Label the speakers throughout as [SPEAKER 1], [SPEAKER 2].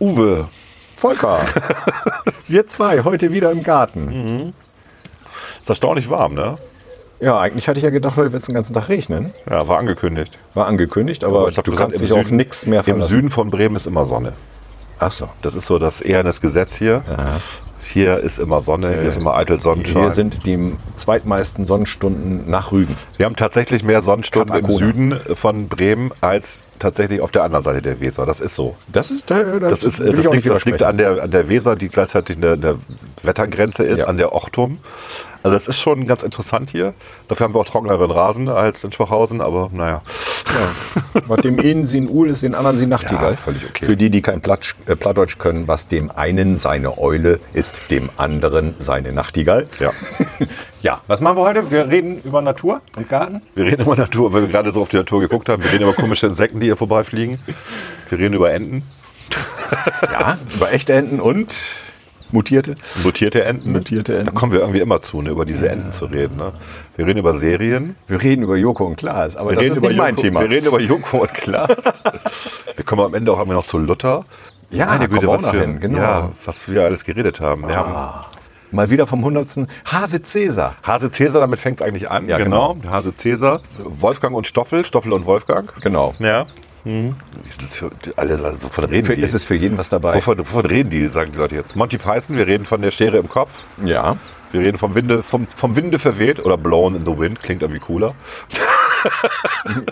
[SPEAKER 1] Uwe.
[SPEAKER 2] Volker, wir zwei heute wieder im Garten.
[SPEAKER 1] Ist erstaunlich warm, ne?
[SPEAKER 2] Ja, eigentlich hatte ich ja gedacht, heute wird es den ganzen Tag regnen.
[SPEAKER 1] Ja, war angekündigt.
[SPEAKER 2] War angekündigt, aber,
[SPEAKER 1] ich hab
[SPEAKER 2] du
[SPEAKER 1] gesagt,
[SPEAKER 2] kannst
[SPEAKER 1] im
[SPEAKER 2] dich auf
[SPEAKER 1] Süden-
[SPEAKER 2] nichts mehr
[SPEAKER 1] Im
[SPEAKER 2] verlassen.
[SPEAKER 1] Süden von Bremen ist immer Sonne.
[SPEAKER 2] Ach so.
[SPEAKER 1] Das ist so das eher das Gesetz hier.
[SPEAKER 2] Aha.
[SPEAKER 1] Hier ist immer Sonne, hier ist immer eitel Sonnenschein.
[SPEAKER 2] Hier sind die zweitmeisten Sonnenstunden nach Rügen.
[SPEAKER 1] Wir haben tatsächlich mehr Sonnenstunden im
[SPEAKER 2] Capacona.
[SPEAKER 1] Süden von Bremen als tatsächlich auf der anderen Seite der Weser. Das ist so.
[SPEAKER 2] Das ist, das,
[SPEAKER 1] Das, ist, äh,
[SPEAKER 2] will ich
[SPEAKER 1] das,
[SPEAKER 2] auch nicht
[SPEAKER 1] liegt, das liegt
[SPEAKER 2] widersprechen.
[SPEAKER 1] an der, an der Weser, die gleichzeitig eine, eine Wettergrenze ist,
[SPEAKER 2] Ja.
[SPEAKER 1] an der Ochtum. Also das ist schon ganz interessant hier. Dafür haben wir auch trockeneren Rasen als in Schwachhausen, aber naja.
[SPEAKER 2] Was dem einen sie ein Uhl ist, den anderen sie ein Nachtigall.
[SPEAKER 1] Ja, völlig okay.
[SPEAKER 2] Für die, die kein Platt, äh, Plattdeutsch können, was dem einen seine Eule ist, dem anderen seine Nachtigall.
[SPEAKER 1] Ja.
[SPEAKER 2] ja, was machen wir heute? Wir reden über Natur und Garten.
[SPEAKER 1] Wir reden über Natur, weil wir gerade so auf die Natur geguckt haben. Wir reden über komische Insekten, die hier vorbeifliegen. Wir reden über Enten,
[SPEAKER 2] Ja, über echte Enten und mutierte.
[SPEAKER 1] mutierte Enten.
[SPEAKER 2] Mutierte Enten.
[SPEAKER 1] Da kommen wir irgendwie immer zu, ne, über diese Enten zu reden. Ne? Wir reden über Serien.
[SPEAKER 2] Wir reden über Joko und Klaas, aber
[SPEAKER 1] Wir
[SPEAKER 2] das
[SPEAKER 1] reden
[SPEAKER 2] ist
[SPEAKER 1] über
[SPEAKER 2] nicht mein
[SPEAKER 1] Joko,
[SPEAKER 2] Thema.
[SPEAKER 1] Wir reden über Joko und Klaas. wir kommen am Ende auch immer noch zu Luther.
[SPEAKER 2] Ja,
[SPEAKER 1] Meine Güte,
[SPEAKER 2] kommen wir
[SPEAKER 1] was,
[SPEAKER 2] auch noch
[SPEAKER 1] wir,
[SPEAKER 2] hin, genau. Ah.
[SPEAKER 1] ja, was wir alles geredet haben. Wir haben
[SPEAKER 2] Mal wieder vom Hundertsten. Hase Cäsar.
[SPEAKER 1] Hase Cäsar, damit fängt es eigentlich an. Genau,
[SPEAKER 2] Ja,
[SPEAKER 1] Hase Cäsar, Wolfgang und Stoffel, Stoffel und Wolfgang.
[SPEAKER 2] Genau.
[SPEAKER 1] Ja. Ist das für, alle, wovon reden
[SPEAKER 2] Für,
[SPEAKER 1] die?
[SPEAKER 2] es ist für jeden was dabei.
[SPEAKER 1] Wovon, wovon reden die, sagen die Leute jetzt? Monty Python, wir reden von der Schere im Kopf.
[SPEAKER 2] Ja.
[SPEAKER 1] Wir reden vom Winde, vom, vom Winde verweht oder Blown in the Wind, klingt irgendwie cooler.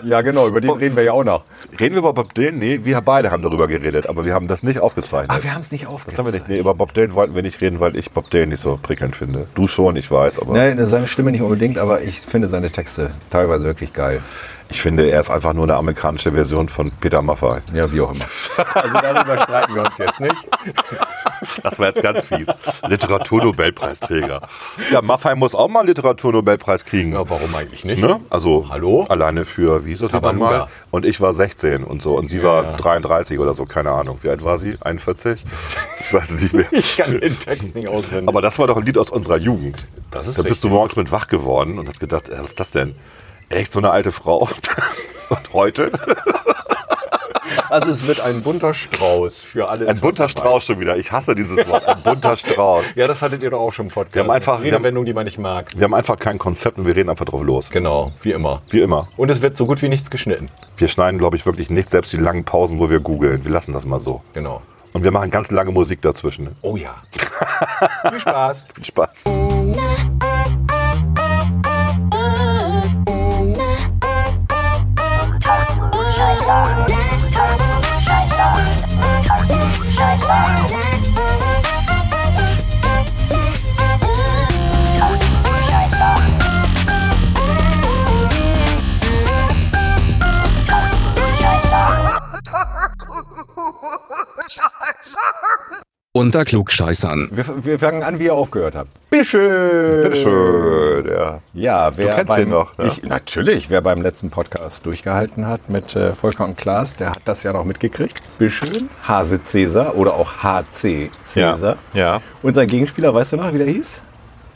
[SPEAKER 2] Ja, genau, über den reden wir ja auch noch.
[SPEAKER 1] Reden wir über Bob Dylan? Nee, wir beide haben darüber geredet, aber wir haben das nicht aufgezeichnet.
[SPEAKER 2] Ah, wir haben es nicht
[SPEAKER 1] das haben wir
[SPEAKER 2] aufgezeichnet.
[SPEAKER 1] nicht. Nee, über Bob Dylan wollten wir nicht reden, weil ich Bob Dylan nicht so prickelnd finde. Du schon, ich weiß, aber
[SPEAKER 2] Nein, seine Stimme nicht unbedingt, aber ich finde seine Texte teilweise wirklich geil.
[SPEAKER 1] ich finde, er ist einfach nur eine amerikanische Version von Peter Maffay.
[SPEAKER 2] Ja, wie auch immer. Also darüber streiten wir uns jetzt nicht.
[SPEAKER 1] Das war jetzt ganz fies. Literaturnobelpreisträger. Ja, Maffay muss auch mal Literaturnobelpreis kriegen.
[SPEAKER 3] Ja, warum eigentlich nicht?
[SPEAKER 1] Ne? Also
[SPEAKER 3] Hallo?
[SPEAKER 1] alleine für, wie hieß das
[SPEAKER 3] Tabaluga.
[SPEAKER 1] nochmal? Und ich war 16 und so. Und sie war
[SPEAKER 3] Ja.
[SPEAKER 1] 33 oder so, keine Ahnung. Wie alt war sie? 41? Ich weiß es nicht mehr.
[SPEAKER 3] Ich kann den Text nicht auswendig.
[SPEAKER 1] Aber das war doch ein Lied aus unserer Jugend.
[SPEAKER 3] Das ist
[SPEAKER 1] da bist du morgens mit wach geworden und hast gedacht, äh, was ist das denn? Echt so eine alte Frau? Und heute?
[SPEAKER 3] also es wird ein bunter Strauß für alle.
[SPEAKER 1] Ein bunter Strauß schon wieder. Ich hasse dieses Wort. Ein bunter Strauß.
[SPEAKER 3] Ja, das hattet ihr doch auch schon im Podcast. Wir
[SPEAKER 1] haben einfach- wir haben-
[SPEAKER 3] Redewendung, die man nicht mag.
[SPEAKER 1] Wir haben einfach kein Konzept und wir reden einfach drauf los.
[SPEAKER 3] Genau, wie immer.
[SPEAKER 1] Wie immer.
[SPEAKER 3] Und es wird so gut wie nichts geschnitten.
[SPEAKER 1] Wir schneiden, glaube ich, wirklich nicht, selbst die langen Pausen, wo wir googeln. Wir lassen das mal so.
[SPEAKER 3] Genau.
[SPEAKER 1] Und wir machen ganz lange Musik dazwischen. ne?
[SPEAKER 3] Oh ja. Viel Spaß.
[SPEAKER 1] Viel Spaß.
[SPEAKER 4] Unter Klugscheißern.
[SPEAKER 2] Wir, wir fangen an, wie ihr aufgehört habt. Bitteschön.
[SPEAKER 1] Bitteschön. Ja.
[SPEAKER 2] Ja, wer
[SPEAKER 1] Du kennst
[SPEAKER 2] beim,
[SPEAKER 1] den noch, ne?
[SPEAKER 2] Ich, natürlich, wer beim letzten Podcast durchgehalten hat mit äh, Volker und Klaas, der hat das ja noch mitgekriegt. Bitteschön. Hase Cäsar oder auch HC Cäsar.
[SPEAKER 1] Ja, ja.
[SPEAKER 2] Und sein Gegenspieler, weißt du noch, wie der hieß?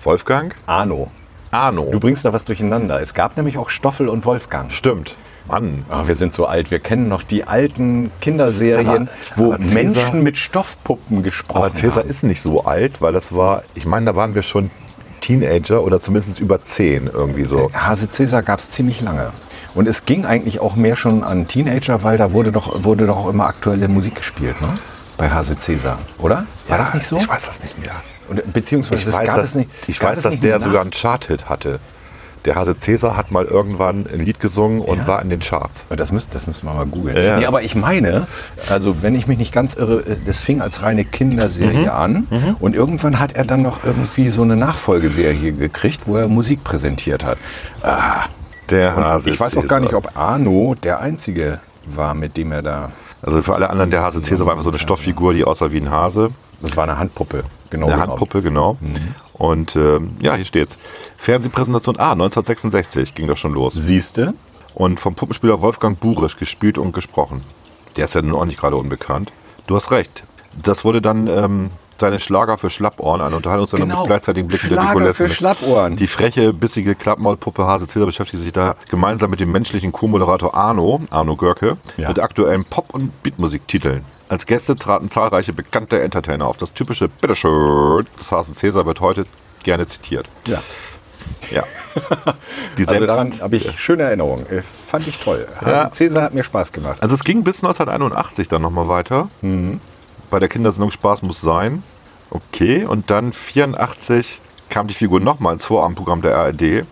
[SPEAKER 1] Wolfgang?
[SPEAKER 2] Arno.
[SPEAKER 3] Oh.
[SPEAKER 1] Arno.
[SPEAKER 2] Du bringst da was durcheinander. Es gab nämlich auch Stoffel und Wolfgang.
[SPEAKER 1] Stimmt. Mann.
[SPEAKER 2] Ah, wir sind so alt, wir kennen noch die alten Kinderserien,
[SPEAKER 1] Aber-
[SPEAKER 2] wo
[SPEAKER 1] aber Cäsar-
[SPEAKER 2] Menschen mit Stoffpuppen gesprochen
[SPEAKER 1] Aber Cäsar
[SPEAKER 2] haben.
[SPEAKER 1] ist nicht so alt, weil das war, ich meine, da waren wir schon Teenager oder zumindest über 10 irgendwie so.
[SPEAKER 2] Hase Cäsar gab es ziemlich lange. Und es ging eigentlich auch mehr schon an Teenager, weil da wurde doch, wurde doch auch immer aktuelle Musik gespielt, ne? Bei Hase Cäsar, oder? War das nicht so?
[SPEAKER 1] Ich weiß das nicht mehr.
[SPEAKER 2] Und, beziehungsweise
[SPEAKER 1] Ich
[SPEAKER 2] es
[SPEAKER 1] weiß,
[SPEAKER 2] gab
[SPEAKER 1] dass,
[SPEAKER 2] es nicht.
[SPEAKER 1] ich
[SPEAKER 2] gab
[SPEAKER 1] weiß,
[SPEAKER 2] es
[SPEAKER 1] dass
[SPEAKER 2] nicht
[SPEAKER 1] der
[SPEAKER 2] einen
[SPEAKER 1] sogar
[SPEAKER 2] Nach-
[SPEAKER 1] einen Chart-Hit hatte. Der Hase Cäsar hat mal irgendwann ein Lied gesungen und war in den Charts.
[SPEAKER 2] Das, müsst, das müssen wir mal googeln.
[SPEAKER 1] Ja.
[SPEAKER 2] Nee, aber ich meine, also wenn ich mich nicht ganz irre, äh, das fing als reine Kinderserie
[SPEAKER 1] Mhm.
[SPEAKER 2] an. Und irgendwann hat er dann noch irgendwie so eine Nachfolgeserie gekriegt, wo er Musik präsentiert hat. Ah,
[SPEAKER 1] Der Hase
[SPEAKER 2] ich weiß auch gar nicht, ob Arno der Einzige war, mit dem er da.
[SPEAKER 1] Also für alle anderen, der Hase Cäsar war einfach so eine Stofffigur, die aussah wie ein Hase.
[SPEAKER 2] Das war eine Handpuppe. Genau.
[SPEAKER 1] Eine
[SPEAKER 2] genommen.
[SPEAKER 1] Handpuppe, genau. Und ähm, ja, hier steht's. Fernsehpräsentation A, 1966 ging das schon los.
[SPEAKER 2] Siehste?
[SPEAKER 1] Und vom Puppenspieler Wolfgang Burisch gespielt und gesprochen. Der ist ja nun auch nicht gerade unbekannt. Du hast recht. Das wurde dann ähm, seine Schlager für Schlappohren, eine Unterhaltungssendung
[SPEAKER 2] Genau.
[SPEAKER 1] mit gleichzeitigen Blicken
[SPEAKER 2] Schlager
[SPEAKER 1] der Nikolessen.
[SPEAKER 2] für Schlappohren.
[SPEAKER 1] Die freche, bissige Klappmaulpuppe Hase Cäsar beschäftigt sich da gemeinsam mit dem menschlichen Co-Moderator Arno, Arno Görke,
[SPEAKER 2] Ja.
[SPEAKER 1] mit aktuellen Pop- und Beatmusiktiteln. Als Gäste traten zahlreiche bekannte Entertainer auf. Das typische Bitteschön des Hasen Cäsar wird heute gerne zitiert.
[SPEAKER 2] Ja.
[SPEAKER 1] Ja. Die
[SPEAKER 2] Also
[SPEAKER 1] selbst-
[SPEAKER 2] daran habe ich schöne Erinnerungen. Äh, Fand ich toll. Hase Cäsar hat mir Spaß gemacht.
[SPEAKER 1] Also es ging bis 1981 dann nochmal weiter. Bei der Kindersendung Spaß muss sein. Okay, und dann 84 kam die Figur nochmal ins Vorabendprogramm der ARD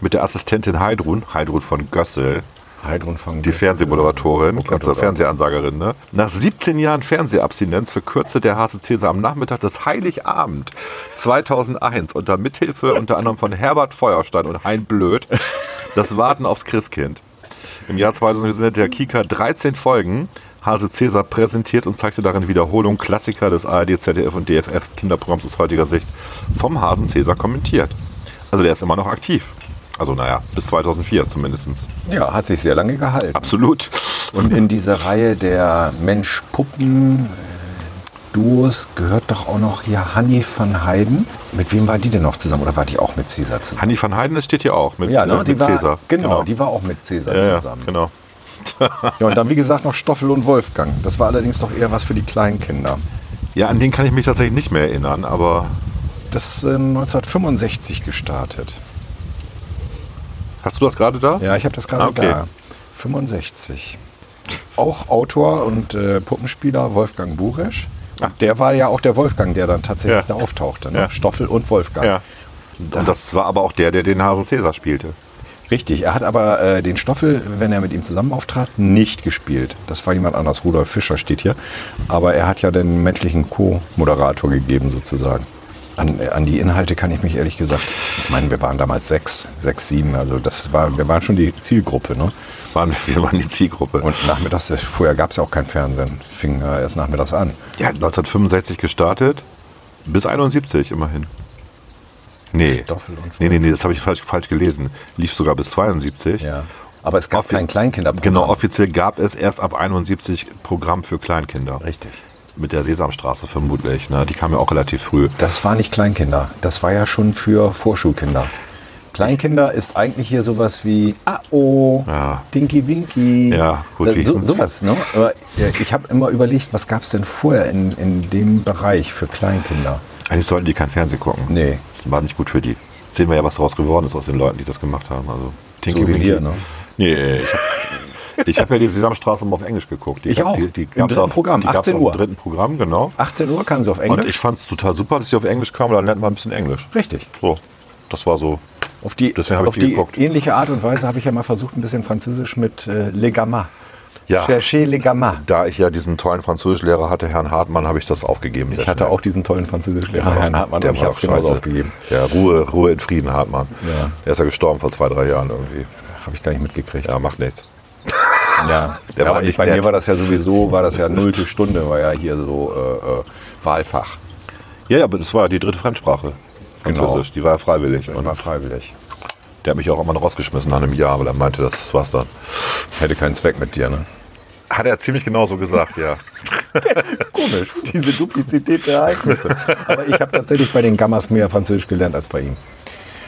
[SPEAKER 1] mit der Assistentin Heidrun, Heidrun von Gössel,
[SPEAKER 2] Heidrun von
[SPEAKER 1] die Fernsehmoderatorin,
[SPEAKER 2] Oh Gott,
[SPEAKER 1] ganze
[SPEAKER 2] oh Gott.
[SPEAKER 1] Fernsehansagerin. Ne? Nach 17 Jahren Fernsehabstinenz verkürzte der Hase Cäsar am Nachmittag des Heiligabend 2001 unter Mithilfe unter anderem von Herbert Feuerstein und Hein Blöd das Warten aufs Christkind. Im Jahr 2000 sendet der Kika 13 Folgen. Hase Cäsar präsentiert und zeigte darin Wiederholung Klassiker des ARD, ZDF und DFF Kinderprogramms aus heutiger Sicht vom Hasen Cäsar kommentiert. Also der ist immer noch aktiv. Also naja, bis 2004 zumindestens.
[SPEAKER 2] Ja, hat sich sehr lange gehalten.
[SPEAKER 1] Absolut.
[SPEAKER 2] Und in diese Reihe der Mensch-Puppen-Duos gehört doch auch noch hier Hanni van Heiden. Mit wem war die denn noch zusammen? Oder war die auch mit Cäsar zusammen?
[SPEAKER 1] Hanni van Heiden, das steht hier auch mit, äh, mit
[SPEAKER 2] die war,
[SPEAKER 1] Cäsar.
[SPEAKER 2] Genau, die war auch mit Cäsar
[SPEAKER 1] ja, ja,
[SPEAKER 2] zusammen.
[SPEAKER 1] genau.
[SPEAKER 2] Ja, und dann, wie gesagt, noch Stoffel und Wolfgang. Das war allerdings doch eher was für die kleinen Kinder.
[SPEAKER 1] Ja, an den kann ich mich tatsächlich nicht mehr erinnern, aber
[SPEAKER 2] Das ist äh, 1965 gestartet.
[SPEAKER 1] hast du das gerade da?
[SPEAKER 2] Ja, ich habe das gerade
[SPEAKER 1] Ah, okay.
[SPEAKER 2] da. 65. Auch Autor und äh, Puppenspieler Wolfgang Buresch. Der war ja auch der Wolfgang, der dann tatsächlich
[SPEAKER 1] Ah. Ja.
[SPEAKER 2] da auftauchte. Ne?
[SPEAKER 1] Ja.
[SPEAKER 2] Stoffel und Wolfgang.
[SPEAKER 1] Ja. Und das war aber auch der, der den Hasen Cäsar spielte.
[SPEAKER 2] Richtig, er hat aber äh, den Stoffel, wenn er mit ihm zusammen auftrat, nicht gespielt. Das war jemand anders, Rudolf Fischer steht hier. Aber er hat ja den menschlichen Co-Moderator gegeben sozusagen. An, äh, an die Inhalte kann ich mich ehrlich gesagt, ich meine, wir waren damals sechs, sechs, sieben, also das war, wir waren schon die Zielgruppe. Ne?
[SPEAKER 1] Waren wir waren die Zielgruppe.
[SPEAKER 2] Und nachmittags, äh, vorher gab es ja auch kein Fernsehen, fing äh, erst nachmittags an.
[SPEAKER 1] Ja, 1965 gestartet, bis 71 immerhin. Nee.
[SPEAKER 2] Stoffel und-
[SPEAKER 1] nee, nee, nee, das habe ich falsch, falsch gelesen. Lief sogar bis 72.
[SPEAKER 2] Aber es gab
[SPEAKER 1] Offi-
[SPEAKER 2] kein Kleinkinderprogramm.
[SPEAKER 1] Genau, offiziell gab es erst ab 71 Programm für Kleinkinder.
[SPEAKER 2] Richtig.
[SPEAKER 1] Mit der Sesamstraße vermutlich. Ne? Die kam ja auch relativ früh.
[SPEAKER 2] Das war nicht Kleinkinder. Das war ja schon für Vorschulkinder. Kleinkinder ist eigentlich hier sowas wie Ah-Oh,
[SPEAKER 1] Ja.
[SPEAKER 2] Dinky Winky.
[SPEAKER 1] Ja, gut,
[SPEAKER 2] Da- so,
[SPEAKER 1] wenigstens.
[SPEAKER 2] sowas, ne? Aber äh, ich habe immer überlegt, was gab es denn vorher in, in dem Bereich für Kleinkinder?
[SPEAKER 1] Eigentlich sollten die kein Fernsehen gucken.
[SPEAKER 2] Nee.
[SPEAKER 1] Das war nicht gut für die. Jetzt sehen wir ja, was daraus geworden ist aus den Leuten, die das gemacht haben. Also, Tinky
[SPEAKER 2] So wie
[SPEAKER 1] Winky.
[SPEAKER 2] wir, ne?
[SPEAKER 1] Nee, ich hab- ich habe ja die Sesamstraße immer auf Englisch geguckt. Die
[SPEAKER 2] Ich
[SPEAKER 1] gab's-
[SPEAKER 2] auch.
[SPEAKER 1] Die, die
[SPEAKER 2] Im
[SPEAKER 1] gab's
[SPEAKER 2] dritten
[SPEAKER 1] auf,
[SPEAKER 2] Programm,
[SPEAKER 1] die gab's
[SPEAKER 2] 18 Uhr.
[SPEAKER 1] Im dritten Programm, genau.
[SPEAKER 2] 18 Uhr kam sie auf Englisch.
[SPEAKER 1] Und ich fand es total super, dass die auf Englisch kamen. Dann lernt man ein bisschen Englisch.
[SPEAKER 2] Richtig.
[SPEAKER 1] So, das war so.
[SPEAKER 2] Auf die,
[SPEAKER 1] Deswegen hab ich
[SPEAKER 2] auf
[SPEAKER 1] die
[SPEAKER 2] die
[SPEAKER 1] geguckt.
[SPEAKER 2] ähnliche Art und Weise habe ich ja mal versucht, ein bisschen Französisch mit äh, Legama.
[SPEAKER 1] Ja.
[SPEAKER 2] Cherchez Legama.
[SPEAKER 1] Da ich ja diesen tollen Französischlehrer hatte, Herrn Hartmann, habe ich das aufgegeben.
[SPEAKER 2] Ich hatte auch diesen tollen Französischlehrer, Herrn Hartmann,
[SPEAKER 1] der
[SPEAKER 2] aber ich
[SPEAKER 1] war
[SPEAKER 2] habe
[SPEAKER 1] auch
[SPEAKER 2] es genauso
[SPEAKER 1] scheiße.
[SPEAKER 2] aufgegeben.
[SPEAKER 1] Ja, Ruhe, Ruhe in Frieden, Hartmann.
[SPEAKER 2] Ja.
[SPEAKER 1] Er ist ja gestorben vor zwei, drei Jahren irgendwie.
[SPEAKER 2] Habe ich gar nicht mitgekriegt.
[SPEAKER 1] Ja, macht nichts.
[SPEAKER 2] Ja,
[SPEAKER 1] Der
[SPEAKER 2] ja
[SPEAKER 1] war
[SPEAKER 2] aber
[SPEAKER 1] nicht
[SPEAKER 2] bei
[SPEAKER 1] nett.
[SPEAKER 2] mir Ah, war das ja sowieso, war das ja nullte Stunde, war ja hier so äh, äh, Wahlfach.
[SPEAKER 1] Ja, ja, aber das war ja die dritte Fremdsprache. Französisch, die war Genau. ja freiwillig. Und
[SPEAKER 2] Und war freiwillig.
[SPEAKER 1] der hat mich auch immer noch rausgeschmissen nach einem Jahr, weil er meinte, das war's dann.
[SPEAKER 2] Hätte keinen Zweck mit dir, ne?
[SPEAKER 1] Hat er ziemlich genau so gesagt, ja.
[SPEAKER 2] Komisch, diese Duplizität der Ereignisse. Aber ich habe tatsächlich bei den Gammas mehr Französisch gelernt als bei ihm.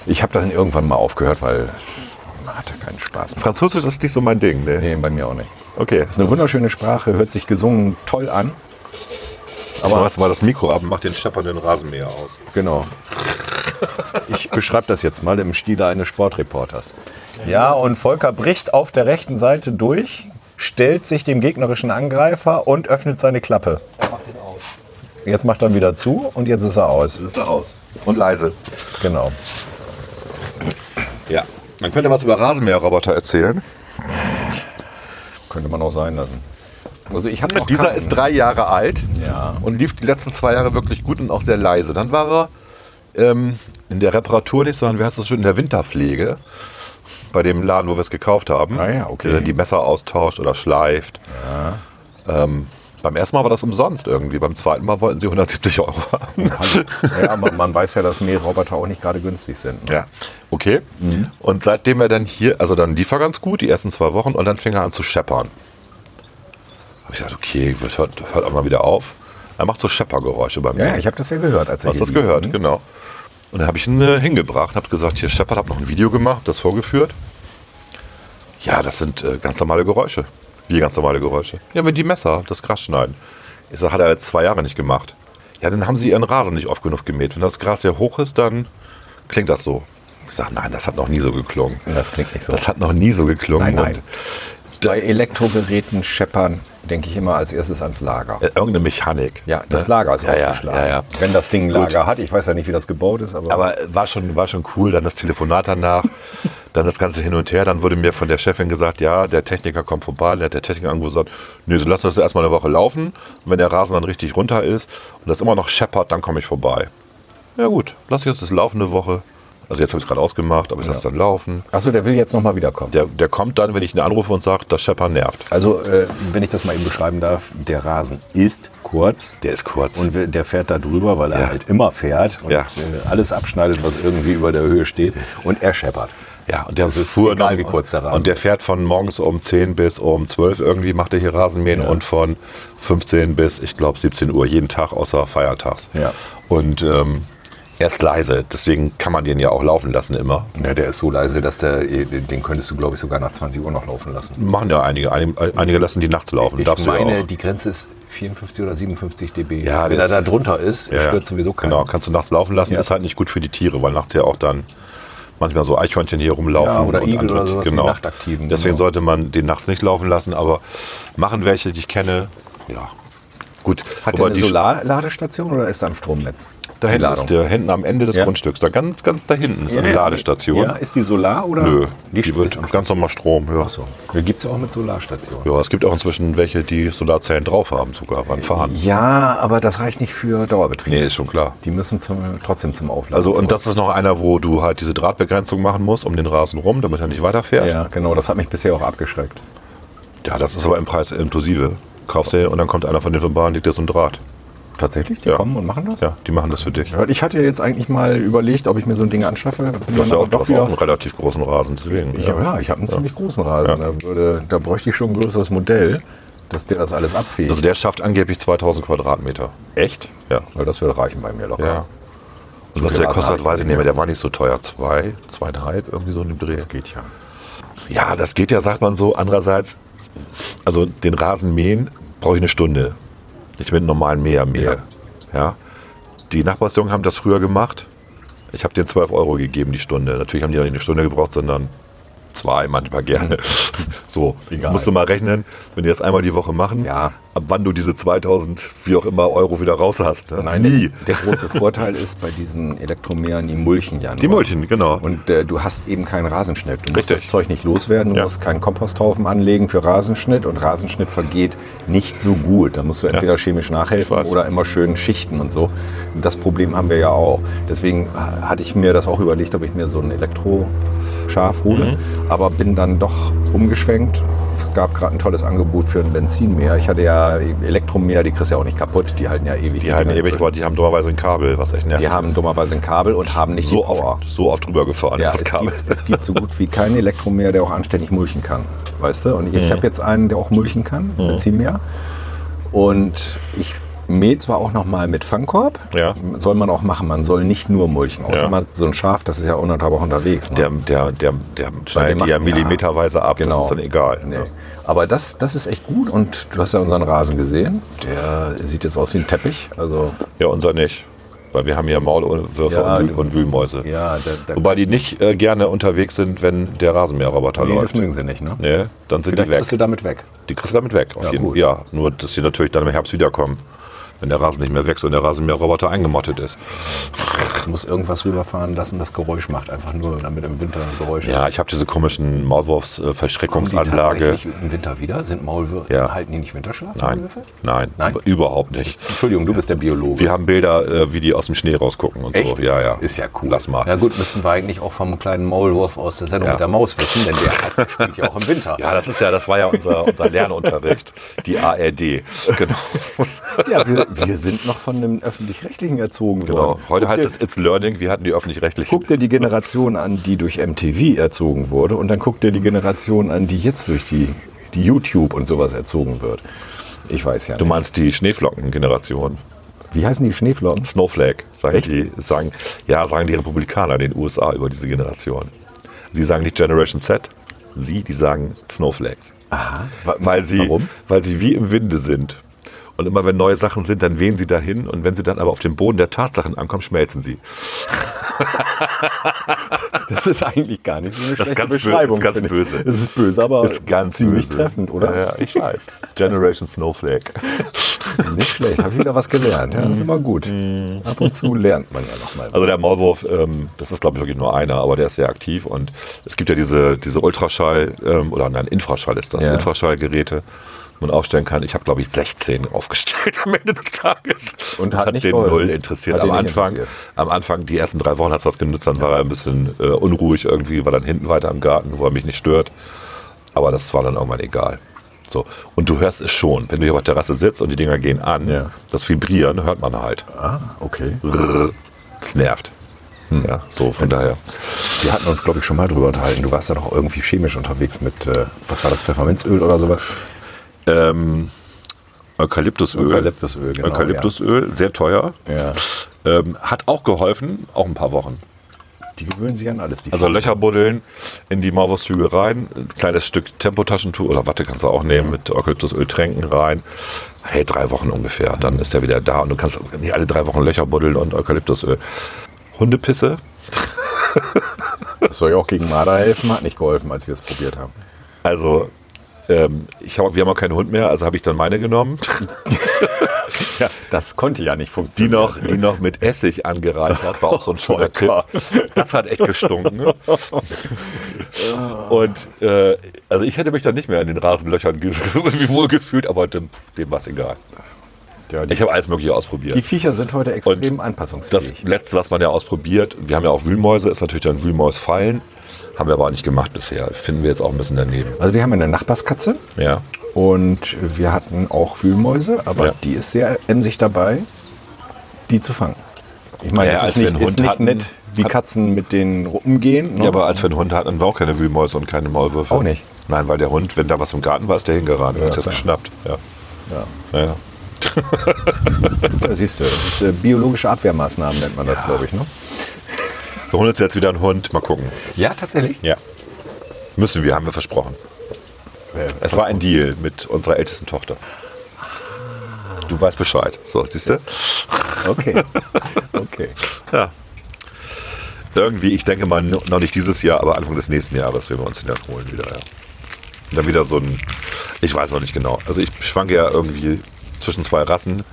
[SPEAKER 2] Ich habe dann irgendwann mal aufgehört, weil man hatte keinen Spaß mehr.
[SPEAKER 1] Französisch ist nicht so mein Ding, ne?
[SPEAKER 2] Nee, bei mir auch nicht.
[SPEAKER 1] Okay.
[SPEAKER 2] Ist eine wunderschöne Sprache, hört sich gesungen toll an.
[SPEAKER 1] Aber machst mal das Mikro ab und mach den scheppernden Rasenmäher aus.
[SPEAKER 2] Genau. Ich beschreibe das jetzt mal im Stile eines Sportreporters. Ja, und Volker bricht auf der rechten Seite durch, stellt sich dem gegnerischen Angreifer und öffnet seine Klappe. Jetzt macht er ihn wieder zu und jetzt ist er aus.
[SPEAKER 1] Ist er aus. Und leise.
[SPEAKER 2] Genau.
[SPEAKER 1] Ja. Man könnte was über Rasenmäherroboter erzählen.
[SPEAKER 2] Könnte man auch sein lassen. Also ich habe noch
[SPEAKER 1] Dieser
[SPEAKER 2] keinen.
[SPEAKER 1] ist drei Jahre alt
[SPEAKER 2] Ja.
[SPEAKER 1] und lief die letzten zwei Jahre wirklich gut und auch sehr leise. Dann war er ähm, in der Reparatur nicht, sondern wie heißt das schon, in der Winterpflege bei dem Laden, wo wir es gekauft haben.
[SPEAKER 2] Ah ja, okay.
[SPEAKER 1] Der dann die Messer austauscht oder schleift. Ähm, beim ersten Mal war das umsonst irgendwie. Beim zweiten Mal wollten sie 170 Euro haben.
[SPEAKER 2] Also Ja, man, man weiß ja, dass Mähroboter auch nicht gerade günstig sind. ne?
[SPEAKER 1] Ja, okay. Und seitdem er dann hier, also dann lief er ganz gut, die ersten zwei Wochen, und dann fing er an zu scheppern. Hab ich gesagt, okay, wird- hört, hört auch mal wieder auf. Er macht so Scheppergeräusche bei mir.
[SPEAKER 2] Ja, ich habe das ja gehört. Als er
[SPEAKER 1] Hast
[SPEAKER 2] hier
[SPEAKER 1] das
[SPEAKER 2] lief,
[SPEAKER 1] gehört,
[SPEAKER 2] ne?
[SPEAKER 1] genau. Und dann habe ich ihn äh, hingebracht, habe gesagt, hier Shepard, habe noch ein Video gemacht, das vorgeführt. Ja, das sind äh, ganz normale Geräusche. Wie ganz normale Geräusche. Ja, wenn die Messer das Gras schneiden. Ich sag, hat er jetzt zwei Jahre nicht gemacht. Ja, dann haben sie ihren Rasen nicht oft genug gemäht. Wenn das Gras sehr hoch ist, dann klingt das so. Ich sag, nein, das hat noch nie so geklungen.
[SPEAKER 2] Das klingt nicht so.
[SPEAKER 1] Das hat noch nie so geklungen.
[SPEAKER 2] Nein, nein.
[SPEAKER 1] Und
[SPEAKER 2] Bei Elektrogeräten scheppern, denke ich immer als erstes ans Lager.
[SPEAKER 1] äh, Irgendeine Mechanik.
[SPEAKER 2] Ja, das
[SPEAKER 1] ne?
[SPEAKER 2] Lager ist
[SPEAKER 1] ja, ja,
[SPEAKER 2] ausgeschlagen.
[SPEAKER 1] ja, ja.
[SPEAKER 2] Wenn das Ding ein Lager hat, ich weiß ja nicht, wie das gebaut ist, aber,
[SPEAKER 1] Aber war schon, war schon cool, dann das Telefonat danach, dann das Ganze hin und her. Dann wurde mir von der Chefin gesagt, ja, der Techniker kommt vorbei. Dann hat der Techniker angerufen und gesagt, nee, so lass uns das erstmal eine Woche laufen. Und wenn der Rasen dann richtig runter ist und das immer noch scheppert, dann komme ich vorbei. Ja gut, lass jetzt das laufen eine Woche. Also jetzt habe ich es gerade ausgemacht, aber ich lasse es dann laufen.
[SPEAKER 2] achso, der will jetzt nochmal wiederkommen.
[SPEAKER 1] Der, der kommt dann, wenn ich ihn anrufe und sage, das Scheppern nervt.
[SPEAKER 2] Also, äh, wenn ich das mal eben beschreiben darf, der Rasen ist kurz
[SPEAKER 1] Der ist kurz.
[SPEAKER 2] und wir- der fährt da drüber, weil er
[SPEAKER 1] Ja.
[SPEAKER 2] halt immer fährt und
[SPEAKER 1] Ja.
[SPEAKER 2] äh, alles abschneidet, was irgendwie über der Höhe steht und er scheppert.
[SPEAKER 1] Ja, und der
[SPEAKER 2] Das ist
[SPEAKER 1] fuhr
[SPEAKER 2] egal,
[SPEAKER 1] noch-
[SPEAKER 2] wie kurz der Rasen
[SPEAKER 1] Und der fährt von morgens um 10 bis um 12 irgendwie, macht er hier Rasenmähen und von 15 bis, ich glaube, 17 Uhr jeden Tag, außer Feiertags.
[SPEAKER 2] Ja.
[SPEAKER 1] Und ähm, er ist leise, deswegen kann man den ja auch laufen lassen immer.
[SPEAKER 2] Ja, der ist so leise, dass der, den könntest du, glaube ich, sogar nach 20 Uhr noch laufen lassen.
[SPEAKER 1] Machen ja einige, einige, einige lassen die nachts laufen.
[SPEAKER 2] Ich
[SPEAKER 1] Darfst du ja
[SPEAKER 2] meine,
[SPEAKER 1] auch.
[SPEAKER 2] die Grenze ist 54 oder 57 dB.
[SPEAKER 1] Ja,
[SPEAKER 2] wenn er
[SPEAKER 1] das-
[SPEAKER 2] da drunter ist,
[SPEAKER 1] Ja, ja.
[SPEAKER 2] stört sowieso keinen.
[SPEAKER 1] Genau, kannst du nachts laufen lassen,
[SPEAKER 2] Ja.
[SPEAKER 1] ist halt nicht gut für die Tiere, weil nachts ja auch dann manchmal so Eichhörnchen hier rumlaufen.
[SPEAKER 2] Ja, oder
[SPEAKER 1] und
[SPEAKER 2] Igel
[SPEAKER 1] andere-
[SPEAKER 2] oder sowas, die
[SPEAKER 1] genau.
[SPEAKER 2] nachtaktiven,
[SPEAKER 1] Deswegen
[SPEAKER 2] genau.
[SPEAKER 1] sollte man den nachts nicht laufen lassen, aber machen welche, die ich kenne, ja. Gut,
[SPEAKER 2] Hat der
[SPEAKER 1] aber
[SPEAKER 2] eine
[SPEAKER 1] die
[SPEAKER 2] Solarladestation oder ist er am Stromnetz?
[SPEAKER 1] da hinten ist
[SPEAKER 2] Ladung.
[SPEAKER 1] der hinten am Ende des
[SPEAKER 2] Ja.
[SPEAKER 1] Grundstücks, da ganz ganz da hinten ist eine Ladestation.
[SPEAKER 2] Ja, ist die Solar oder?
[SPEAKER 1] Nö,
[SPEAKER 2] die,
[SPEAKER 1] die, wird ganz normal Strom, ja.
[SPEAKER 2] so. Gibt es auch mit Solarstationen.
[SPEAKER 1] Ja, es gibt auch inzwischen welche, die Solarzellen drauf haben, sogar beim Fahren.
[SPEAKER 2] Ja, aber das reicht nicht für Dauerbetrieb.
[SPEAKER 1] Nee, ist schon klar.
[SPEAKER 2] Die müssen zum, trotzdem zum Aufladen.
[SPEAKER 1] Also und
[SPEAKER 2] zurück.
[SPEAKER 1] das ist noch einer, wo du halt diese Drahtbegrenzung machen musst, um den Rasen rum, damit er nicht weiterfährt.
[SPEAKER 2] Ja, genau, das hat mich bisher auch abgeschreckt.
[SPEAKER 1] Ja, das ist aber im Preis inklusive. Kaufst du den und dann kommt einer von den Bahn, legt dir so ein Draht.
[SPEAKER 2] Tatsächlich? Die
[SPEAKER 1] Ja.
[SPEAKER 2] kommen und machen das?
[SPEAKER 1] Ja, die machen das für dich.
[SPEAKER 2] Ich hatte jetzt eigentlich mal überlegt, ob ich mir so ein Ding anschaffe.
[SPEAKER 1] Du hast ja auch, du hast auch einen relativ großen Rasen, deswegen.
[SPEAKER 2] Ich, ja, ich habe einen ziemlich großen Rasen. Da, würde, da bräuchte ich schon ein größeres Modell, dass der das alles abfegt.
[SPEAKER 1] Also der schafft angeblich 2000 Quadratmeter.
[SPEAKER 2] echt?
[SPEAKER 1] Ja.
[SPEAKER 2] Weil das würde reichen bei mir locker.
[SPEAKER 1] Ja. Und
[SPEAKER 2] viel
[SPEAKER 1] was
[SPEAKER 2] Rasen
[SPEAKER 1] der
[SPEAKER 2] hab
[SPEAKER 1] kostet,
[SPEAKER 2] ich
[SPEAKER 1] weiß ich
[SPEAKER 2] nicht.
[SPEAKER 1] nicht mehr. Der war nicht so teuer. Zwei, zweieinhalb, irgendwie so in dem Dreh.
[SPEAKER 2] Das geht ja.
[SPEAKER 1] Ja, das geht ja, sagt man so. Andererseits, also den Rasen mähen brauche ich eine Stunde. Nicht mit einem normalen Mäher mähe. Ja. Die Nachbarsjungen haben das früher gemacht. Ich habe denen 12 Euro gegeben die Stunde. Natürlich haben die ja nicht eine Stunde gebraucht, sondern zwei, manchmal gerne. So, jetzt
[SPEAKER 2] Egal.
[SPEAKER 1] musst du mal rechnen, wenn die das einmal die Woche machen,
[SPEAKER 2] Ja.
[SPEAKER 1] ab wann du diese 2000, wie auch immer, Euro wieder raus hast. Ne?
[SPEAKER 2] Nein, nie. Der große Vorteil ist bei diesen Elektromähern, die mulchen ja nur.
[SPEAKER 1] Die mulchen, genau.
[SPEAKER 2] Und äh, du hast eben keinen Rasenschnitt. Du musst
[SPEAKER 1] Richtig.
[SPEAKER 2] das Zeug nicht loswerden, du
[SPEAKER 1] Ja.
[SPEAKER 2] musst keinen Komposthaufen anlegen für Rasenschnitt und Rasenschnitt vergeht nicht so gut. Da musst du entweder chemisch nachhelfen
[SPEAKER 1] weiß.
[SPEAKER 2] oder immer schön schichten und so. Und das Problem haben wir ja auch. Deswegen äh, hatte ich mir das auch überlegt, ob ich mir so ein Elektro-Schaf hole,
[SPEAKER 1] Mhm.
[SPEAKER 2] aber bin dann doch umgeschwenkt. Es gab gerade ein tolles Angebot für ein Benzinmäher. Ich hatte ja Elektromäher, die kriegst du ja auch nicht kaputt, die halten ja ewig.
[SPEAKER 1] die halten
[SPEAKER 2] Dinger
[SPEAKER 1] ewig,
[SPEAKER 2] inzwischen.
[SPEAKER 1] aber die haben dummerweise ein Kabel, was echt nervt.
[SPEAKER 2] Die haben dummerweise ein Kabel und haben nicht
[SPEAKER 1] so
[SPEAKER 2] die Power.
[SPEAKER 1] oft, so oft drüber gefahren,
[SPEAKER 2] Ja,
[SPEAKER 1] das
[SPEAKER 2] es
[SPEAKER 1] Kabel.
[SPEAKER 2] gibt, es gibt so gut wie keinen Elektromäher, der auch anständig mulchen kann. Weißt du? Und ich
[SPEAKER 1] Mhm.
[SPEAKER 2] habe jetzt einen, der auch mulchen kann, Benzinmäher. Und ich mähe zwar auch nochmal mit Fangkorb.
[SPEAKER 1] Ja.
[SPEAKER 2] Soll man auch machen. Man soll nicht nur mulchen. Außer
[SPEAKER 1] Ja.
[SPEAKER 2] man hat so ein Schaf, das ist ja unter Woche unterwegs. Ne?
[SPEAKER 1] Der, der, der, der schneidet
[SPEAKER 2] macht-
[SPEAKER 1] die ja millimeterweise ab,
[SPEAKER 2] Genau.
[SPEAKER 1] das ist dann egal.
[SPEAKER 2] Nee.
[SPEAKER 1] Ja.
[SPEAKER 2] Aber das, das ist echt gut. Und du hast ja unseren Rasen gesehen. Der sieht jetzt aus wie ein Teppich. Also,
[SPEAKER 1] ja, unser nicht. Weil wir haben ja Maulwürfe
[SPEAKER 2] Ja,
[SPEAKER 1] und, Wühl-
[SPEAKER 2] du-
[SPEAKER 1] und Wühlmäuse.
[SPEAKER 2] ja, da, da
[SPEAKER 1] Wobei die nicht äh, gerne unterwegs sind, wenn der Rasenmäherroboter
[SPEAKER 2] nee, das
[SPEAKER 1] läuft.
[SPEAKER 2] mögen sie nicht. Ne?
[SPEAKER 1] Nee, dann sind
[SPEAKER 2] Vielleicht
[SPEAKER 1] die weg.
[SPEAKER 2] kriegst du damit weg.
[SPEAKER 1] die kriegst du damit weg. Auf
[SPEAKER 2] Ja,
[SPEAKER 1] jeden
[SPEAKER 2] gut.
[SPEAKER 1] Fall. Ja, nur, dass die natürlich dann im Herbst wiederkommen. Wenn der Rasen nicht mehr wächst und der Rasenmäherroboter eingemottet ist.
[SPEAKER 2] Es muss irgendwas rüberfahren lassen, das Geräusch macht. Einfach nur, damit im Winter ein Geräusch ist.
[SPEAKER 1] Ja, ich habe diese komischen äh,
[SPEAKER 2] Kommen die
[SPEAKER 1] Maulwurfs-Verschreckungsanlage.
[SPEAKER 2] tatsächlich im Winter wieder? Sind Maulwürfe?
[SPEAKER 1] Ja.
[SPEAKER 2] Halten die nicht Winterschlaf?
[SPEAKER 1] Nein,
[SPEAKER 2] Maulwürfe?
[SPEAKER 1] nein,
[SPEAKER 2] Nein?
[SPEAKER 1] überhaupt nicht.
[SPEAKER 2] Entschuldigung, du bist der Biologe.
[SPEAKER 1] Wir haben Bilder, äh, wie die aus dem Schnee rausgucken und so. Ja, ja.
[SPEAKER 2] Ist ja cool.
[SPEAKER 1] Lass mal.
[SPEAKER 2] Na gut, müssten wir eigentlich auch vom kleinen Maulwurf aus der Sendung
[SPEAKER 1] Ja.
[SPEAKER 2] mit der Maus wissen, denn der hat- spielt ja auch im Winter.
[SPEAKER 1] Ja, das ist ja, das war ja unser, unser Lernunterricht, die ARD. Genau.
[SPEAKER 2] Ja, wir, wir sind noch von dem Öffentlich-Rechtlichen erzogen
[SPEAKER 1] genau. Heute heißt es It's Learning, wir hatten die öffentlich-rechtlichen.
[SPEAKER 2] Guck dir die Generation an, die durch MTV erzogen wurde und dann guck dir die Generation an, die jetzt durch die, die YouTube und sowas erzogen wird. Ich weiß ja
[SPEAKER 1] Du
[SPEAKER 2] nicht.
[SPEAKER 1] meinst die Schneeflocken-Generation.
[SPEAKER 2] Wie heißen die Schneeflocken?
[SPEAKER 1] Snowflake, sagen die, sagen, ja, sagen die Republikaner in den USA über diese Generation. Die sagen nicht Generation Z, sie, die sagen Snowflakes. weil sie,
[SPEAKER 2] Warum?
[SPEAKER 1] weil sie wie im Winde sind. Und immer wenn neue Sachen sind, dann wehen sie dahin. Und wenn sie dann aber auf dem Boden der Tatsachen ankommen, schmelzen sie.
[SPEAKER 2] Das ist eigentlich gar nicht so eine
[SPEAKER 1] Das
[SPEAKER 2] schlechte
[SPEAKER 1] ist ganz bö-
[SPEAKER 2] Beschreibung.
[SPEAKER 1] ist ganz
[SPEAKER 2] finde ich.
[SPEAKER 1] böse.
[SPEAKER 2] Das ist böse, aber
[SPEAKER 1] Ist ganz
[SPEAKER 2] ziemlich
[SPEAKER 1] böse.
[SPEAKER 2] treffend, oder?
[SPEAKER 1] Ja, ja, ich weiß. Generation Snowflake.
[SPEAKER 2] Nicht schlecht, habe ich wieder was gelernt. Ja, das ist immer gut. Ab und zu lernt man ja nochmal.
[SPEAKER 1] Also der Maulwurf, ähm, das ist glaube ich wirklich nur einer, aber der ist sehr aktiv und es gibt ja diese, diese Ultraschall ähm, oder nein, Infraschall ist das,
[SPEAKER 2] Ja.
[SPEAKER 1] Infraschallgeräte, die man aufstellen kann. Ich habe glaube ich 16 aufgestellt am Ende des Tages.
[SPEAKER 2] Und
[SPEAKER 1] das
[SPEAKER 2] hat
[SPEAKER 1] hat
[SPEAKER 2] nicht
[SPEAKER 1] den
[SPEAKER 2] geholfen.
[SPEAKER 1] Null interessiert.
[SPEAKER 2] Hat
[SPEAKER 1] am
[SPEAKER 2] den nicht
[SPEAKER 1] Anfang,
[SPEAKER 2] interessiert.
[SPEAKER 1] am Anfang, die ersten drei Wochen hat es was genutzt, dann war er ein bisschen äh, unruhig irgendwie, war dann hinten weiter im Garten, wo er mich nicht stört. Aber das war dann irgendwann egal. So. Und du hörst es schon. Wenn du hier auf der Terrasse sitzt und die Dinger gehen an,
[SPEAKER 2] Ja.
[SPEAKER 1] das Vibrieren hört man halt.
[SPEAKER 2] Ah, okay.
[SPEAKER 1] Das nervt. Hm. Ja, so von daher.
[SPEAKER 2] Wir hatten uns, glaube ich, schon mal drüber unterhalten. Du warst ja noch irgendwie chemisch unterwegs mit, äh, was war das, Pfefferminzöl oder sowas?
[SPEAKER 1] Ähm, Eukalyptusöl.
[SPEAKER 2] Eukalyptusöl, genau,
[SPEAKER 1] Eukalyptusöl, sehr teuer.
[SPEAKER 2] Ja.
[SPEAKER 1] Ähm, hat auch geholfen, auch ein paar Wochen.
[SPEAKER 2] Die gewöhnen sich an alles. Die
[SPEAKER 1] Also Löcher buddeln, in die Maulwurfshügel rein, ein kleines Stück Tempotaschentuch oder Watte kannst du auch nehmen, mit Eukalyptusöl tränken rein. Hey, drei Wochen ungefähr, dann ist er wieder da und du kannst nicht alle drei Wochen Löcher buddeln und Eukalyptusöl. Hundepisse,
[SPEAKER 2] das soll ja auch gegen Marder helfen, hat nicht geholfen, als wir es probiert haben.
[SPEAKER 1] also ähm, ich hab, wir haben auch keinen Hund mehr, also habe ich dann meine genommen.
[SPEAKER 2] Ja, das konnte ja nicht
[SPEAKER 1] Die
[SPEAKER 2] funktionieren.
[SPEAKER 1] noch, die noch mit Essig angereichert war auch
[SPEAKER 2] Oh,
[SPEAKER 1] so ein schöner Tipp. Das hat echt gestunken. ne? Und äh, also ich hätte mich dann nicht mehr in den Rasenlöchern ge- irgendwie wohlgefühlt, aber dem, dem war es egal.
[SPEAKER 2] ja, die,
[SPEAKER 1] Ich habe alles Mögliche ausprobiert.
[SPEAKER 2] die Viecher sind heute extrem
[SPEAKER 1] Und
[SPEAKER 2] anpassungsfähig.
[SPEAKER 1] das letzte, was man ja ausprobiert, wir haben ja auch Wühlmäuse, ist natürlich dann Wühlmausfallen. Haben wir aber auch nicht gemacht bisher. Finden wir jetzt auch ein bisschen daneben.
[SPEAKER 2] Also wir haben eine Nachbarskatze
[SPEAKER 1] Ja.
[SPEAKER 2] und wir hatten auch Wühlmäuse, aber
[SPEAKER 1] Ja.
[SPEAKER 2] die ist sehr emsig dabei, die zu fangen. Ich meine,
[SPEAKER 1] Ja,
[SPEAKER 2] es
[SPEAKER 1] als
[SPEAKER 2] ist
[SPEAKER 1] wir
[SPEAKER 2] nicht,
[SPEAKER 1] einen
[SPEAKER 2] ist
[SPEAKER 1] Hund
[SPEAKER 2] nicht
[SPEAKER 1] hatten,
[SPEAKER 2] nett, wie Katzen mit denen umgehen. ne?
[SPEAKER 1] Ja, aber als wir einen Hund hatten, hatten wir auch keine Wühlmäuse und keine Maulwürfe.
[SPEAKER 2] Auch nicht.
[SPEAKER 1] Nein, weil der Hund, wenn da was im Garten war, ist der hingerannt und
[SPEAKER 2] Ja,
[SPEAKER 1] hat das
[SPEAKER 2] klar.
[SPEAKER 1] geschnappt. Ja.
[SPEAKER 2] Ja.
[SPEAKER 1] Naja.
[SPEAKER 2] Da siehst du, das ist äh, biologische Abwehrmaßnahmen nennt man das, glaube ich. Ne?
[SPEAKER 1] Wir holen uns jetzt wieder einen Hund, mal gucken.
[SPEAKER 2] Ja, tatsächlich.
[SPEAKER 1] Ja. Müssen wir, haben wir versprochen. Es war ein Deal mit unserer ältesten Tochter. Du weißt Bescheid. So, siehst du?
[SPEAKER 2] Okay. okay.
[SPEAKER 1] Ja. Irgendwie, ich denke mal, no- noch nicht dieses Jahr, aber Anfang des nächsten Jahres werden wir uns wieder holen wieder. Ja. Und dann wieder so ein, ich weiß noch nicht genau. Also ich schwanke ja irgendwie zwischen zwei Rassen.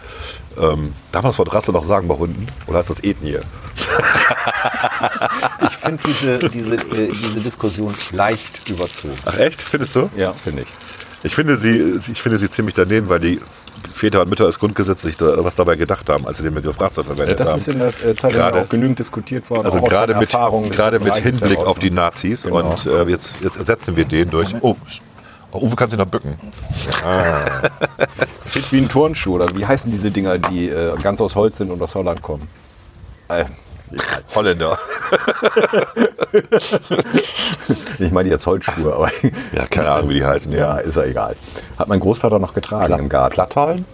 [SPEAKER 1] Ähm, darf man das Wort Rasse noch sagen bei Hunden? Oder heißt das Ethnie?
[SPEAKER 3] Ich finde diese, diese, äh, diese Diskussion leicht überzogen.
[SPEAKER 1] Ach echt? Findest du?
[SPEAKER 2] Ja, finde ich.
[SPEAKER 1] Ich finde sie, ich finde sie ziemlich daneben, weil die Väter und Mütter als grundgesetzlich da, was dabei gedacht haben, als sie den Begriff Rasse verwendet
[SPEAKER 2] Das
[SPEAKER 1] haben.
[SPEAKER 2] ist in der äh, Zeit
[SPEAKER 1] Ähm, Gerade-
[SPEAKER 2] auch genügend diskutiert worden.
[SPEAKER 1] also
[SPEAKER 2] auch aus
[SPEAKER 1] gerade
[SPEAKER 2] den
[SPEAKER 1] mit,
[SPEAKER 2] Erfahrungen des
[SPEAKER 1] gerade mit
[SPEAKER 2] Bereiches
[SPEAKER 1] Hinblick
[SPEAKER 2] heraus,
[SPEAKER 1] auf die
[SPEAKER 2] ne?
[SPEAKER 1] Nazis
[SPEAKER 2] Genau.
[SPEAKER 1] und äh, jetzt, jetzt ersetzen wir den durch. Oh, oh Uwe kann sich noch bücken.
[SPEAKER 2] Fit wie ein Turnschuh oder wie heißen diese Dinger, die äh, ganz aus Holz sind und aus Holland kommen? Äh,
[SPEAKER 1] Holländer.
[SPEAKER 2] ich meine jetzt Holzschuhe, aber
[SPEAKER 1] Ja, keine Ahnung, wie die heißen.
[SPEAKER 2] ja, ist ja egal. Hat mein Großvater noch getragen im Garten.
[SPEAKER 1] Platthallen?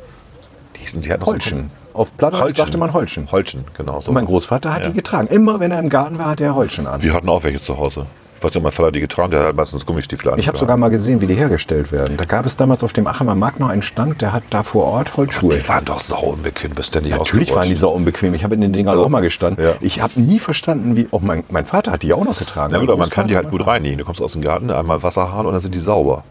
[SPEAKER 1] Die, sind- die hatten noch so
[SPEAKER 2] Holschen.
[SPEAKER 1] einen-
[SPEAKER 2] Auf Plattdeutsch
[SPEAKER 1] Holschen.
[SPEAKER 2] sagte man Holschen.
[SPEAKER 1] Holschen, genau so.
[SPEAKER 2] Und mein Großvater hat
[SPEAKER 1] Ja.
[SPEAKER 2] die getragen. Immer wenn er im Garten war, hatte er Holschen an.
[SPEAKER 1] Wir hatten auch welche zu Hause. Ich weiß nicht, ob mein Vater hat die getragen, der hat meistens Gummistiefel an.
[SPEAKER 2] Ich habe sogar mal gesehen, wie die hergestellt werden. Da gab es damals auf dem Achemer Markt noch einen Stand, der hat da vor Ort Holzschuhe.
[SPEAKER 1] Die waren doch sau unbequem, bis der nicht
[SPEAKER 2] Natürlich waren die
[SPEAKER 1] ausgerutscht.
[SPEAKER 2] so unbequem. Ich habe in den Dingern auch mal gestanden.
[SPEAKER 1] Ja.
[SPEAKER 2] Ich habe nie verstanden, wie. Auch mein, mein Vater hat die auch noch getragen.
[SPEAKER 1] Na gut,
[SPEAKER 2] Mein
[SPEAKER 1] aber man kann die halt
[SPEAKER 2] Großvater,
[SPEAKER 1] gut reinlegen. Du kommst aus dem Garten, einmal Wasserhahn und dann sind die sauber.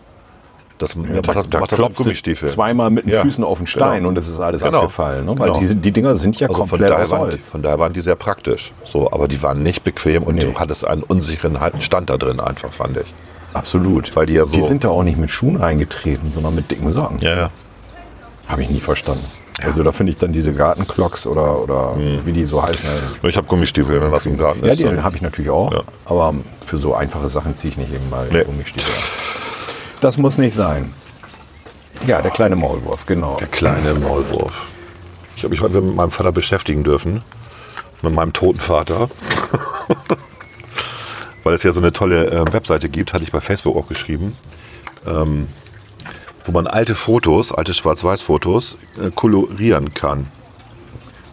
[SPEAKER 1] Das macht
[SPEAKER 2] mein
[SPEAKER 1] das,
[SPEAKER 2] Vater, Da,
[SPEAKER 1] macht das mit
[SPEAKER 2] klopfst du
[SPEAKER 1] Gummistiefel.
[SPEAKER 2] zweimal mit den
[SPEAKER 1] Ja.
[SPEAKER 2] Füßen auf den Stein
[SPEAKER 1] Genau.
[SPEAKER 2] und es ist alles
[SPEAKER 1] Genau.
[SPEAKER 2] abgefallen. Ne? Weil
[SPEAKER 1] Genau.
[SPEAKER 2] die, die Dinger sind ja
[SPEAKER 1] Also von
[SPEAKER 2] komplett
[SPEAKER 1] daher,
[SPEAKER 2] aus
[SPEAKER 1] waren, die-
[SPEAKER 2] Holz.
[SPEAKER 1] von daher waren die sehr praktisch. So, aber die waren nicht bequem und du hattest einen unsicheren Halt- Stand da drin einfach, fand ich.
[SPEAKER 2] Absolut.
[SPEAKER 1] Weil die ja so-
[SPEAKER 2] die sind da auch nicht mit Schuhen reingetreten, sondern mit dicken Socken.
[SPEAKER 1] Ja, ja.
[SPEAKER 2] Habe ich nie verstanden. Also da finde ich dann diese Gartenklocks oder, oder wie die so heißen.
[SPEAKER 1] Ich habe Gummistiefel, wenn was im Hm. Garten
[SPEAKER 2] Ja,
[SPEAKER 1] ist.
[SPEAKER 2] die habe ich natürlich auch.
[SPEAKER 1] Ja.
[SPEAKER 2] Aber für so einfache Sachen ziehe ich nicht eben mal
[SPEAKER 1] Nee.
[SPEAKER 2] Gummistiefel an. Das muss nicht sein. Ja, der kleine Maulwurf, genau.
[SPEAKER 1] Der kleine Maulwurf. Ich habe mich heute mit meinem Vater beschäftigen dürfen. Mit meinem toten Vater. Weil es ja so eine tolle äh, Webseite gibt, hatte ich bei Facebook auch geschrieben. Ähm, wo man alte Fotos, alte Schwarz-Weiß-Fotos, äh, kolorieren kann.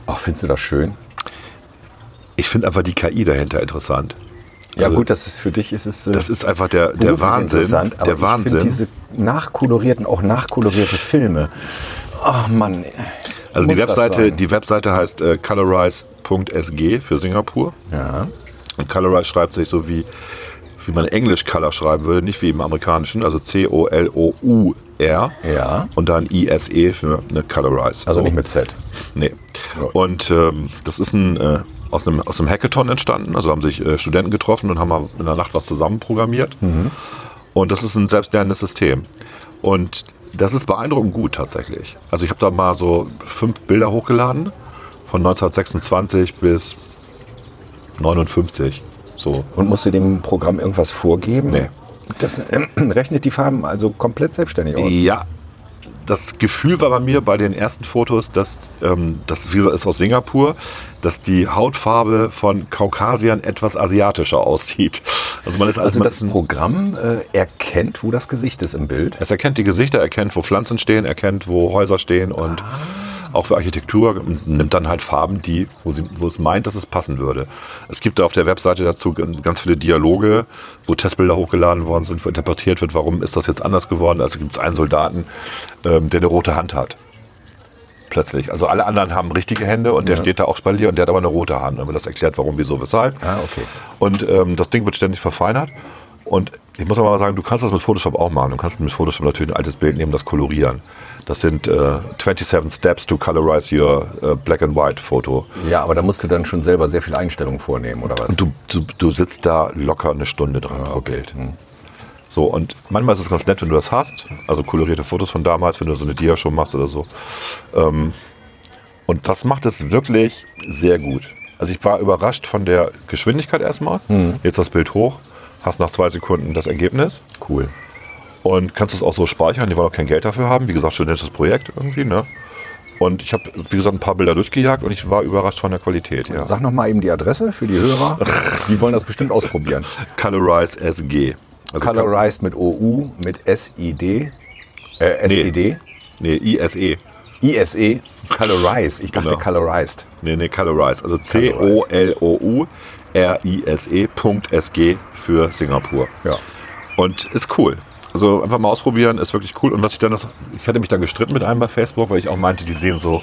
[SPEAKER 2] Ach, findest du das schön?
[SPEAKER 1] Ich finde einfach die KI dahinter interessant.
[SPEAKER 2] Ja
[SPEAKER 1] Also-
[SPEAKER 2] gut, das ist für dich ist es. äh,
[SPEAKER 1] Das ist einfach der, der
[SPEAKER 2] beruflich
[SPEAKER 1] Wahnsinn.
[SPEAKER 2] interessant, aber
[SPEAKER 1] der
[SPEAKER 2] ich finde
[SPEAKER 1] Wahnsinn.
[SPEAKER 2] diese nachkolorierten, auch nachkolorierte Filme. Ach Mann.
[SPEAKER 1] Also die
[SPEAKER 2] Muss das
[SPEAKER 1] Webseite,
[SPEAKER 2] sein?
[SPEAKER 1] die Webseite heißt äh, colorize.sg für Singapur.
[SPEAKER 2] Ja.
[SPEAKER 1] Und Colorize schreibt sich so wie, wie man Englisch Color schreiben würde, nicht wie im amerikanischen, also C-O-L-O-U-R.
[SPEAKER 2] Ja.
[SPEAKER 1] Und dann I-S-E für eine Colorize.
[SPEAKER 2] Also
[SPEAKER 1] so.
[SPEAKER 2] nicht mit Z.
[SPEAKER 1] Nee. Und ähm, das ist ein, äh, aus, einem, aus einem Hackathon entstanden. Also haben sich äh, Studenten getroffen und haben mal in der Nacht was zusammen programmiert. Und das ist ein selbstlernendes System. Und das ist beeindruckend gut tatsächlich. Also ich habe da mal so fünf Bilder hochgeladen von 1926 bis 59. So.
[SPEAKER 2] Und musst du dem Programm irgendwas vorgeben?
[SPEAKER 1] Nee.
[SPEAKER 2] Das ähm, rechnet die Farben also komplett selbstständig aus.
[SPEAKER 1] Ja. Das Gefühl war bei mir bei den ersten Fotos, dass ähm, das, wie gesagt, ist aus Singapur, dass die Hautfarbe von Kaukasiern etwas asiatischer aussieht. Also man ist
[SPEAKER 2] Also
[SPEAKER 1] man
[SPEAKER 2] das
[SPEAKER 1] ist ein-
[SPEAKER 2] Programm äh, erkennt, wo das Gesicht ist im Bild.
[SPEAKER 1] es erkennt die Gesichter, erkennt, wo Pflanzen stehen, erkennt, wo Häuser stehen und
[SPEAKER 2] Ah.
[SPEAKER 1] auch für Architektur und nimmt dann halt Farben, die, wo, sie, wo es meint, dass es passen würde. Es gibt da auf der Webseite dazu g- ganz viele Dialoge, wo Testbilder hochgeladen worden sind, wo interpretiert wird, warum ist das jetzt anders geworden. Also gibt es einen Soldaten, ähm, der eine rote Hand hat. Plötzlich. Also alle anderen haben richtige Hände und der steht da auch Spalier und der hat aber eine rote Hand. Und mir das erklärt, warum, wieso, weshalb.
[SPEAKER 2] Ah, okay.
[SPEAKER 1] Und ähm, das Ding wird ständig verfeinert. Und ich muss aber mal sagen, du kannst das mit Photoshop auch machen. Du kannst mit Photoshop natürlich ein altes Bild nehmen, das kolorieren. Das sind äh, 27 Steps to Colorize Your äh, Black and White Foto.
[SPEAKER 2] Ja, aber da musst du dann schon selber sehr viele Einstellungen vornehmen, oder was?
[SPEAKER 1] Und du, du, du sitzt da locker eine Stunde dran pro Bild. So, und manchmal ist es ganz nett, wenn du das hast. Also kolorierte Fotos von damals, wenn du so eine Dia-Show machst oder so. Ähm, und das macht es wirklich sehr gut. Also ich war überrascht von der Geschwindigkeit erstmal. Jetzt das Bild hoch, hast nach zwei Sekunden das Ergebnis
[SPEAKER 2] cool.
[SPEAKER 1] und kannst es auch so speichern. Die wollen auch kein Geld dafür haben. Wie gesagt, studentisches Projekt irgendwie, ne? Und ich habe, wie gesagt, ein paar Bilder durchgejagt und ich war überrascht von der Qualität. Ja.
[SPEAKER 2] Sag noch mal eben die Adresse für die Hörer. Die wollen das bestimmt ausprobieren.
[SPEAKER 1] Colorize SG. Also
[SPEAKER 2] Colorized mit OU, mit SID, äh,
[SPEAKER 1] Nee.
[SPEAKER 2] SED,
[SPEAKER 1] Nee, E. ISE.
[SPEAKER 2] ISE, E. Colorized. Ich dachte
[SPEAKER 1] Genau.
[SPEAKER 2] Colorized.
[SPEAKER 1] Nee, nee, Colorize. Also E C-O-L-O-U-R-I-S-E.sg für Singapur.
[SPEAKER 2] Ja.
[SPEAKER 1] Und ist cool. Also einfach mal ausprobieren, ist wirklich cool. Und was ich dann, das, ich hatte mich dann gestritten mit einem bei Facebook, weil ich auch meinte, die sehen so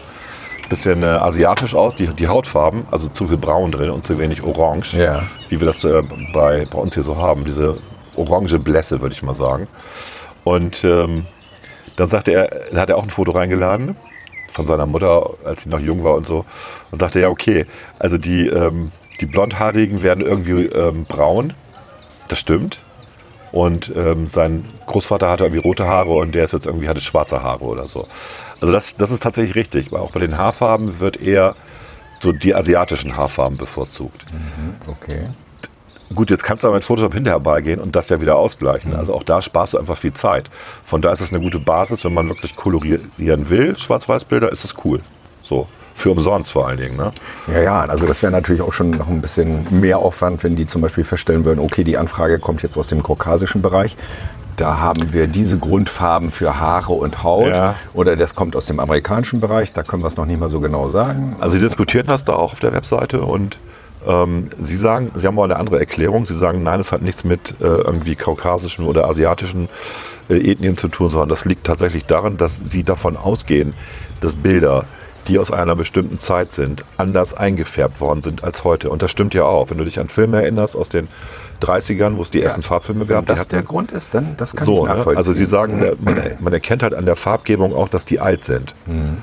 [SPEAKER 1] ein bisschen äh, asiatisch aus, die, die Hautfarben, also zu viel Braun drin und zu wenig Orange,
[SPEAKER 2] Ja.
[SPEAKER 1] wie wir das äh, bei, bei uns hier so haben, diese orange Blässe, würde ich mal sagen. Und ähm, dann sagte er, dann hat er auch ein Foto reingeladen von seiner Mutter, als sie noch jung war und so. Und sagte, ja, okay, also die, ähm, die Blondhaarigen werden irgendwie ähm, braun. Das stimmt. Und ähm, sein Großvater hatte irgendwie rote Haare und der ist jetzt irgendwie hatte schwarze Haare oder so. Also das, das ist tatsächlich richtig. Weil auch bei den Haarfarben wird eher so die asiatischen Haarfarben bevorzugt.
[SPEAKER 2] Okay.
[SPEAKER 1] Gut, jetzt kannst du aber mit Photoshop hinterher beigehen und das ja wieder ausgleichen. Also auch da sparst du einfach viel Zeit. Von da ist es eine gute Basis, wenn man wirklich kolorieren will, Schwarz-Weiß-Bilder, ist es cool. So. Für umsonst vor allen Dingen. Ne?
[SPEAKER 2] Ja, ja, also das wäre natürlich auch schon noch ein bisschen mehr Aufwand, wenn die zum Beispiel feststellen würden, okay, die Anfrage kommt jetzt aus dem kaukasischen Bereich. Da haben wir diese Grundfarben für Haare und Haut.
[SPEAKER 1] Ja.
[SPEAKER 2] Oder das kommt aus dem amerikanischen Bereich, da können wir es noch nicht mal so genau sagen.
[SPEAKER 1] Also die diskutieren das da auch auf der Webseite und ähm, sie sagen, sie haben auch eine andere Erklärung. Sie sagen, nein, es hat nichts mit äh, irgendwie kaukasischen oder asiatischen äh, Ethnien zu tun, sondern das liegt tatsächlich daran, dass sie davon ausgehen, dass Bilder, die aus einer bestimmten Zeit sind, anders eingefärbt worden sind als heute. Und das stimmt ja auch. Wenn du dich an Filme erinnerst aus den 30ern, wo es die ersten Farbfilme gab,
[SPEAKER 2] Wenn
[SPEAKER 1] die
[SPEAKER 2] das
[SPEAKER 1] hatten-
[SPEAKER 2] der Grund ist, dann das kann ich
[SPEAKER 1] so, ne?
[SPEAKER 2] nachvollziehen.
[SPEAKER 1] also sie sagen, äh, man, man erkennt halt an der Farbgebung auch, dass die alt sind.
[SPEAKER 2] Mhm.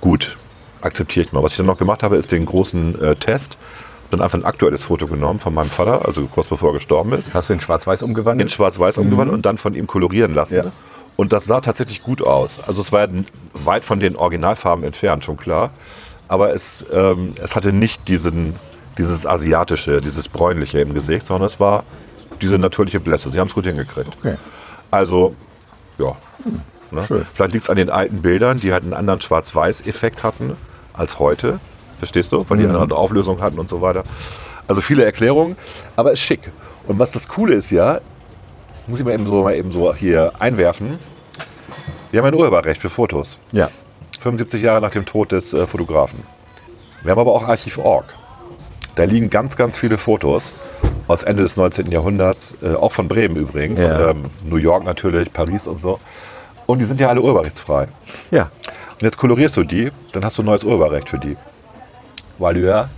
[SPEAKER 1] Gut, akzeptiere ich mal. Was ich dann noch gemacht habe, ist den großen äh, Test. Dann einfach ein aktuelles Foto genommen von meinem Vater, also kurz bevor er gestorben ist,
[SPEAKER 2] Hast du in Schwarz-Weiß
[SPEAKER 1] in
[SPEAKER 2] umgewandelt?
[SPEAKER 1] schwarz-weiß umgewandelt und dann von ihm kolorieren lassen.
[SPEAKER 2] Mhm. Ja.
[SPEAKER 1] Und das sah tatsächlich gut aus. Also es war ja n- weit von den Originalfarben entfernt, schon klar. Aber es, ähm, es hatte nicht diesen, dieses asiatische, dieses bräunliche im Gesicht, sondern es war diese natürliche Blässe. Sie haben es gut hingekriegt.
[SPEAKER 2] Okay.
[SPEAKER 1] Also, ja. Ne?
[SPEAKER 2] schön.
[SPEAKER 1] Vielleicht liegt es an den alten Bildern, die halt einen anderen Schwarz-Weiß-Effekt hatten als heute. Verstehst du? Weil die eine andere Auflösung hatten und so weiter. Also viele Erklärungen, aber ist schick. Und was das Coole ist ja, muss ich mal eben so, mal eben so hier einwerfen, wir haben ein Urheberrecht für Fotos.
[SPEAKER 2] ja.
[SPEAKER 1] 75 Jahre nach dem Tod des äh, Fotografen. Wir haben aber auch Archiv.org. Da liegen ganz, ganz viele Fotos aus Ende des 19. Jahrhunderts, äh, auch von Bremen übrigens,
[SPEAKER 2] Ja.
[SPEAKER 1] ähm, New York natürlich, Paris und so. Und die sind ja alle urheberrechtsfrei.
[SPEAKER 2] Ja.
[SPEAKER 1] Und jetzt kolorierst du die, dann hast du neues Urheberrecht für die. Weil du ja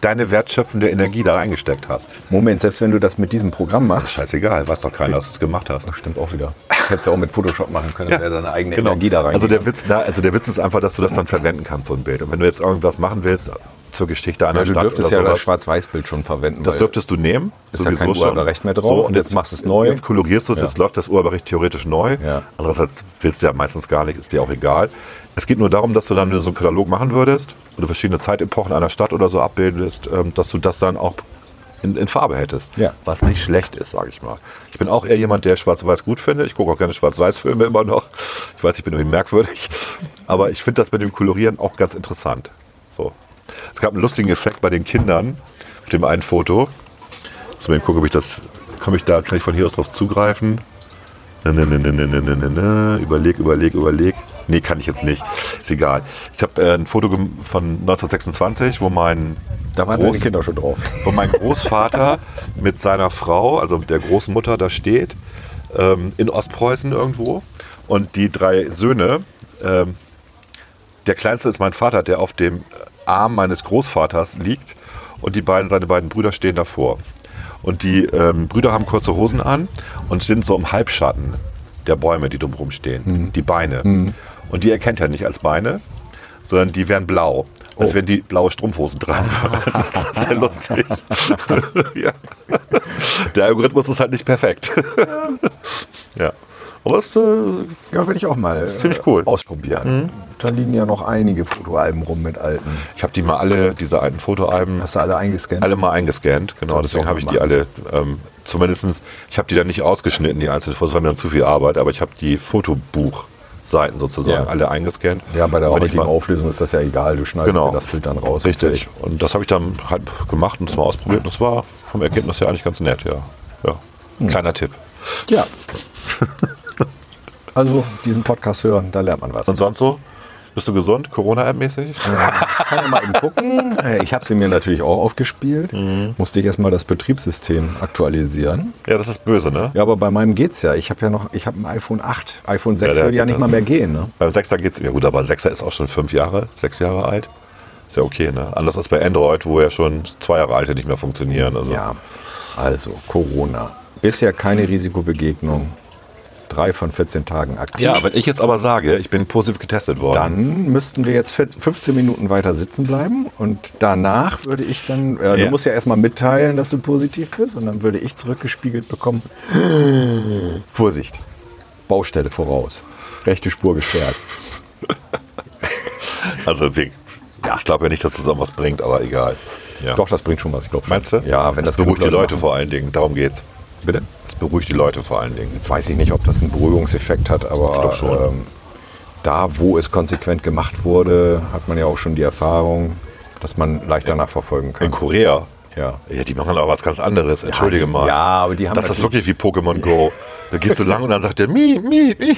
[SPEAKER 1] deine wertschöpfende Energie da reingesteckt hast.
[SPEAKER 2] Moment, selbst wenn du das mit diesem Programm machst,
[SPEAKER 1] Scheißegal, weiß doch keiner, dass du es gemacht hast.
[SPEAKER 2] stimmt auch wieder. Hättest du auch mit Photoshop machen können, ja. wäre deine eigene Energie da rein.
[SPEAKER 1] Also der, Witz, na, also der Witz ist einfach, dass du das dann verwenden kannst, so ein Bild. Und wenn du jetzt irgendwas machen willst zur Geschichte einer
[SPEAKER 2] ja, du
[SPEAKER 1] Stadt
[SPEAKER 2] dürftest ja
[SPEAKER 1] sowas,
[SPEAKER 2] das Schwarz-Weiß-Bild schon verwenden.
[SPEAKER 1] das
[SPEAKER 2] weil-
[SPEAKER 1] dürftest du nehmen.
[SPEAKER 2] Ist ja kein Urheberrecht mehr drauf.
[SPEAKER 1] und jetzt, machst du es neu. Jetzt kolorierst du es,
[SPEAKER 2] Ja.
[SPEAKER 1] jetzt läuft das Urheberrecht theoretisch neu.
[SPEAKER 2] Ja.
[SPEAKER 1] Andererseits willst du ja meistens gar nicht, ist dir auch egal. Es geht nur darum, dass du dann wenn du so einen Katalog machen würdest oder verschiedene Zeitepochen einer Stadt oder so abbildest, ähm, dass du das dann auch in, in Farbe hättest.
[SPEAKER 2] Ja.
[SPEAKER 1] Was nicht schlecht ist, sage ich mal. Ich bin auch eher jemand, der Schwarz-Weiß gut finde. Ich gucke auch gerne Schwarz-Weiß-Filme immer noch. Ich weiß, ich bin irgendwie merkwürdig. Aber ich finde das mit dem Kolorieren auch ganz interessant. So. Es gab einen lustigen Effekt bei den Kindern auf dem einen Foto. Lass mal eben gucken, ob ich das. Komm ich da, kann ich von hier aus drauf zugreifen? Ne, ne, ne, ne, ne, ne, ne, ne, ne. Überleg, überleg, überleg. Nee, kann ich jetzt nicht. Ist egal. Ich habe äh, ein Foto gem- von 1926, wo mein,
[SPEAKER 2] da waren
[SPEAKER 1] Groß-
[SPEAKER 2] deine Kinder schon drauf.
[SPEAKER 1] wo mein Großvater mit seiner Frau, also mit der Großmutter, da steht, ähm, in Ostpreußen irgendwo. Und die drei Söhne, ähm, der kleinste ist mein Vater, der auf dem Arm meines Großvaters liegt und die beiden, seine beiden Brüder stehen davor. Und die ähm, Brüder haben kurze Hosen an und sind so im Halbschatten der Bäume, die drumherum stehen. Die Beine. Und die erkennt er nicht als Beine, sondern die wären blau. Als wären die blaue Strumpfhosen dran. das ist ja lustig. ja. Der Algorithmus ist halt nicht perfekt. ja. Aber es ist äh,
[SPEAKER 2] Ja, will ich auch mal äh,
[SPEAKER 1] ziemlich cool. Mhm.
[SPEAKER 2] ausprobieren. Da liegen ja noch einige Fotoalben rum mit alten.
[SPEAKER 1] Ich habe die mal alle, diese alten Fotoalben,
[SPEAKER 2] Hast du alle eingescannt?
[SPEAKER 1] alle mal eingescannt. Genau,
[SPEAKER 2] hab ich
[SPEAKER 1] deswegen
[SPEAKER 2] auch
[SPEAKER 1] habe ich die
[SPEAKER 2] gemacht.
[SPEAKER 1] alle, ähm, zumindestens, ich habe die dann nicht ausgeschnitten, die einzelnen Fotos, das war mir dann zu viel Arbeit, aber ich habe die Fotobuchseiten sozusagen
[SPEAKER 2] Ja.
[SPEAKER 1] alle eingescannt.
[SPEAKER 2] Ja, bei der
[SPEAKER 1] Und wenn ich
[SPEAKER 2] heutigen
[SPEAKER 1] mal-
[SPEAKER 2] Auflösung ist das ja egal. Du schneidest
[SPEAKER 1] Genau.
[SPEAKER 2] dir das Bild dann raus.
[SPEAKER 1] Richtig. Und das habe ich dann halt gemacht und es mal ausprobiert und das war vom Ergebnis her eigentlich ganz nett, ja. ja.
[SPEAKER 2] Hm.
[SPEAKER 1] Kleiner Tipp.
[SPEAKER 2] Ja. Also diesen Podcast hören, da lernt man was.
[SPEAKER 1] Und sonst so? Bist du gesund? Corona-App-mäßig?
[SPEAKER 2] Ich kann ja mal eben gucken. Äh, Ich habe sie mir natürlich auch aufgespielt.
[SPEAKER 1] Mhm.
[SPEAKER 2] Musste ich erstmal das Betriebssystem aktualisieren.
[SPEAKER 1] Ja, das ist böse, ne?
[SPEAKER 2] Ja, aber bei meinem geht's ja. Ich habe ja noch, ich habe ein iPhone 8. iPhone 6
[SPEAKER 1] der
[SPEAKER 2] würde ja
[SPEAKER 1] hat
[SPEAKER 2] nicht
[SPEAKER 1] das.
[SPEAKER 2] mal mehr gehen. Ne?
[SPEAKER 1] Beim Sechser geht's. Ja gut, aber ein Sechser ist auch schon fünf Jahre, sechs Jahre alt. Ist ja okay, ne? Anders als bei Android, wo ja schon zwei Jahre alte nicht mehr funktionieren. Also
[SPEAKER 2] Ja. Also Corona. Bisher
[SPEAKER 1] Mhm.
[SPEAKER 2] keine Risikobegegnung. Drei von 14 Tagen aktiv.
[SPEAKER 1] Ja, wenn ich jetzt aber sage, ich bin positiv getestet worden.
[SPEAKER 2] Dann müssten wir jetzt 15 Minuten weiter sitzen bleiben und danach würde ich dann, äh,
[SPEAKER 1] Ja.
[SPEAKER 2] du musst ja erstmal mitteilen, dass du positiv bist und dann würde ich zurückgespiegelt bekommen. Vorsicht, Baustelle voraus, rechte Spur gesperrt.
[SPEAKER 1] Also wir, ich glaube ja nicht, dass das irgendwas bringt, aber egal. Ja.
[SPEAKER 2] Doch, das bringt schon was, ich glaube schon.
[SPEAKER 1] Meinst du?
[SPEAKER 2] Ja, wenn das, genug
[SPEAKER 1] beruhigt die Leute
[SPEAKER 2] machen.
[SPEAKER 1] vor allen Dingen. Darum geht's.
[SPEAKER 2] Bitte?
[SPEAKER 1] Das beruhigt die Leute vor allen Dingen.
[SPEAKER 2] Weiß ich nicht, ob das einen Beruhigungseffekt hat, aber
[SPEAKER 1] glaub schon.
[SPEAKER 2] Ähm, da, wo es konsequent gemacht wurde, hat man ja auch schon die Erfahrung, dass man leichter nachverfolgen
[SPEAKER 1] In
[SPEAKER 2] kann.
[SPEAKER 1] Korea.
[SPEAKER 2] Ja.
[SPEAKER 1] Ja, die machen aber was ganz anderes. Entschuldige
[SPEAKER 2] die-
[SPEAKER 1] mal.
[SPEAKER 2] ja, aber die haben
[SPEAKER 1] Das ist
[SPEAKER 2] natürlich-
[SPEAKER 1] wirklich wie Pokémon Go. Da gehst du lang und dann sagt der Mi, Mi, Mi.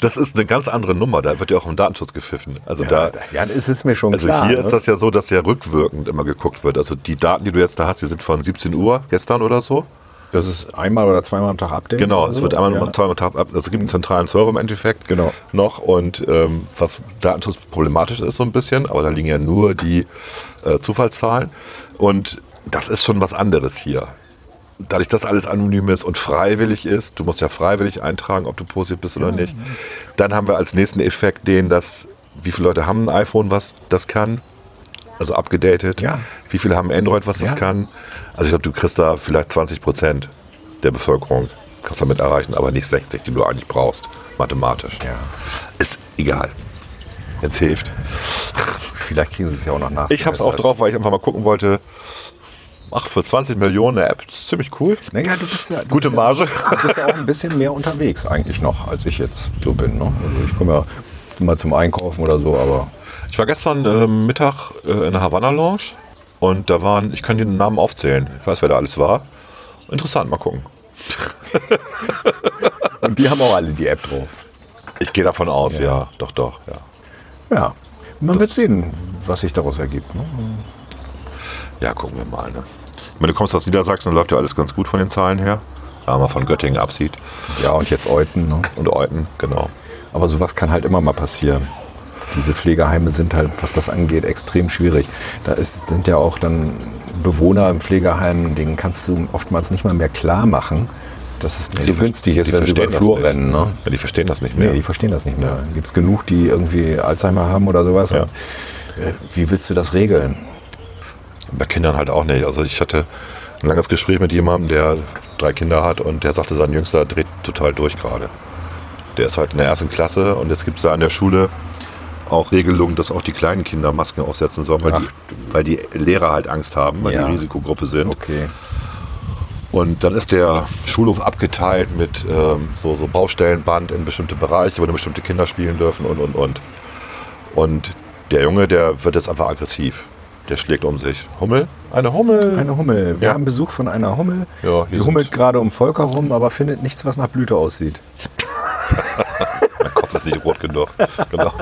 [SPEAKER 1] Das ist eine ganz andere Nummer. Da wird ja auch im Datenschutz gepfiffen. Also da,
[SPEAKER 2] ja, das ist mir schon
[SPEAKER 1] Also
[SPEAKER 2] klar.
[SPEAKER 1] hier
[SPEAKER 2] ne?
[SPEAKER 1] ist das ja so, dass ja rückwirkend immer geguckt wird. Also die Daten, die du jetzt da hast, die sind von 17 Uhr gestern oder so.
[SPEAKER 2] Das ist einmal oder zweimal am Tag Update.
[SPEAKER 1] Genau,
[SPEAKER 2] oder
[SPEAKER 1] es
[SPEAKER 2] so?
[SPEAKER 1] wird einmal
[SPEAKER 2] ja.
[SPEAKER 1] ja. zweimal Tab ab. Also es gibt einen zentralen Server im Endeffekt
[SPEAKER 2] Genau.
[SPEAKER 1] noch und ähm, was datenschutzproblematisch ist so ein bisschen, aber da liegen ja nur die äh, Zufallszahlen und das ist schon was anderes hier. Dadurch, dass alles anonym ist und freiwillig ist, du musst ja freiwillig eintragen, ob du positiv bist oder nicht. Dann haben wir als nächsten Effekt den, dass wie viele Leute haben ein iPhone, was das kann, also abgedatet.
[SPEAKER 2] Ja.
[SPEAKER 1] Wie viele haben Android, was das
[SPEAKER 2] Ja.
[SPEAKER 1] kann? Also ich glaube, du kriegst da vielleicht 20 Prozent der Bevölkerung, kannst damit erreichen, aber nicht 60, die du eigentlich brauchst, mathematisch.
[SPEAKER 2] Ja.
[SPEAKER 1] Ist egal. Jetzt hilft.
[SPEAKER 2] Vielleicht kriegen sie es ja auch noch nach.
[SPEAKER 1] Ich habe es auch drauf, weil ich einfach mal gucken wollte. Ach, für 20 Millionen eine App, das ist ziemlich cool.
[SPEAKER 2] Naja, du bist ja. Du
[SPEAKER 1] Gute
[SPEAKER 2] bist
[SPEAKER 1] Marge.
[SPEAKER 2] Ja, du bist ja auch ein bisschen mehr unterwegs eigentlich noch, als ich jetzt so bin. Ne? Also ich komme ja mal zum Einkaufen oder so, aber
[SPEAKER 1] Ich war gestern äh, Mittag äh, in der Havanna Lounge und da waren, ich kann den Namen aufzählen, ich weiß, wer da alles war. Interessant, mal gucken.
[SPEAKER 2] und die haben auch alle die App drauf.
[SPEAKER 1] Ich gehe davon aus, ja. doch, doch, ja.
[SPEAKER 2] Ja, man wird sehen, was sich daraus ergibt. Ne?
[SPEAKER 1] Ja, gucken wir mal. Ne? Ich meine, du kommst aus Niedersachsen, läuft ja alles ganz gut von den Zahlen her. Aber man von Göttingen absieht.
[SPEAKER 2] Ja, und jetzt Euten. Ne?
[SPEAKER 1] Und Euten, genau.
[SPEAKER 2] Aber sowas kann halt immer mal passieren. Diese Pflegeheime sind halt, was das angeht, extrem schwierig. Da ist, sind ja auch dann Bewohner im Pflegeheim, denen kannst du oftmals nicht mal mehr klar machen, dass es nicht so günstig ist, wenn sie über den Flur
[SPEAKER 1] das
[SPEAKER 2] rennen.
[SPEAKER 1] nicht.
[SPEAKER 2] Ne?
[SPEAKER 1] Ja, die verstehen das nicht
[SPEAKER 2] Nee,
[SPEAKER 1] mehr.
[SPEAKER 2] die verstehen das nicht mehr. Gibt es genug, die irgendwie Alzheimer haben oder sowas?
[SPEAKER 1] Ja.
[SPEAKER 2] Und, äh, Wie willst du das regeln?
[SPEAKER 1] Bei Kindern halt auch nicht. Also ich hatte ein langes Gespräch mit jemandem, der drei Kinder hat und der sagte, sein Jüngster dreht total durch gerade. Der ist halt in der ersten Klasse und jetzt gibt es da an der Schule auch Regelungen, dass auch die kleinen Kinder Masken aufsetzen sollen, weil, die, weil die Lehrer halt Angst haben, weil
[SPEAKER 2] Ja.
[SPEAKER 1] die Risikogruppe sind. Und dann ist der Schulhof abgeteilt mit ähm, so, so Baustellenband in bestimmte Bereiche, wo nur bestimmte Kinder spielen dürfen und, und, und. Und der Junge, der wird jetzt einfach aggressiv. Der schlägt um sich. Hummel? Eine Hummel!
[SPEAKER 2] Eine Hummel. Wir
[SPEAKER 1] Ja.
[SPEAKER 2] haben Besuch von einer Hummel.
[SPEAKER 1] Ja, hier
[SPEAKER 2] Sie
[SPEAKER 1] sind-
[SPEAKER 2] hummelt gerade um Volker rum, aber findet nichts, was nach Blüte aussieht.
[SPEAKER 1] mein Kopf ist nicht rot genug. Genau.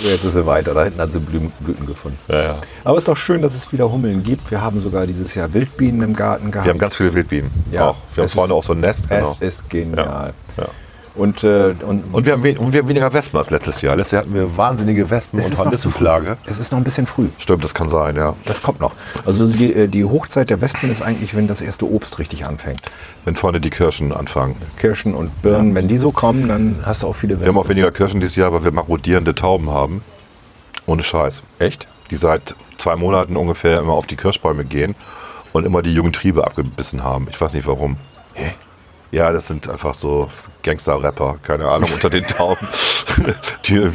[SPEAKER 2] So, Jetzt ist sie weiter. Da hinten hat sie Blü- Blüten gefunden.
[SPEAKER 1] Ja, ja.
[SPEAKER 2] Aber es ist doch schön, dass es wieder Hummeln gibt. Wir haben sogar dieses Jahr Wildbienen im Garten gehabt.
[SPEAKER 1] Wir haben ganz viele Wildbienen. Auch. Wir haben
[SPEAKER 2] es
[SPEAKER 1] vorne
[SPEAKER 2] ist-
[SPEAKER 1] auch so ein Nest. genau.
[SPEAKER 2] Es ist genial.
[SPEAKER 1] Ja, ja.
[SPEAKER 2] Und, äh, und,
[SPEAKER 1] Und wir, haben wen- und wir haben weniger Wespen als letztes Jahr. Letztes Jahr hatten wir wahnsinnige Wespen
[SPEAKER 2] es
[SPEAKER 1] und
[SPEAKER 2] ist noch zu früh.
[SPEAKER 1] Hornissenplage.
[SPEAKER 2] Es ist noch ein bisschen früh.
[SPEAKER 1] Stimmt, das kann sein, ja.
[SPEAKER 2] Das kommt noch. Also die, äh, die Hochzeit der Wespen ist eigentlich, wenn das erste Obst richtig anfängt.
[SPEAKER 1] Wenn vorne die Kirschen anfangen.
[SPEAKER 2] Kirschen und Birnen, wenn die so kommen, dann hast du auch viele
[SPEAKER 1] Wir haben
[SPEAKER 2] Wespen.
[SPEAKER 1] auch weniger Kirschen dieses Jahr, weil wir marodierende Tauben haben. Ohne Scheiß.
[SPEAKER 2] Echt?
[SPEAKER 1] Die seit zwei Monaten ungefähr immer auf die Kirschbäume gehen und immer die jungen Triebe abgebissen haben. Ich weiß nicht warum. Ja, das sind einfach so Gangster-Rapper, keine Ahnung, unter den Tauben. die,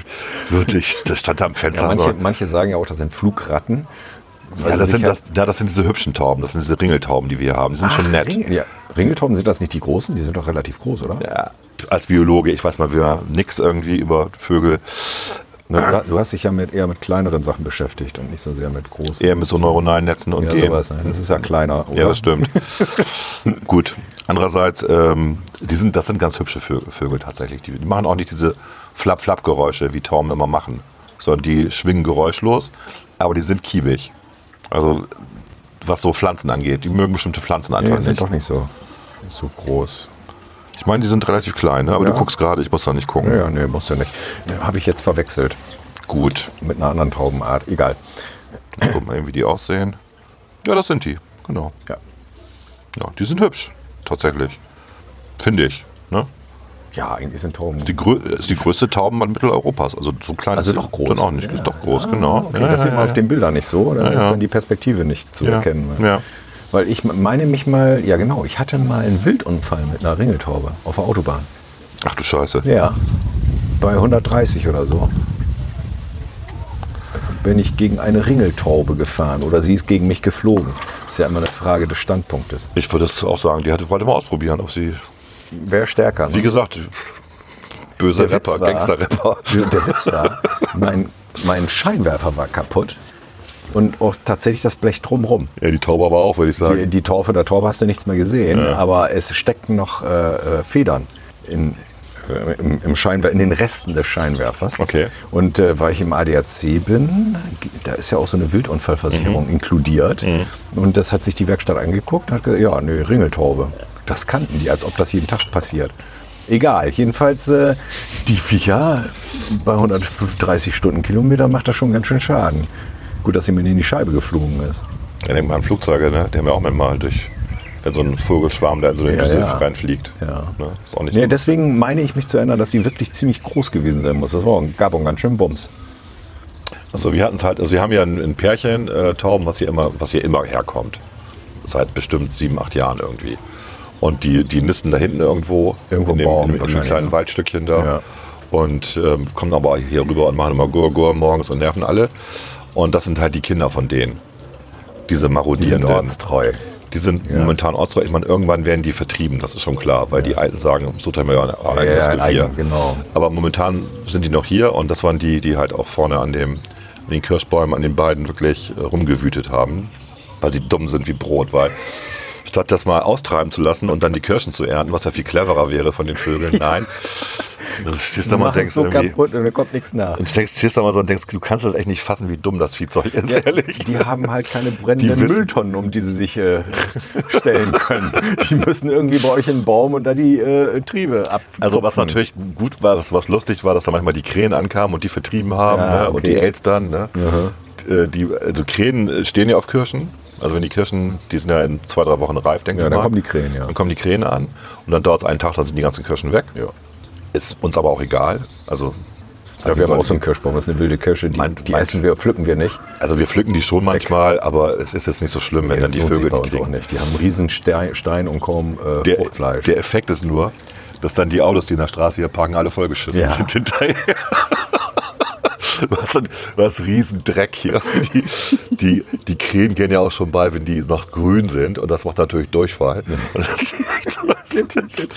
[SPEAKER 1] wirklich, das stand da am Fenster.
[SPEAKER 2] Ja, manche,
[SPEAKER 1] aber-
[SPEAKER 2] manche sagen ja auch, das sind Flugratten. Also
[SPEAKER 1] Ja, das, sind, das, ja, das sind diese hübschen Tauben, das sind diese Ringeltauben, die wir hier haben. Die sind schon nett.
[SPEAKER 2] Ringel, ja, Ringeltauben sind das nicht die großen, die sind doch relativ groß, oder?
[SPEAKER 1] Ja, als Biologe, ich weiß mal wieder nix irgendwie über Vögel,
[SPEAKER 2] Na, Du, du hast dich ja mit, eher mit kleineren Sachen beschäftigt und nicht so sehr mit großen.
[SPEAKER 1] eher mit so neuronalen Netzen und
[SPEAKER 2] Ja,
[SPEAKER 1] Genen.
[SPEAKER 2] sowas, ne? Das ist ja kleiner, oder?
[SPEAKER 1] Ja, das stimmt. Gut. Andererseits, ähm, die sind, das sind ganz hübsche Vögel, Vögel tatsächlich. Die, die machen auch nicht diese Flap-Flap-Geräusche, wie Tauben immer machen, sondern die schwingen geräuschlos, aber die sind kiebig. Also, was so Pflanzen angeht. Die mögen bestimmte Pflanzen
[SPEAKER 2] Nee,
[SPEAKER 1] einfach
[SPEAKER 2] die sind
[SPEAKER 1] nicht.
[SPEAKER 2] doch nicht so, so groß.
[SPEAKER 1] Ich meine, die sind relativ klein, ne? aber
[SPEAKER 2] Ja.
[SPEAKER 1] du guckst gerade, ich muss da nicht gucken.
[SPEAKER 2] Ja, ja, nee, musst du nicht. Habe ich jetzt verwechselt
[SPEAKER 1] Gut.
[SPEAKER 2] mit einer anderen Taubenart. Egal.
[SPEAKER 1] Jetzt guck mal eben, wie die aussehen. Ja, das sind die. Genau.
[SPEAKER 2] Ja.
[SPEAKER 1] Ja, die sind hübsch. Tatsächlich. Finde ich. Ne?
[SPEAKER 2] Ja, eigentlich sind Tauben.
[SPEAKER 1] Die grö ist die größte Taubenband Mitteleuropas. Also so klein
[SPEAKER 2] Also
[SPEAKER 1] ist sie
[SPEAKER 2] doch groß. Ah,
[SPEAKER 1] Dann auch nicht. Ist doch groß, genau.
[SPEAKER 2] Okay, das sieht man auf den Bildern nicht so, dann ist
[SPEAKER 1] ja.
[SPEAKER 2] dann die Perspektive nicht zu
[SPEAKER 1] Ja,
[SPEAKER 2] erkennen. ne?
[SPEAKER 1] ja.
[SPEAKER 2] Weil ich meine mich mal, ja genau, ich hatte mal einen Wildunfall mit einer Ringeltaube auf der Autobahn.
[SPEAKER 1] Ach du Scheiße.
[SPEAKER 2] Ja, bei 130 oder so. Bin ich gegen eine Ringeltaube gefahren oder sie ist gegen mich geflogen. Ist ja immer eine Frage des Standpunktes.
[SPEAKER 1] Ich würde es auch sagen, die hatte wollte mal ausprobieren, ob sie.
[SPEAKER 2] Wer stärker? ne?
[SPEAKER 1] Wie gesagt, böser
[SPEAKER 2] Der Witz
[SPEAKER 1] Rapper,
[SPEAKER 2] war-
[SPEAKER 1] Gangster-Rapper.
[SPEAKER 2] Der Witz war, mein, mein Scheinwerfer war kaputt und auch tatsächlich das Blech drumrum.
[SPEAKER 1] Ja, die Taube aber auch, würde ich
[SPEAKER 2] Die,
[SPEAKER 1] sagen.
[SPEAKER 2] die Torfe der Torbe hast du nichts mehr gesehen, aber es steckten noch äh, äh, Federn in, äh, im, im Scheinwer in den Resten des Scheinwerfers.
[SPEAKER 1] Okay.
[SPEAKER 2] Und äh, weil ich im ADAC bin, g- da ist ja auch so eine Wildunfallversicherung
[SPEAKER 1] Mhm.
[SPEAKER 2] inkludiert. Und das hat sich die Werkstatt angeguckt und hat gesagt, ja, nee, Ringeltaube. Das kannten die, als ob das jeden Tag passiert. Egal, jedenfalls äh, die Viecher bei 130 Stundenkilometer macht das schon ganz schön Schaden. Gut, dass sie mir in die Scheibe geflogen ist.
[SPEAKER 1] Da denkt man an Flugzeuge, ne? Die haben ja auch manchmal durch. Wenn so ein Vogelschwarm da in so eine
[SPEAKER 2] Ja,
[SPEAKER 1] Düse
[SPEAKER 2] ja.
[SPEAKER 1] reinfliegt.
[SPEAKER 2] Ja.
[SPEAKER 1] Ne? Ist auch nicht
[SPEAKER 2] Nee, deswegen meine ich mich zu erinnern, dass die wirklich ziemlich groß gewesen sein muss. Das war ein, gab auch einen ganz schön Bums.
[SPEAKER 1] Also wir hatten es halt, also wir haben ja ein, ein Pärchen äh, Tauben, was hier immer, was hier immer herkommt. Seit bestimmt sieben, acht Jahren irgendwie. Und die, die nisten da hinten irgendwo,
[SPEAKER 2] Irgendwo
[SPEAKER 1] in dem,
[SPEAKER 2] Baum
[SPEAKER 1] in dem, in dem
[SPEAKER 2] wahrscheinlich,
[SPEAKER 1] kleinen
[SPEAKER 2] ne?
[SPEAKER 1] Waldstückchen da.
[SPEAKER 2] Ja.
[SPEAKER 1] Und ähm, kommen aber hier rüber und machen immer Gurgur morgens und nerven alle. Und das sind halt die Kinder von denen. Diese marodierenden. Die sind momentan ortstreu. Ich meine, irgendwann werden die vertrieben, das ist schon klar, weil die Alten sagen, so teilen wir ja ein eigenes
[SPEAKER 2] Ja, ja,
[SPEAKER 1] Revier.
[SPEAKER 2] ein eigen- genau.
[SPEAKER 1] Aber momentan sind die noch hier und das waren die, die halt auch vorne an, dem, an den Kirschbäumen, an den beiden wirklich äh, rumgewütet haben, weil sie dumm sind wie Brot, weil statt das mal austreiben zu lassen und dann die Kirschen zu ernten, was ja viel cleverer wäre von den Vögeln, nein, Du stehst da mal und denkst
[SPEAKER 2] so
[SPEAKER 1] irgendwie.
[SPEAKER 2] kaputt und da kommt nichts nach.
[SPEAKER 1] Und steckst, stehst da mal so und denkst, du kannst das echt nicht fassen, wie dumm das Viehzeug ist, ehrlich.
[SPEAKER 2] Die haben halt keine brennenden
[SPEAKER 1] Die wissen-
[SPEAKER 2] Mülltonnen, um die sie sich äh, stellen können. Die müssen irgendwie bei euch in den Baum und da die äh, Triebe ab.
[SPEAKER 1] Also was
[SPEAKER 2] zupfen.
[SPEAKER 1] natürlich gut war, was, was lustig war, dass da manchmal die Krähen ankamen und die vertrieben haben
[SPEAKER 2] Ja,
[SPEAKER 1] ne? und
[SPEAKER 2] okay.
[SPEAKER 1] die Elstern. Ne? Äh, Die, also Krähen äh, stehen ja auf Kirschen. Also wenn die Kirschen, die sind ja in zwei, drei Wochen reif, denke
[SPEAKER 2] Ja,
[SPEAKER 1] ich
[SPEAKER 2] dann
[SPEAKER 1] mal.
[SPEAKER 2] kommen die Krähen, ja.
[SPEAKER 1] Dann kommen die Krähen an und dann dauert es einen Tag, dann sind die ganzen Kirschen weg.
[SPEAKER 2] Ja.
[SPEAKER 1] Ist uns aber auch egal. Also,
[SPEAKER 2] Ja, wir haben auch so einen Kirschbaum, das ist eine wilde Kirsche, die,
[SPEAKER 1] Mein-
[SPEAKER 2] die
[SPEAKER 1] mein-
[SPEAKER 2] essen wir, pflücken wir nicht.
[SPEAKER 1] also wir pflücken die schon manchmal, aber es ist jetzt nicht so schlimm, wenn dann die
[SPEAKER 2] lohnt sich
[SPEAKER 1] Vögel
[SPEAKER 2] bei
[SPEAKER 1] die
[SPEAKER 2] uns auch
[SPEAKER 1] kriegen.
[SPEAKER 2] nicht. Die haben einen riesen Stein, Stein und kaum äh,
[SPEAKER 1] Der,
[SPEAKER 2] Fruchtfleisch.
[SPEAKER 1] der Effekt ist nur, dass dann die Autos, die in der Straße hier parken, alle vollgeschissen
[SPEAKER 2] Ja.
[SPEAKER 1] sind hinterher. Was ein was Riesendreck hier. Die, die, die Krähen gehen ja auch schon bei, wenn die noch grün sind. Und das macht natürlich Durchfall. Und das, das,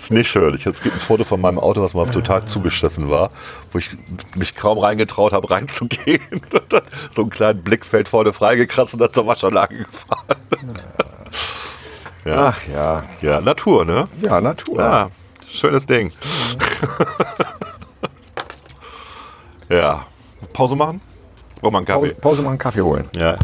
[SPEAKER 1] ist nicht schön. Ich, es gibt ein Foto von meinem Auto, was mal total zugeschissen war, wo ich mich kaum reingetraut habe, reinzugehen. Und dann so einen kleinen Blickfeld vorne freigekratzt und dann zur Waschanlage gefahren.
[SPEAKER 2] Ach ja.
[SPEAKER 1] Ja, Natur, ne?
[SPEAKER 2] Ja, Natur.
[SPEAKER 1] Ja, schönes Ding. ja. Pause machen? Braucht man einen Kaffee?
[SPEAKER 2] Pause, Pause machen, Kaffee holen.
[SPEAKER 1] Ja.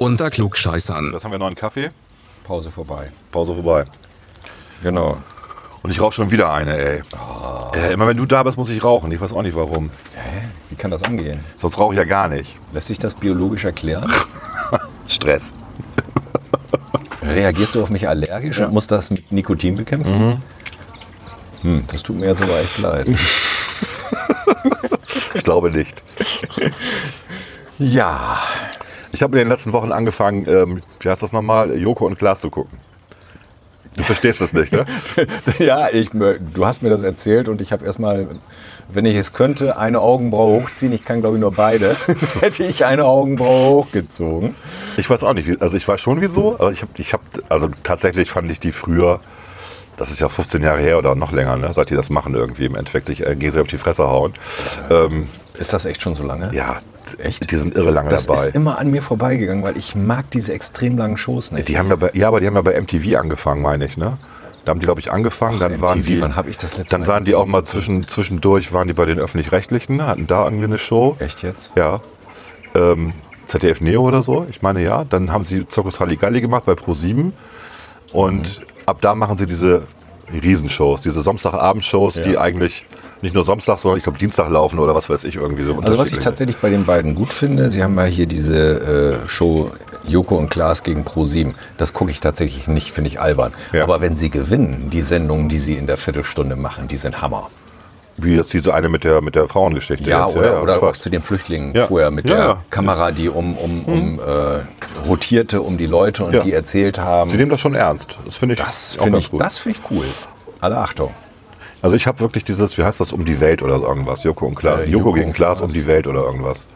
[SPEAKER 4] Unter Klugscheißern.
[SPEAKER 1] Das haben wir noch einen Kaffee.
[SPEAKER 2] Pause vorbei.
[SPEAKER 1] Pause vorbei.
[SPEAKER 2] Genau.
[SPEAKER 1] Und ich rauche schon wieder eine, ey. Äh, immer wenn du da bist, muss ich rauchen. Ich weiß auch nicht warum.
[SPEAKER 2] Wie kann das angehen?
[SPEAKER 1] Sonst rauche ich ja gar nicht.
[SPEAKER 2] Lässt sich das biologisch erklären?
[SPEAKER 1] Stress.
[SPEAKER 2] Reagierst du auf mich allergisch und musst das mit Nikotin bekämpfen? Hm, das tut mir jetzt aber echt leid.
[SPEAKER 1] Ich glaube nicht.
[SPEAKER 2] ja.
[SPEAKER 1] Ich habe in den letzten Wochen angefangen, ähm, wie heißt das nochmal? Joko und Glas zu gucken. Du verstehst das nicht, ne?
[SPEAKER 2] ja, ich, mö- du hast mir das erzählt und ich habe erstmal, wenn ich es könnte, eine Augenbraue hochziehen. Ich kann, glaube ich, nur beide. Hätte ich eine Augenbraue hochgezogen.
[SPEAKER 1] Ich weiß auch nicht, wie- also ich weiß schon wieso, aber ich habe, ich hab, also tatsächlich fand ich die früher, das ist ja 15 Jahre her oder noch länger, ne, seit die das machen irgendwie, im Endeffekt sich äh, gegenseitig auf die Fresse hauen. Ähm,
[SPEAKER 2] Ist das echt schon so lange?
[SPEAKER 1] ja, echt, die sind irre lange
[SPEAKER 2] Das
[SPEAKER 1] dabei.
[SPEAKER 2] ist immer an mir vorbeigegangen, weil ich mag diese extrem langen Shows nicht.
[SPEAKER 1] Die haben ja, bei, ja, aber die haben ja bei MTV angefangen, meine ich, ne? Da haben die, glaube ich, angefangen. dann
[SPEAKER 2] MTV,
[SPEAKER 1] waren die,
[SPEAKER 2] wann hab ich das letzte
[SPEAKER 1] Dann
[SPEAKER 2] Mal
[SPEAKER 1] waren die auch mal zwischen, zwischendurch, waren die bei den Öffentlich-Rechtlichen, hatten da irgendwie eine Show.
[SPEAKER 2] Echt jetzt?
[SPEAKER 1] Ja. Ähm, ZDF Neo oder so, ich meine ja. Dann haben sie Zirkus Halligalli gemacht bei Pro7. Und
[SPEAKER 2] Mhm.
[SPEAKER 1] ab da machen sie diese Riesenshows, diese Samstagabendshows, die eigentlich nicht nur Samstag, sondern ich glaube Dienstag laufen oder was weiß ich irgendwie so.
[SPEAKER 2] Also was ich
[SPEAKER 1] unterschiedliche.
[SPEAKER 2] tatsächlich bei den beiden gut finde, sie haben ja hier diese äh, Show Joko und Klaas gegen Pro7. Das gucke ich tatsächlich nicht, finde ich albern.
[SPEAKER 1] Ja.
[SPEAKER 2] Aber wenn sie gewinnen, die Sendungen, die sie in der Viertelstunde machen, die sind Hammer.
[SPEAKER 1] Wie jetzt diese eine mit der, mit der Frauengeschichte.
[SPEAKER 2] Ja,
[SPEAKER 1] jetzt.
[SPEAKER 2] oder, oder auch
[SPEAKER 1] fast.
[SPEAKER 2] zu den Flüchtlingen
[SPEAKER 1] Ja.
[SPEAKER 2] vorher mit
[SPEAKER 1] Ja,
[SPEAKER 2] der
[SPEAKER 1] ja. Mhm.
[SPEAKER 2] Kamera, die um, um, um äh, rotierte um die Leute und
[SPEAKER 1] Ja.
[SPEAKER 2] die erzählt haben.
[SPEAKER 1] Sie nehmen das schon ernst. Das finde ich
[SPEAKER 2] das
[SPEAKER 1] auch
[SPEAKER 2] finde
[SPEAKER 1] ganz
[SPEAKER 2] ich, das finde ich cool. Alle Achtung.
[SPEAKER 1] Also ich habe wirklich dieses, wie heißt das, um die Welt oder so irgendwas. Joko und Klaas.
[SPEAKER 2] Äh,
[SPEAKER 1] Joko,
[SPEAKER 2] Joko
[SPEAKER 1] gegen
[SPEAKER 2] und
[SPEAKER 1] Klaas
[SPEAKER 2] Klaas.
[SPEAKER 1] um die Welt oder irgendwas.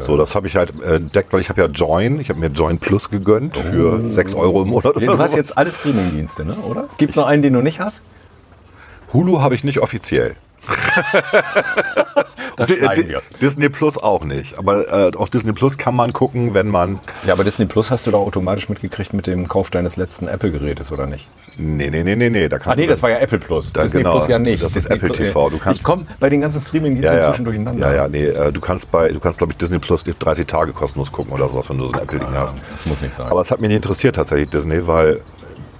[SPEAKER 1] So, das habe ich halt äh, entdeckt, weil ich habe ja Join, ich habe mir Join Plus gegönnt für 6 Euro im Monat.
[SPEAKER 2] Oh. Du
[SPEAKER 1] oder
[SPEAKER 2] hast
[SPEAKER 1] sowas.
[SPEAKER 2] jetzt alle Streamingdienste, ne? oder? Gibt es noch einen, den du nicht hast?
[SPEAKER 1] Hulu habe ich nicht offiziell.
[SPEAKER 2] Das
[SPEAKER 1] Di-
[SPEAKER 2] schneiden
[SPEAKER 1] Di-
[SPEAKER 2] wir.
[SPEAKER 1] Disney Plus auch nicht. Aber äh, auf Disney Plus kann man gucken, wenn man.
[SPEAKER 2] Ja, aber Disney Plus hast du doch automatisch mitgekriegt mit dem Kauf deines letzten Apple-Gerätes, oder nicht?
[SPEAKER 1] Nee, nee, nee, nee, nee. Da
[SPEAKER 2] Ah,
[SPEAKER 1] kannst
[SPEAKER 2] nee,
[SPEAKER 1] du-
[SPEAKER 2] das war ja Apple Plus.
[SPEAKER 1] Da,
[SPEAKER 2] Disney
[SPEAKER 1] genau.
[SPEAKER 2] Plus ja nicht.
[SPEAKER 1] Das ist
[SPEAKER 2] Disney
[SPEAKER 1] Apple
[SPEAKER 2] Plus-
[SPEAKER 1] TV. Du kannst-
[SPEAKER 2] ich komme bei den ganzen Streaming-Diensten
[SPEAKER 1] ja, ja.
[SPEAKER 2] inzwischen durcheinander.
[SPEAKER 1] Ja, ja, nee. Äh, du kannst bei, du kannst, glaube ich, Disney Plus 30 Tage kostenlos gucken oder sowas, wenn du so ein Apple-Ding hast.
[SPEAKER 2] Das muss nicht sein.
[SPEAKER 1] Aber es hat mich nicht interessiert tatsächlich, Disney, weil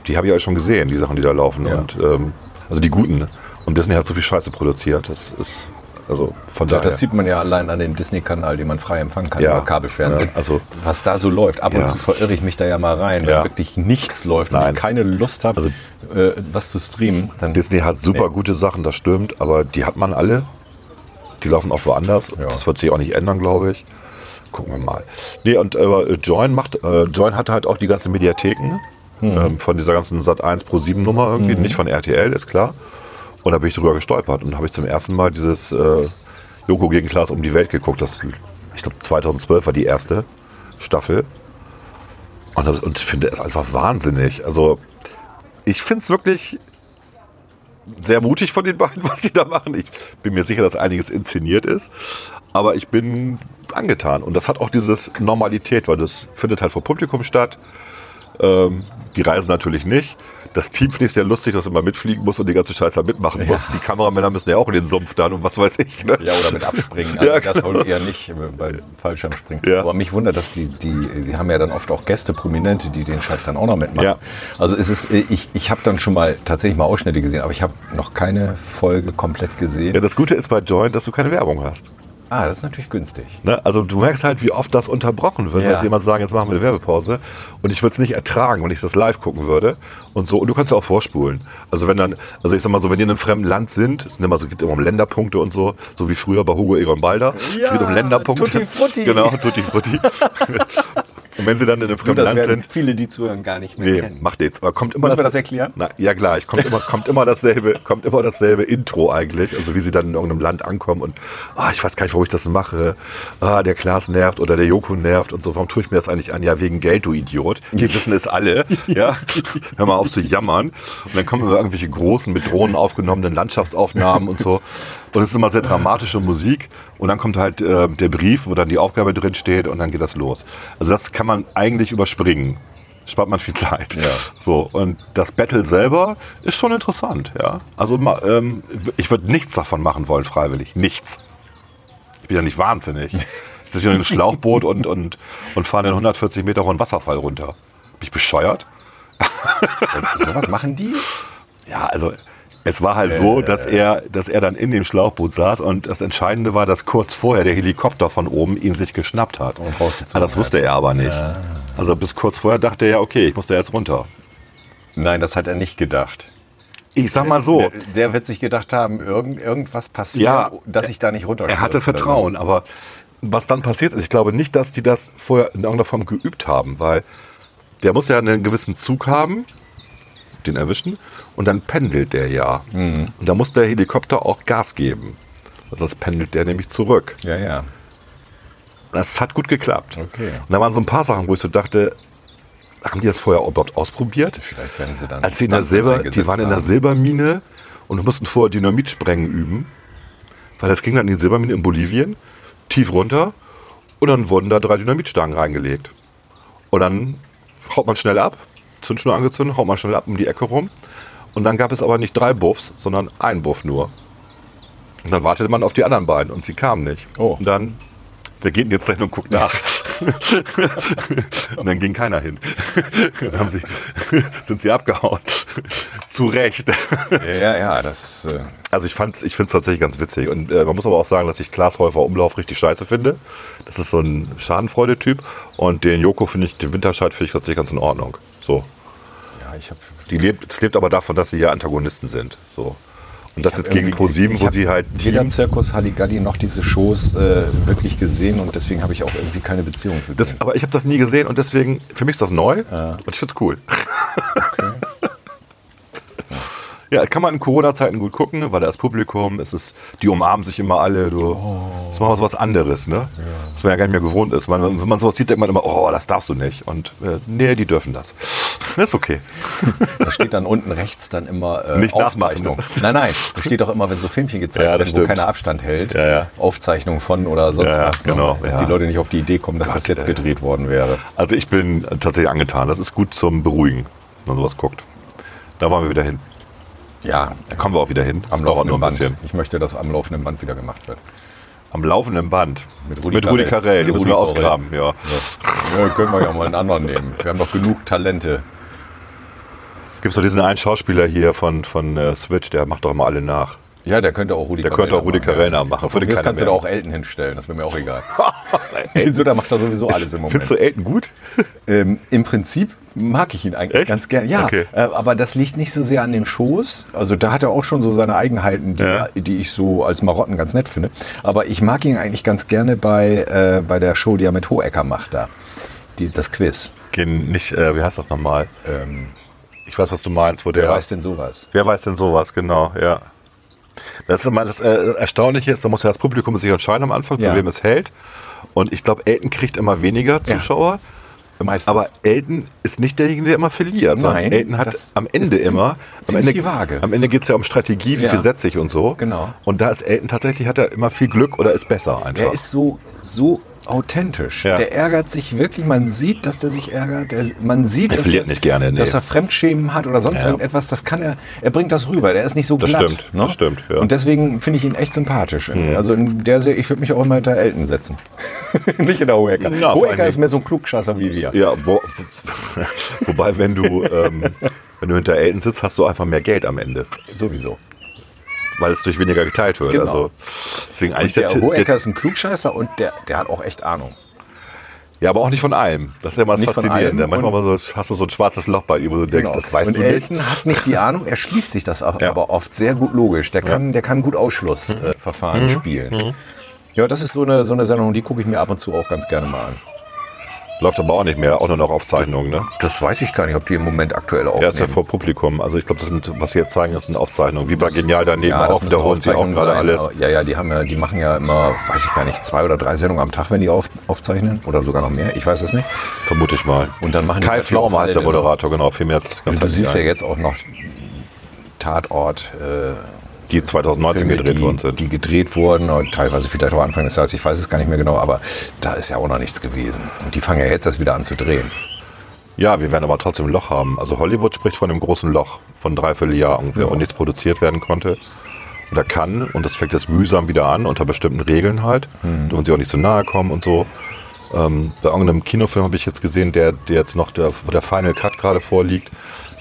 [SPEAKER 1] die habe ich ja schon gesehen, die Sachen, die da laufen. Und, ähm, also die guten. ne? Und Disney hat so viel Scheiße produziert. Das ist, also von
[SPEAKER 2] das,
[SPEAKER 1] daher.
[SPEAKER 2] das sieht man ja allein an dem Disney-Kanal, den man frei empfangen kann,
[SPEAKER 1] Ja.
[SPEAKER 2] über Kabelfernsehen.
[SPEAKER 1] Ja, also-
[SPEAKER 2] was da so läuft. Ab
[SPEAKER 1] Ja.
[SPEAKER 2] und zu verirre ich mich da ja mal rein.
[SPEAKER 1] Ja.
[SPEAKER 2] Wenn wirklich nichts läuft und
[SPEAKER 1] Nein.
[SPEAKER 2] ich keine Lust habe,
[SPEAKER 1] Also-
[SPEAKER 2] äh, was zu streamen, dann
[SPEAKER 1] Disney hat super
[SPEAKER 2] Nee.
[SPEAKER 1] gute Sachen, das stimmt, aber die hat man alle. Die laufen auch woanders.
[SPEAKER 2] Ja.
[SPEAKER 1] Das wird sich auch nicht ändern, glaube ich. Gucken wir mal. Nee, und äh, Join macht, äh, Join hat halt auch die ganzen Mediatheken
[SPEAKER 2] Hm.
[SPEAKER 1] ähm, von dieser ganzen Sat 1 Pro 7 Nummer irgendwie, nicht von RTL, ist klar. Und da bin ich drüber gestolpert und habe ich zum ersten Mal dieses äh, Joko gegen Klaas um die Welt geguckt. Das, ich glaube, 2012 war die erste Staffel. Und, das- und finde es einfach wahnsinnig. Also, ich finde es wirklich sehr mutig von den beiden, was sie da machen. Ich bin mir sicher, dass einiges inszeniert ist. Aber ich bin angetan. Und das hat auch dieses Normalität, weil das findet halt vor Publikum statt. Ähm, die reisen natürlich nicht. Das Team finde ich sehr lustig, dass immer mitfliegen muss und die ganze Scheiße mitmachen muss. Die Kameramänner müssen ja auch in den Sumpf dann und was weiß ich. Ne?
[SPEAKER 2] Ja, oder mit Abspringen. Also
[SPEAKER 1] Ja,
[SPEAKER 2] Das
[SPEAKER 1] genau.
[SPEAKER 2] wollen eher nicht äh, bei Fallschirmspringen.
[SPEAKER 1] Ja.
[SPEAKER 2] Aber mich wundert, dass die, die, die haben ja dann oft auch Gäste, Prominente, die den Scheiß dann auch noch mitmachen.
[SPEAKER 1] Ja.
[SPEAKER 2] Also es ist, äh, ich, ich habe dann schon mal tatsächlich mal Ausschnitte gesehen, aber ich habe noch keine Folge komplett gesehen.
[SPEAKER 1] Ja, das Gute ist bei Joint, dass du keine Werbung hast.
[SPEAKER 2] Ah, das ist natürlich günstig.
[SPEAKER 1] Ne? Also du merkst halt, wie oft das unterbrochen wird,
[SPEAKER 2] Ja.
[SPEAKER 1] weil sie immer sagen, jetzt machen wir eine Werbepause. Und ich würde es nicht ertragen, wenn ich das live gucken würde. Und so, und du kannst ja auch vorspulen. Also wenn dann, also ich sag mal so, wenn die in einem fremden Land sind, es sind immer so, gibt immer um Länderpunkte und so, so wie früher bei Hugo Egon Balder. es
[SPEAKER 2] Ja,
[SPEAKER 1] geht um Länderpunkte.
[SPEAKER 2] Tutti Frutti.
[SPEAKER 1] Genau, Tutti Frutti. und wenn sie dann in einem fremden Land sind.
[SPEAKER 3] viele, die zuhören, gar nicht mehr
[SPEAKER 1] Nee,
[SPEAKER 3] kennen.
[SPEAKER 1] macht nichts. Aber kommt immer
[SPEAKER 2] Müssen wir das erklären?
[SPEAKER 1] Na, ja, klar. Ich kommt, immer, kommt, immer dasselbe, kommt immer dasselbe Intro eigentlich. Also wie sie dann in irgendeinem Land ankommen und ah, ich weiß gar nicht, warum ich das mache. Ah, der Klaas nervt oder der Joko nervt und so. Warum tue ich mir das eigentlich an? Ja, wegen Geld, du Idiot. Wir wissen es alle. Ja? Hör mal auf zu jammern. Und dann kommen immer irgendwelche großen, mit Drohnen aufgenommenen Landschaftsaufnahmen und so. Und es ist immer sehr dramatische Musik. Und dann kommt halt äh, der Brief, wo dann die Aufgabe drin steht und dann geht das los. Also das kann man eigentlich überspringen spart man viel Zeit. So, und das Battle selber ist schon interessant, ja. Also ma- ähm, ich würde nichts davon machen wollen, freiwillig. Nichts. Ich bin ja nicht wahnsinnig. Ich sitze hier in einem Schlauchboot und, und, und fahre einen 140 Meter hohen Wasserfall runter. Bin ich bescheuert?
[SPEAKER 2] Sowas machen die?
[SPEAKER 1] Ja, also es war halt
[SPEAKER 2] Äh.
[SPEAKER 1] so, dass er, dass er dann in dem Schlauchboot saß und das Entscheidende war, dass kurz vorher der Helikopter von oben ihn sich geschnappt hat.
[SPEAKER 2] Und rausgezogen
[SPEAKER 1] Ah, Das wusste er aber nicht. Also bis kurz vorher dachte er ja, okay, ich muss da jetzt runter.
[SPEAKER 2] Nein, das hat er nicht gedacht.
[SPEAKER 1] Ich sag mal so,
[SPEAKER 2] Der, der wird sich gedacht haben, irgend, irgendwas passiert,
[SPEAKER 1] Ja.
[SPEAKER 2] dass ich da nicht runter.
[SPEAKER 1] Er hatte Vertrauen, aber was dann passiert ist, ich glaube nicht, dass die das vorher in irgendeiner Form geübt haben, weil der muss ja einen gewissen Zug haben, den erwischen, und dann pendelt der ja. Und da muss der Helikopter auch Gas geben. Sonst pendelt der nämlich zurück.
[SPEAKER 2] Ja, ja.
[SPEAKER 1] Das hat gut geklappt.
[SPEAKER 2] Okay.
[SPEAKER 1] Und da waren so ein paar Sachen, wo ich so dachte, haben die das vorher überhaupt ausprobiert?
[SPEAKER 2] Vielleicht werden sie dann.
[SPEAKER 1] Als sie in der
[SPEAKER 2] Stuntman
[SPEAKER 1] Silber, die
[SPEAKER 2] eingesetzt
[SPEAKER 1] waren in der
[SPEAKER 2] haben.
[SPEAKER 1] Silbermine und mussten vorher Dynamit sprengen üben. Weil das ging dann in die Silbermine in Bolivien, tief runter. Und dann wurden da drei Dynamitstangen reingelegt. Und dann haut man schnell ab, Zündschnur angezündet, haut man schnell ab um die Ecke rum. Und dann gab es aber nicht drei Buffs, sondern einen Buff nur. Und dann wartete man auf die anderen beiden und sie kamen nicht.
[SPEAKER 2] Oh.
[SPEAKER 1] Und dann, wer geht denn jetzt hin und guckt nach? und dann ging keiner hin. dann haben sie, sind sie abgehauen. Zu Recht.
[SPEAKER 2] Ja, ja, das. Äh,
[SPEAKER 1] Also ich fand's, ich find's tatsächlich ganz witzig. Und äh, man muss aber auch sagen, dass ich Klaas Häufer Umlauf richtig scheiße finde. Das ist so ein Schadenfreude-Typ. Und den Joko finde ich, den Winterscheid finde ich tatsächlich ganz in Ordnung. So.
[SPEAKER 2] ja, ich habe
[SPEAKER 1] Die lebt, es lebt aber davon, dass sie ja Antagonisten sind. So. Und das jetzt gegen
[SPEAKER 2] irgendwie-
[SPEAKER 1] Pro7,
[SPEAKER 2] ich
[SPEAKER 1] wo
[SPEAKER 2] hab
[SPEAKER 1] sie halt
[SPEAKER 2] Weder
[SPEAKER 1] Teams.
[SPEAKER 2] Zirkus Halligalli noch diese Shows äh, wirklich gesehen und deswegen habe ich auch irgendwie keine Beziehung zu
[SPEAKER 1] Das,
[SPEAKER 2] denen.
[SPEAKER 1] aber ich habe das nie gesehen und deswegen, für mich ist das neu und ich find's cool. ja, kann man in Corona-Zeiten gut gucken, weil da ist Publikum, es ist, die umarmen sich immer alle, du.
[SPEAKER 2] Oh.
[SPEAKER 1] Das ist mal was, was anderes, ne? Was man ja gar nicht mehr gewohnt ist. Man, wenn man sowas sieht, denkt man immer, oh, das darfst du nicht. Und äh, nee, die dürfen das. Das ist okay.
[SPEAKER 2] Da steht dann unten rechts dann immer äh,
[SPEAKER 1] Nicht
[SPEAKER 2] Aufzeichnung.
[SPEAKER 1] nachmachen.
[SPEAKER 2] Nein, nein. Da steht doch immer, wenn so Filmchen gezeigt
[SPEAKER 1] Ja, das
[SPEAKER 2] werden, wo
[SPEAKER 1] stimmt.
[SPEAKER 2] keiner Abstand hält,
[SPEAKER 1] Ja, ja.
[SPEAKER 2] Aufzeichnung von oder sonst
[SPEAKER 1] Ja, ja,
[SPEAKER 2] was. Ne?
[SPEAKER 1] genau,
[SPEAKER 2] Dass
[SPEAKER 1] ja.
[SPEAKER 2] die Leute nicht auf die Idee kommen, dass das
[SPEAKER 1] Gott, äh.
[SPEAKER 2] jetzt
[SPEAKER 1] ey.
[SPEAKER 2] gedreht worden wäre.
[SPEAKER 1] Also ich bin tatsächlich angetan. Das ist gut zum Beruhigen, wenn man sowas guckt. Da wollen wir wieder hin.
[SPEAKER 2] Ja,
[SPEAKER 1] Da kommen wir auch wieder hin. Das
[SPEAKER 2] am
[SPEAKER 1] dauert
[SPEAKER 2] laufenden
[SPEAKER 1] nur ein
[SPEAKER 2] Band.
[SPEAKER 1] bisschen.
[SPEAKER 2] Ich möchte, dass am laufenden Band wieder gemacht wird.
[SPEAKER 1] Am laufenden Band.
[SPEAKER 2] Mit Rudi Carrell.
[SPEAKER 1] Carrell. Die
[SPEAKER 2] Mit
[SPEAKER 1] müssen wir
[SPEAKER 2] Rudi Carrell.
[SPEAKER 1] ausgraben. Ja.
[SPEAKER 2] Ja, können wir ja mal einen anderen nehmen. Wir haben doch genug Talente.
[SPEAKER 1] Gibt es doch diesen einen Schauspieler hier von, von äh, Switch, der macht doch immer alle nach.
[SPEAKER 2] Ja, der könnte auch Rudi
[SPEAKER 1] Der könnte auch Rudi Carrell nachmachen.
[SPEAKER 2] Von
[SPEAKER 1] Würde
[SPEAKER 2] mir aus
[SPEAKER 1] keiner
[SPEAKER 2] kannst du da
[SPEAKER 1] mehr.
[SPEAKER 2] auch Elton hinstellen, das wäre mir auch egal. Wieso, da macht er sowieso alles im Moment.
[SPEAKER 1] Findest du Elton gut?
[SPEAKER 2] e- Ähm, Im Prinzip mag ich ihn eigentlich
[SPEAKER 1] Echt?
[SPEAKER 2] ganz gerne. Ja,
[SPEAKER 1] Okay.
[SPEAKER 2] äh, aber das liegt nicht so sehr an den Shows. Also da hat er auch schon so seine Eigenheiten, die,
[SPEAKER 1] Ja.
[SPEAKER 2] die ich so als Marotten ganz nett finde. Aber ich mag ihn eigentlich ganz gerne bei, äh, bei der Show, die er mit Hohecker macht da. Die, das Quiz.
[SPEAKER 1] Gen, nicht, äh, wie heißt das nochmal?
[SPEAKER 2] Ähm,
[SPEAKER 1] Ich weiß, was du meinst. Wo der,
[SPEAKER 2] Wer weiß denn sowas?
[SPEAKER 1] Wer weiß denn sowas, genau, ja. Das ist immer das äh, Erstaunliche ist, da muss ja das Publikum sich entscheiden am Anfang,
[SPEAKER 2] Ja.
[SPEAKER 1] zu wem es hält. Und ich glaube, Elton kriegt immer weniger Zuschauer.
[SPEAKER 2] Meistens.
[SPEAKER 1] Aber Elton ist nicht derjenige, der immer verliert, sondern
[SPEAKER 2] Nein,
[SPEAKER 1] Elton hat
[SPEAKER 2] das
[SPEAKER 1] am
[SPEAKER 2] ist
[SPEAKER 1] Ende
[SPEAKER 2] ziem-
[SPEAKER 1] immer. Am
[SPEAKER 2] ziemlich
[SPEAKER 1] Ende,
[SPEAKER 2] die Waage.
[SPEAKER 1] Am Ende geht es ja um Strategie, wie
[SPEAKER 2] Ja.
[SPEAKER 1] viel setze ich und so.
[SPEAKER 2] Genau.
[SPEAKER 1] Und da ist Elton tatsächlich, hat er immer viel Glück oder ist besser einfach.
[SPEAKER 2] Der ist so, so authentisch.
[SPEAKER 1] Ja.
[SPEAKER 2] Der ärgert sich wirklich. Man sieht, dass der sich ärgert. Der, man sieht,
[SPEAKER 1] Er
[SPEAKER 2] dass,
[SPEAKER 1] verliert
[SPEAKER 2] er,
[SPEAKER 1] nicht gerne, nee.
[SPEAKER 2] dass er Fremdschämen hat oder sonst
[SPEAKER 1] Ja.
[SPEAKER 2] irgendetwas. Das kann er. Er bringt das rüber. Der ist nicht so
[SPEAKER 1] Das
[SPEAKER 2] glatt. ne?
[SPEAKER 1] stimmt, das stimmt, ja. Mhm.
[SPEAKER 2] Und deswegen finde ich ihn echt sympathisch. Also in der Serie, ich würde mich auch immer hinter Elton setzen. nicht in der Hohecker.
[SPEAKER 1] Ja, vor allen
[SPEAKER 2] Hohecker ist
[SPEAKER 1] Dingen-
[SPEAKER 2] mehr so ein Klugschasser wie wir.
[SPEAKER 1] ja, wo, wobei, wenn du, ähm, wenn du hinter Elton sitzt, hast du einfach mehr Geld am Ende.
[SPEAKER 2] Sowieso.
[SPEAKER 1] weil es durch weniger geteilt wird.
[SPEAKER 2] Genau.
[SPEAKER 1] Also deswegen eigentlich
[SPEAKER 2] Der
[SPEAKER 1] Tipp-
[SPEAKER 2] Hohecker ist ein Klugscheißer und der, der hat auch echt Ahnung.
[SPEAKER 1] ja, aber auch nicht von allem. Das ist ja mal das
[SPEAKER 2] Nicht von
[SPEAKER 1] Faszinierende.
[SPEAKER 2] allem
[SPEAKER 1] Manchmal mal so, hast du so ein schwarzes Loch bei ihm, wo du denkst, das weißt
[SPEAKER 2] Genau. und
[SPEAKER 1] du nicht.
[SPEAKER 2] Elton hat nicht die Ahnung, er schließt sich das auch,
[SPEAKER 1] Ja.
[SPEAKER 2] aber oft sehr gut logisch. Der kann, der kann gut Ausschlussverfahren
[SPEAKER 1] Mhm.
[SPEAKER 2] spielen. Ja, das ist so eine, so eine Sendung, die gucke ich mir ab und zu auch ganz gerne mal an.
[SPEAKER 1] Läuft aber auch nicht mehr, auch nur noch Aufzeichnungen. Ne?
[SPEAKER 2] Das weiß ich gar nicht, ob die im Moment aktuell
[SPEAKER 1] Er ist ja
[SPEAKER 2] aufnehmen.
[SPEAKER 1] vor Publikum. Also ich glaube, das sind, was sie jetzt zeigen, das sind Aufzeichnungen. Wie bei Genial daneben
[SPEAKER 2] Ja, das
[SPEAKER 1] auch,
[SPEAKER 2] müssen
[SPEAKER 1] wiederholen sie auch
[SPEAKER 2] Aufzeichnungen
[SPEAKER 1] gerade
[SPEAKER 2] sein.
[SPEAKER 1] alles.
[SPEAKER 2] Ja, ja, die haben ja, die machen ja immer, weiß ich gar nicht, zwei oder drei Sendungen am Tag, wenn die auf, aufzeichnen oder sogar noch mehr. Ich weiß es nicht.
[SPEAKER 1] Vermute ich mal.
[SPEAKER 2] Und dann machen die
[SPEAKER 1] Kai
[SPEAKER 2] ganz viel
[SPEAKER 1] Pflaume heißt der
[SPEAKER 2] Aufnahmen.
[SPEAKER 1] Moderator, genau. Viel mehr jetzt
[SPEAKER 2] Und du siehst ja
[SPEAKER 1] ja,
[SPEAKER 2] jetzt auch noch Tatort. Äh,
[SPEAKER 1] die 2019
[SPEAKER 2] Filme,
[SPEAKER 1] gedreht
[SPEAKER 2] die,
[SPEAKER 1] worden sind.
[SPEAKER 2] Die gedreht wurden und teilweise vielleicht auch Anfang des Jahres, ich weiß es gar nicht mehr genau, aber da ist ja auch noch nichts gewesen. Und die fangen ja jetzt erst wieder an zu drehen.
[SPEAKER 1] Ja, wir werden aber trotzdem ein Loch haben. Also Hollywood spricht von einem großen Loch von dreiviertel Jahr ungefähr, wo nichts produziert werden konnte oder kann. Und das fängt jetzt mühsam wieder an, unter bestimmten Regeln halt. Dürfen sie auch nicht zu nahe kommen und so. Ähm, bei irgendeinem Kinofilm habe ich jetzt gesehen, der, der jetzt noch, der, wo der Final Cut gerade vorliegt.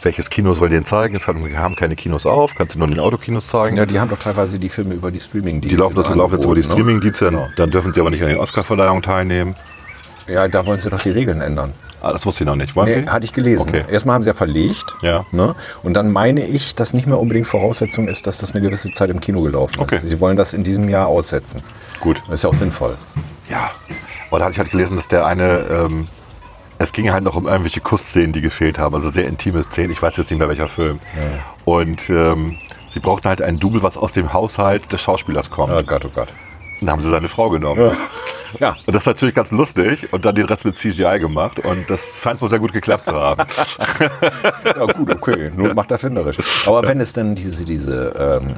[SPEAKER 1] Welches Kinos will den zeigen? Es haben haben keine Kinos auf, kannst du nur in den Autokinos zeigen.
[SPEAKER 2] Ja, die haben doch teilweise die Filme über die Streaming-Dienste.
[SPEAKER 1] die laufen jetzt, laufen jetzt über die
[SPEAKER 2] angeboten, ne?
[SPEAKER 1] Streamingdienste, dann, dann dürfen sie aber nicht an den Oscarverleihungen teilnehmen.
[SPEAKER 2] Ja, da wollen sie doch die Regeln ändern.
[SPEAKER 1] Ah, das wusste ich noch nicht. Wollen
[SPEAKER 2] Nee,
[SPEAKER 1] sie?
[SPEAKER 2] hatte ich gelesen.
[SPEAKER 1] Okay.
[SPEAKER 2] Erstmal haben sie ja verlegt.
[SPEAKER 1] Ja.
[SPEAKER 2] Ne? Und dann meine ich, dass nicht mehr unbedingt Voraussetzung ist, dass das eine gewisse Zeit im Kino gelaufen ist.
[SPEAKER 1] Okay.
[SPEAKER 2] Sie wollen das in diesem Jahr aussetzen.
[SPEAKER 1] Gut.
[SPEAKER 2] Das ist ja auch sinnvoll.
[SPEAKER 1] Ja, aber da hatte ich halt gelesen, dass der eine, ähm, es ging halt noch um irgendwelche Kussszenen, die gefehlt haben, also sehr intime Szenen, ich weiß jetzt nicht mehr welcher Film. Und ähm, sie brauchten halt ein Double, was aus dem Haushalt des Schauspielers kommt.
[SPEAKER 2] Oh Gott, oh Gott.
[SPEAKER 1] Dann haben sie seine Frau genommen.
[SPEAKER 2] Ja.
[SPEAKER 1] Und das ist natürlich ganz lustig und dann den Rest mit CGI gemacht und das scheint wohl sehr gut geklappt zu haben.
[SPEAKER 2] Ja, gut, okay. Nur macht erfinderisch. Aber wenn es dann diese, diese ähm,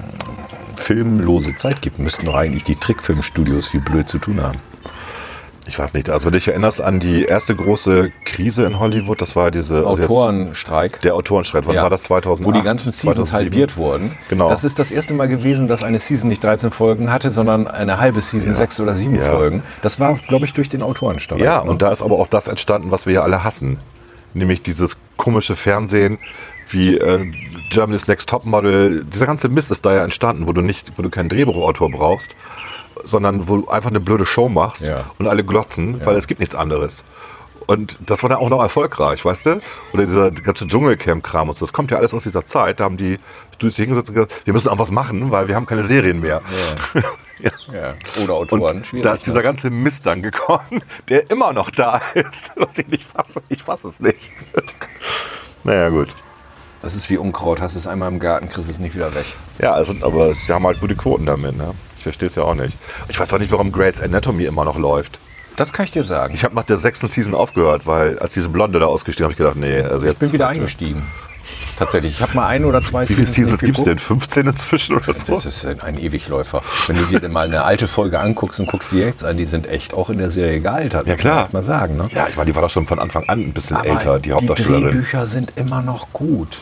[SPEAKER 2] filmlose Zeit gibt, müssten doch eigentlich die Trickfilmstudios viel blöd zu tun haben.
[SPEAKER 1] Ich weiß nicht, also wenn du dich erinnerst an die erste große Krise in Hollywood, das war diese... also jetzt-
[SPEAKER 2] Autorenstreik.
[SPEAKER 1] Der Autorenstreit, wann
[SPEAKER 2] Ja.
[SPEAKER 1] war das? 2008,
[SPEAKER 2] Wo die ganzen Seasons
[SPEAKER 1] 2007?
[SPEAKER 2] halbiert wurden.
[SPEAKER 1] Genau.
[SPEAKER 2] Das ist das erste Mal gewesen, dass eine Season nicht 13 Folgen hatte, sondern eine halbe Season sechs oder sieben
[SPEAKER 1] Ja.
[SPEAKER 2] Folgen. Das war, glaube ich, durch den Autorenstreik.
[SPEAKER 1] Ja,
[SPEAKER 2] ne?
[SPEAKER 1] und da ist aber auch das entstanden, was wir ja alle hassen. Nämlich dieses komische Fernsehen wie äh, Germany's Next Topmodel. Dieser ganze Mist ist da ja entstanden, wo du nicht, wo du keinen Drehbuchautor brauchst, sondern wo du einfach eine blöde Show machst
[SPEAKER 2] Ja.
[SPEAKER 1] und alle glotzen, weil es gibt nichts anderes. Und das war dann auch noch erfolgreich, weißt du? Oder dieser ganze Dschungelcamp-Kram und so. Das kommt ja alles aus dieser Zeit. Da haben die Studios sich hingesetzt und gesagt, wir müssen auch was machen, weil wir haben keine Serien mehr. Ja.
[SPEAKER 2] ja. Oder Autoren. ne?
[SPEAKER 1] Und da ist dieser ganze Mist dann gekommen, der immer noch da ist, was ich nicht fasse. Ich fasse es nicht. Naja, gut.
[SPEAKER 2] das ist wie Unkraut. Hast es einmal im Garten, kriegst es nicht wieder weg.
[SPEAKER 1] Ja, also, aber sie haben halt gute Quoten damit. Ne? Ich verstehe es ja auch nicht. Ich weiß auch nicht, warum Grace Anatomy immer noch läuft.
[SPEAKER 2] Das kann ich dir sagen.
[SPEAKER 1] Ich habe nach der sechsten Season aufgehört, weil als diese Blonde da ausgestiegen habe ich gedacht, nee, also jetzt.
[SPEAKER 2] Ich bin wieder eingestiegen. Tatsächlich. Ich habe mal ein oder zwei
[SPEAKER 1] Wie viele Seasons
[SPEAKER 2] nicht
[SPEAKER 1] gibt es denn? 15 inzwischen oder so?
[SPEAKER 2] Das ist ein ein Ewigläufer. Wenn du dir denn mal eine alte Folge anguckst und guckst die jetzt an, die sind echt auch in der Serie gealtert.
[SPEAKER 1] Ja,
[SPEAKER 2] muss
[SPEAKER 1] klar.
[SPEAKER 2] man echt mal sagen, ne?
[SPEAKER 1] Ja, ich meine, die war doch schon von Anfang an ein bisschen älter, die
[SPEAKER 2] Die
[SPEAKER 1] Hauptdarstellerin.
[SPEAKER 2] Drehbücher sind immer noch gut.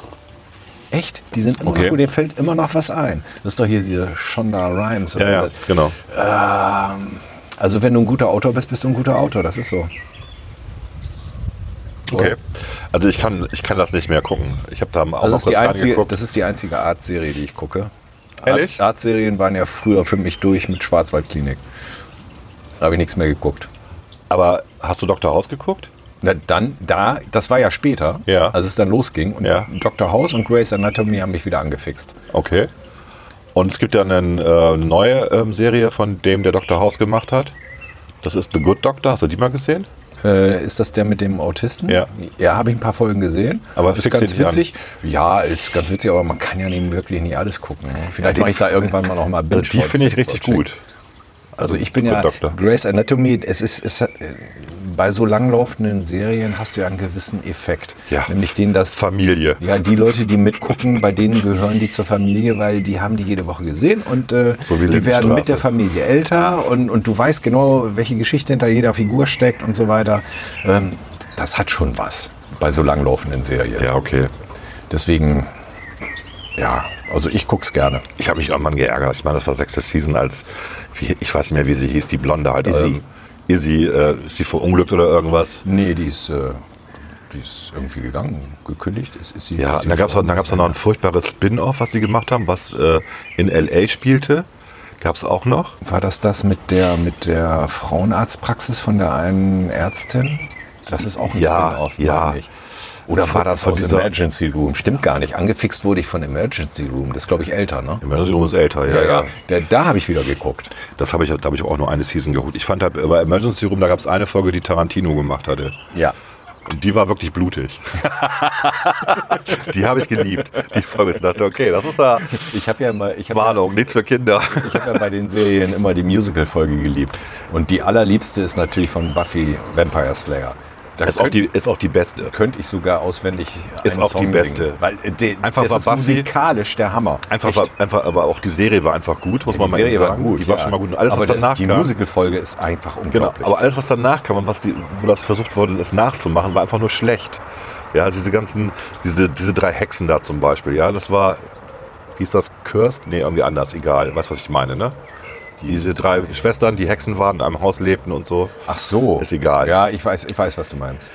[SPEAKER 2] Echt? Die sind immer
[SPEAKER 1] Okay.
[SPEAKER 2] noch gut. Dir fällt immer noch was ein. Das ist doch hier diese Shonda Rhimes.
[SPEAKER 1] Ja, ja, genau.
[SPEAKER 2] Ähm, also wenn du ein guter Autor bist, bist du ein guter Autor. Das ist so.
[SPEAKER 1] Okay. Also ich kann, ich kann das nicht mehr gucken. Ich habe da
[SPEAKER 2] Also
[SPEAKER 1] auch mal
[SPEAKER 2] das, ist die
[SPEAKER 1] kurz
[SPEAKER 2] einzige,
[SPEAKER 1] reingeguckt.
[SPEAKER 2] das ist die einzige Art-Serie, die ich gucke.
[SPEAKER 1] Ehrlich?
[SPEAKER 2] Arzt- Art-Serien waren ja früher für mich durch mit Schwarzwaldklinik. Da habe ich nichts mehr geguckt.
[SPEAKER 1] Aber hast du Dr. House geguckt?
[SPEAKER 2] Na dann, da, das war ja später,
[SPEAKER 1] Ja.
[SPEAKER 2] als es dann losging. Und
[SPEAKER 1] Ja.
[SPEAKER 2] Dr. House und Grey's Anatomy haben mich wieder angefixt.
[SPEAKER 1] Okay. Und es gibt ja eine äh, neue ähm, Serie von dem, der Dr. House gemacht hat. Das ist The Good Doctor. Hast du die mal gesehen?
[SPEAKER 2] Äh, ist das der mit dem Autisten?
[SPEAKER 1] Ja.
[SPEAKER 2] Ja, habe ich ein paar Folgen gesehen.
[SPEAKER 1] Aber
[SPEAKER 2] ist
[SPEAKER 1] fixt
[SPEAKER 2] ganz
[SPEAKER 1] den nicht
[SPEAKER 2] witzig. Ja, ist ganz witzig, aber man kann ja nicht wirklich nie alles gucken. Ne? Vielleicht
[SPEAKER 1] die-
[SPEAKER 2] mache ich da irgendwann mal noch mal binge
[SPEAKER 1] Also die finde ich richtig gut.
[SPEAKER 2] Also ich bin
[SPEAKER 1] Good
[SPEAKER 2] ja
[SPEAKER 1] Doctor.
[SPEAKER 2] Grey's Anatomy, es ist, es hat, äh, bei so langlaufenden Serien hast du ja einen gewissen Effekt.
[SPEAKER 1] Ja.
[SPEAKER 2] Nämlich den, dass
[SPEAKER 1] Familie.
[SPEAKER 2] ja, die Leute, die mitgucken, bei denen gehören die zur Familie, weil die haben die jede Woche gesehen und äh,
[SPEAKER 1] So wie
[SPEAKER 2] die werden
[SPEAKER 1] Lindenstraße.
[SPEAKER 2] mit der Familie älter und, und du weißt genau, welche Geschichte hinter jeder Figur steckt und so weiter. Ähm, das hat schon was bei so langlaufenden Serien.
[SPEAKER 1] Ja, okay.
[SPEAKER 2] Deswegen, ja, also ich guck's gerne.
[SPEAKER 1] Ich habe mich am Mann geärgert. Ich meine, das war sechste Season, als wie, ich weiß nicht mehr, wie sie hieß, die Blonde halt.
[SPEAKER 2] Izzy.
[SPEAKER 1] Ähm, Izzy, äh, ist sie verunglückt oder irgendwas?
[SPEAKER 2] Nee, die ist, äh, die ist irgendwie gegangen, gekündigt ist, ist sie.
[SPEAKER 1] Ja,
[SPEAKER 2] ist sie
[SPEAKER 1] da gab es
[SPEAKER 2] schon-
[SPEAKER 1] noch ein furchtbares Spin-off, was sie gemacht haben, was äh, in L.A. spielte. Gab es auch noch?
[SPEAKER 2] War das das mit der, mit der Frauenarztpraxis von der einen Ärztin? Das ist auch ein
[SPEAKER 1] Ja,
[SPEAKER 2] Spin-off,
[SPEAKER 1] ja.
[SPEAKER 2] meine ich. Oder war das
[SPEAKER 1] Von
[SPEAKER 2] aus
[SPEAKER 1] dieser-
[SPEAKER 2] Emergency Room? Stimmt gar nicht. Angefixt wurde ich von Emergency Room. Das ist, glaube ich, älter, ne?
[SPEAKER 1] Emergency Room ist älter, ja. ja.
[SPEAKER 2] Da, da habe ich wieder geguckt.
[SPEAKER 1] Das habe ich, da habe ich auch nur eine Season geholt. Ich fand halt bei Emergency Room, da gab es eine Folge, die Tarantino gemacht hatte.
[SPEAKER 2] Ja.
[SPEAKER 1] Und die war wirklich blutig. die habe ich geliebt. Die Folge ist dachte, okay, das ist ja
[SPEAKER 2] Ich habe ja immer, ich habe ja,
[SPEAKER 1] Warnung, nichts für Kinder.
[SPEAKER 2] ich hab ja bei den Serien immer die Musical-Folge geliebt. Und die allerliebste ist natürlich von Buffy Vampire Slayer. Da
[SPEAKER 1] Ist auch die, ist auch die beste.
[SPEAKER 2] könnte ich sogar auswendig
[SPEAKER 1] Ist
[SPEAKER 2] einen
[SPEAKER 1] auch die
[SPEAKER 2] Song
[SPEAKER 1] beste.
[SPEAKER 2] Singen, weil äh, de,
[SPEAKER 1] Einfach
[SPEAKER 2] das
[SPEAKER 1] war
[SPEAKER 2] ist
[SPEAKER 1] Buffy-
[SPEAKER 2] musikalisch der Hammer.
[SPEAKER 1] Einfach,
[SPEAKER 2] Echt.
[SPEAKER 1] war, einfach, aber auch die Serie war einfach gut, muss
[SPEAKER 2] Die
[SPEAKER 1] man mal
[SPEAKER 2] Serie
[SPEAKER 1] ehrlich
[SPEAKER 2] war
[SPEAKER 1] sagen.
[SPEAKER 2] gut.
[SPEAKER 1] die war
[SPEAKER 2] ja.
[SPEAKER 1] schon mal gut. Und alles,
[SPEAKER 2] aber
[SPEAKER 1] was
[SPEAKER 2] das,
[SPEAKER 1] danach
[SPEAKER 2] die
[SPEAKER 1] kam,
[SPEAKER 2] Musical-Folge ist einfach
[SPEAKER 1] Genau,
[SPEAKER 2] unglaublich.
[SPEAKER 1] aber alles, was danach kam und was die, wo das versucht wurde, es nachzumachen, war einfach nur schlecht. Ja, also diese ganzen, diese, diese drei Hexen da zum Beispiel, ja, das war, wie ist das, Cursed? Nee, irgendwie anders, egal, weißt was ich meine, ne? Diese drei Schwestern, die Hexen waren, in einem Haus lebten und so.
[SPEAKER 2] Ach so.
[SPEAKER 1] Ist egal.
[SPEAKER 2] Ja, ich weiß, ich weiß, was du meinst.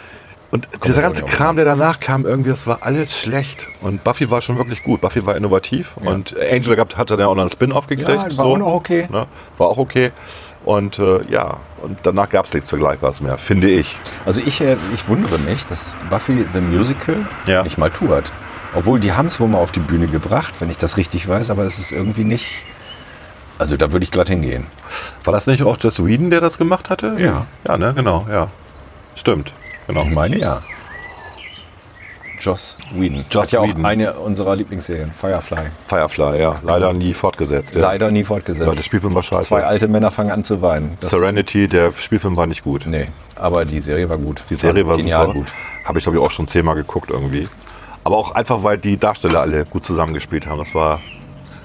[SPEAKER 1] Und dieser
[SPEAKER 2] ich auch
[SPEAKER 1] ganze
[SPEAKER 2] nicht auf.
[SPEAKER 1] Kram, der danach kam, irgendwie, das war alles schlecht. Und Buffy war schon wirklich gut. Buffy war innovativ. Und Angel gehabt, hatte dann auch noch einen Spin-off gekriegt.
[SPEAKER 2] Ja, war auch noch okay.
[SPEAKER 1] Ne? War auch okay. Und äh, ja, und danach gab es nichts Vergleichbares mehr, finde ich.
[SPEAKER 2] Also ich, äh, ich wundere mich, dass Buffy the Musical
[SPEAKER 1] Ja.
[SPEAKER 2] nicht mal tourt. Obwohl, die haben es wohl mal auf die Bühne gebracht, wenn ich das richtig weiß, aber es ist irgendwie nicht... Also da würde ich glatt hingehen.
[SPEAKER 1] War das nicht auch Jess Whedon, der das gemacht hatte?
[SPEAKER 2] Ja.
[SPEAKER 1] Ja, ne, genau, ja. Stimmt, genau.
[SPEAKER 2] Ich meine ja. Joss Whedon.
[SPEAKER 1] Joss
[SPEAKER 2] Hat ja
[SPEAKER 1] Whedon.
[SPEAKER 2] auch eine unserer Lieblingsserien, Firefly.
[SPEAKER 1] Firefly, ja. Leider nie fortgesetzt. Ja.
[SPEAKER 2] Leider nie fortgesetzt.
[SPEAKER 1] Leute, Spielfilm war scheiße.
[SPEAKER 2] Zwei alte Männer fangen an zu weinen. Das-
[SPEAKER 1] Serenity, der Spielfilm war nicht gut.
[SPEAKER 2] Nee, aber die Serie war gut.
[SPEAKER 1] Die Serie war
[SPEAKER 2] genial
[SPEAKER 1] super.
[SPEAKER 2] gut.
[SPEAKER 1] Habe ich, glaube ich, auch schon zehnmal geguckt irgendwie. Aber auch einfach, weil die Darsteller alle gut zusammengespielt haben. Das war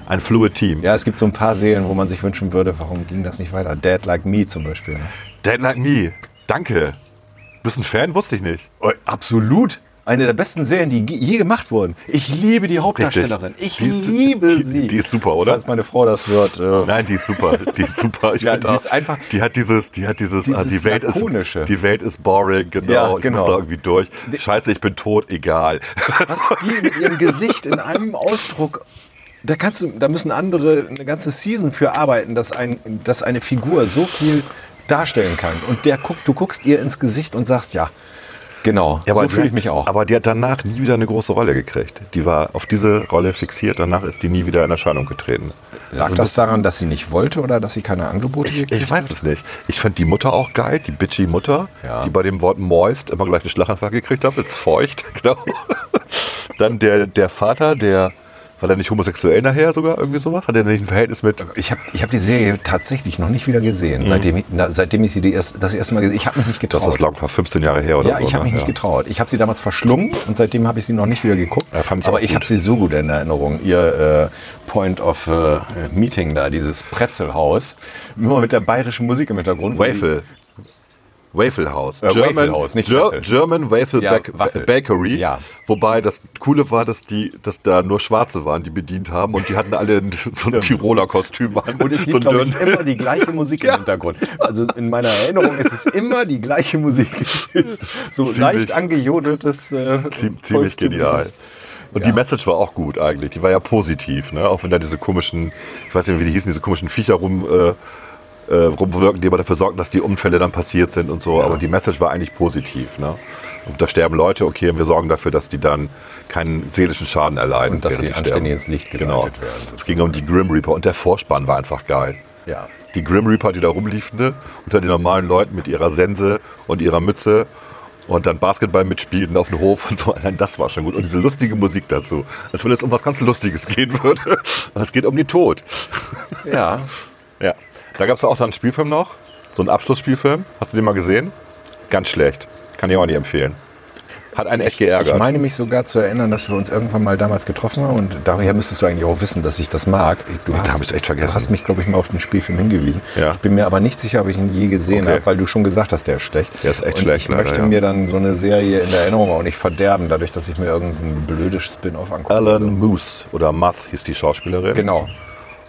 [SPEAKER 1] ein fluid Team.
[SPEAKER 2] Ja, es gibt so ein paar Serien, wo man sich wünschen würde, warum ging das nicht weiter? Dead Like Me zum Beispiel. ne?
[SPEAKER 1] Dead Like Me, danke. Du bist ein Fan? Wusste ich nicht.
[SPEAKER 2] Oh, absolut. Eine der besten Serien, die ge- je gemacht wurden. Ich liebe die Hauptdarstellerin. Ich
[SPEAKER 1] Die ist-
[SPEAKER 2] liebe
[SPEAKER 1] die-
[SPEAKER 2] sie.
[SPEAKER 1] die ist super, oder?
[SPEAKER 2] Falls meine Frau das hört. Äh,
[SPEAKER 1] Nein, die ist super. Die ist super. Ich
[SPEAKER 2] Ja,
[SPEAKER 1] find
[SPEAKER 2] die ist einfach-
[SPEAKER 1] Die hat dieses, die hat dieses, ah,
[SPEAKER 2] Dieses
[SPEAKER 1] die Welt
[SPEAKER 2] Lakonische.
[SPEAKER 1] ist, die Welt ist boring, genau.
[SPEAKER 2] Ja,
[SPEAKER 1] Ich muss
[SPEAKER 2] genau.
[SPEAKER 1] da irgendwie durch. Scheiße, ich bin tot, egal.
[SPEAKER 2] was die mit ihrem Gesicht in einem Ausdruck. Da, kannst du, da müssen andere eine ganze Season für arbeiten, dass, ein, dass eine Figur so viel darstellen kann. Und der guckt, du guckst ihr ins Gesicht und sagst, ja, genau, so
[SPEAKER 1] die
[SPEAKER 2] fühle
[SPEAKER 1] hat-
[SPEAKER 2] ich mich auch.
[SPEAKER 1] Aber die hat danach nie wieder eine große Rolle gekriegt. Die war auf diese Rolle fixiert, danach ist die nie wieder in Erscheinung getreten. Also
[SPEAKER 2] Lag Also das daran, dass sie nicht wollte oder dass sie keine Angebote
[SPEAKER 1] Ich,
[SPEAKER 2] gekriegt
[SPEAKER 1] ich weiß es nicht. Ich fand die Mutter auch geil, die bitchy Mutter,
[SPEAKER 2] Ja.
[SPEAKER 1] die bei dem Wort moist immer gleich einen Schlaganfall gekriegt hat, ist feucht, genau. Dann der, der Vater, der War der nicht homosexuell nachher sogar irgendwie sowas? Hat er nicht ein Verhältnis mit.
[SPEAKER 2] Ich habe ich hab die Serie tatsächlich noch nicht wieder gesehen, seitdem, ich, na, seitdem ich sie die erst, das erste Mal gesehen habe. Ich habe mich nicht getraut.
[SPEAKER 1] Das ist lang, 15 Jahre her oder
[SPEAKER 2] ja,
[SPEAKER 1] so.
[SPEAKER 2] ich habe mich
[SPEAKER 1] ne?
[SPEAKER 2] nicht getraut. Ich habe sie damals verschlungen und seitdem habe ich sie noch nicht wieder geguckt.
[SPEAKER 1] Ja, fand ich auch
[SPEAKER 2] aber ich
[SPEAKER 1] gut.
[SPEAKER 2] habe sie so gut in Erinnerung. Ihr äh, Point of äh, Meeting da, dieses Pretzelhaus, immer mit der bayerischen Musik im Hintergrund. wo die-
[SPEAKER 1] Wafel. Wafelhaus.
[SPEAKER 2] Äh, Wafelhaus, nicht
[SPEAKER 1] Ger
[SPEAKER 2] Waffel.
[SPEAKER 1] German Wafel
[SPEAKER 2] Ja,
[SPEAKER 1] Bak-
[SPEAKER 2] Waffel.
[SPEAKER 1] Bakery.
[SPEAKER 2] Ja.
[SPEAKER 1] Wobei das Coole war, dass die, dass da nur Schwarze waren, die bedient haben und die hatten alle ein- so ein Tiroler Kostüm an.
[SPEAKER 2] Und es
[SPEAKER 1] so
[SPEAKER 2] liegt, glaube ich,
[SPEAKER 1] dürren-
[SPEAKER 2] immer die gleiche Musik im Hintergrund. Also in meiner Erinnerung ist es immer die gleiche Musik. so leicht angejodeltes. Äh,
[SPEAKER 1] Ziem- ziemlich
[SPEAKER 2] Volkslied.
[SPEAKER 1] genial. Und die Message war auch gut eigentlich. Die war ja positiv, ne? Auch wenn da diese komischen, ich weiß nicht, wie die hießen, diese komischen Viecher rum, äh, äh, rumwirken, die aber dafür sorgen, dass die Unfälle dann passiert sind und so. Aber die Message war eigentlich positiv, ne? Und da sterben Leute, okay, und wir sorgen dafür, dass die dann keinen seelischen Schaden erleiden.
[SPEAKER 2] Und dass
[SPEAKER 1] während
[SPEAKER 2] sie
[SPEAKER 1] die sterben.
[SPEAKER 2] anständig ins Licht geleitet
[SPEAKER 1] genau.
[SPEAKER 2] werden,
[SPEAKER 1] Es ging um die Grim Reaper und der Vorspann war einfach geil.
[SPEAKER 2] Ja.
[SPEAKER 1] Die Grim Reaper, die da rumliefen, ne, unter den normalen Leuten mit ihrer Sense und ihrer Mütze und dann Basketball mitspielten auf dem Hof und so. Allein das war schon gut. Und diese lustige Musik dazu. Als wenn es um was ganz Lustiges gehen würde. Aber es geht um den Tod.
[SPEAKER 2] Ja.
[SPEAKER 1] Ja. Da gab es auch dann einen Spielfilm noch. So einen Abschlussspielfilm. Hast du den mal gesehen? Ganz schlecht. Kann ich auch nicht empfehlen. Hat einen echt geärgert.
[SPEAKER 2] Ich meine mich sogar zu erinnern, dass wir uns irgendwann mal damals getroffen haben und daher müsstest du eigentlich auch wissen, dass ich das mag. Du
[SPEAKER 1] da hab ich's echt vergessen.
[SPEAKER 2] Du hast mich, glaube ich, mal auf den Spielfilm hingewiesen.
[SPEAKER 1] Ja.
[SPEAKER 2] Ich bin mir aber nicht sicher, ob ich ihn je gesehen
[SPEAKER 1] Okay.
[SPEAKER 2] habe, weil du schon gesagt hast, der ist schlecht.
[SPEAKER 1] Der ist echt
[SPEAKER 2] und
[SPEAKER 1] schlecht,
[SPEAKER 2] Ich
[SPEAKER 1] leider,
[SPEAKER 2] möchte
[SPEAKER 1] ja.
[SPEAKER 2] mir dann so eine Serie in der Erinnerung auch nicht verderben, dadurch, dass ich mir irgendein blödes Spin-off angucke.
[SPEAKER 1] Alan Moose oder Muth hieß die Schauspielerin.
[SPEAKER 2] Genau.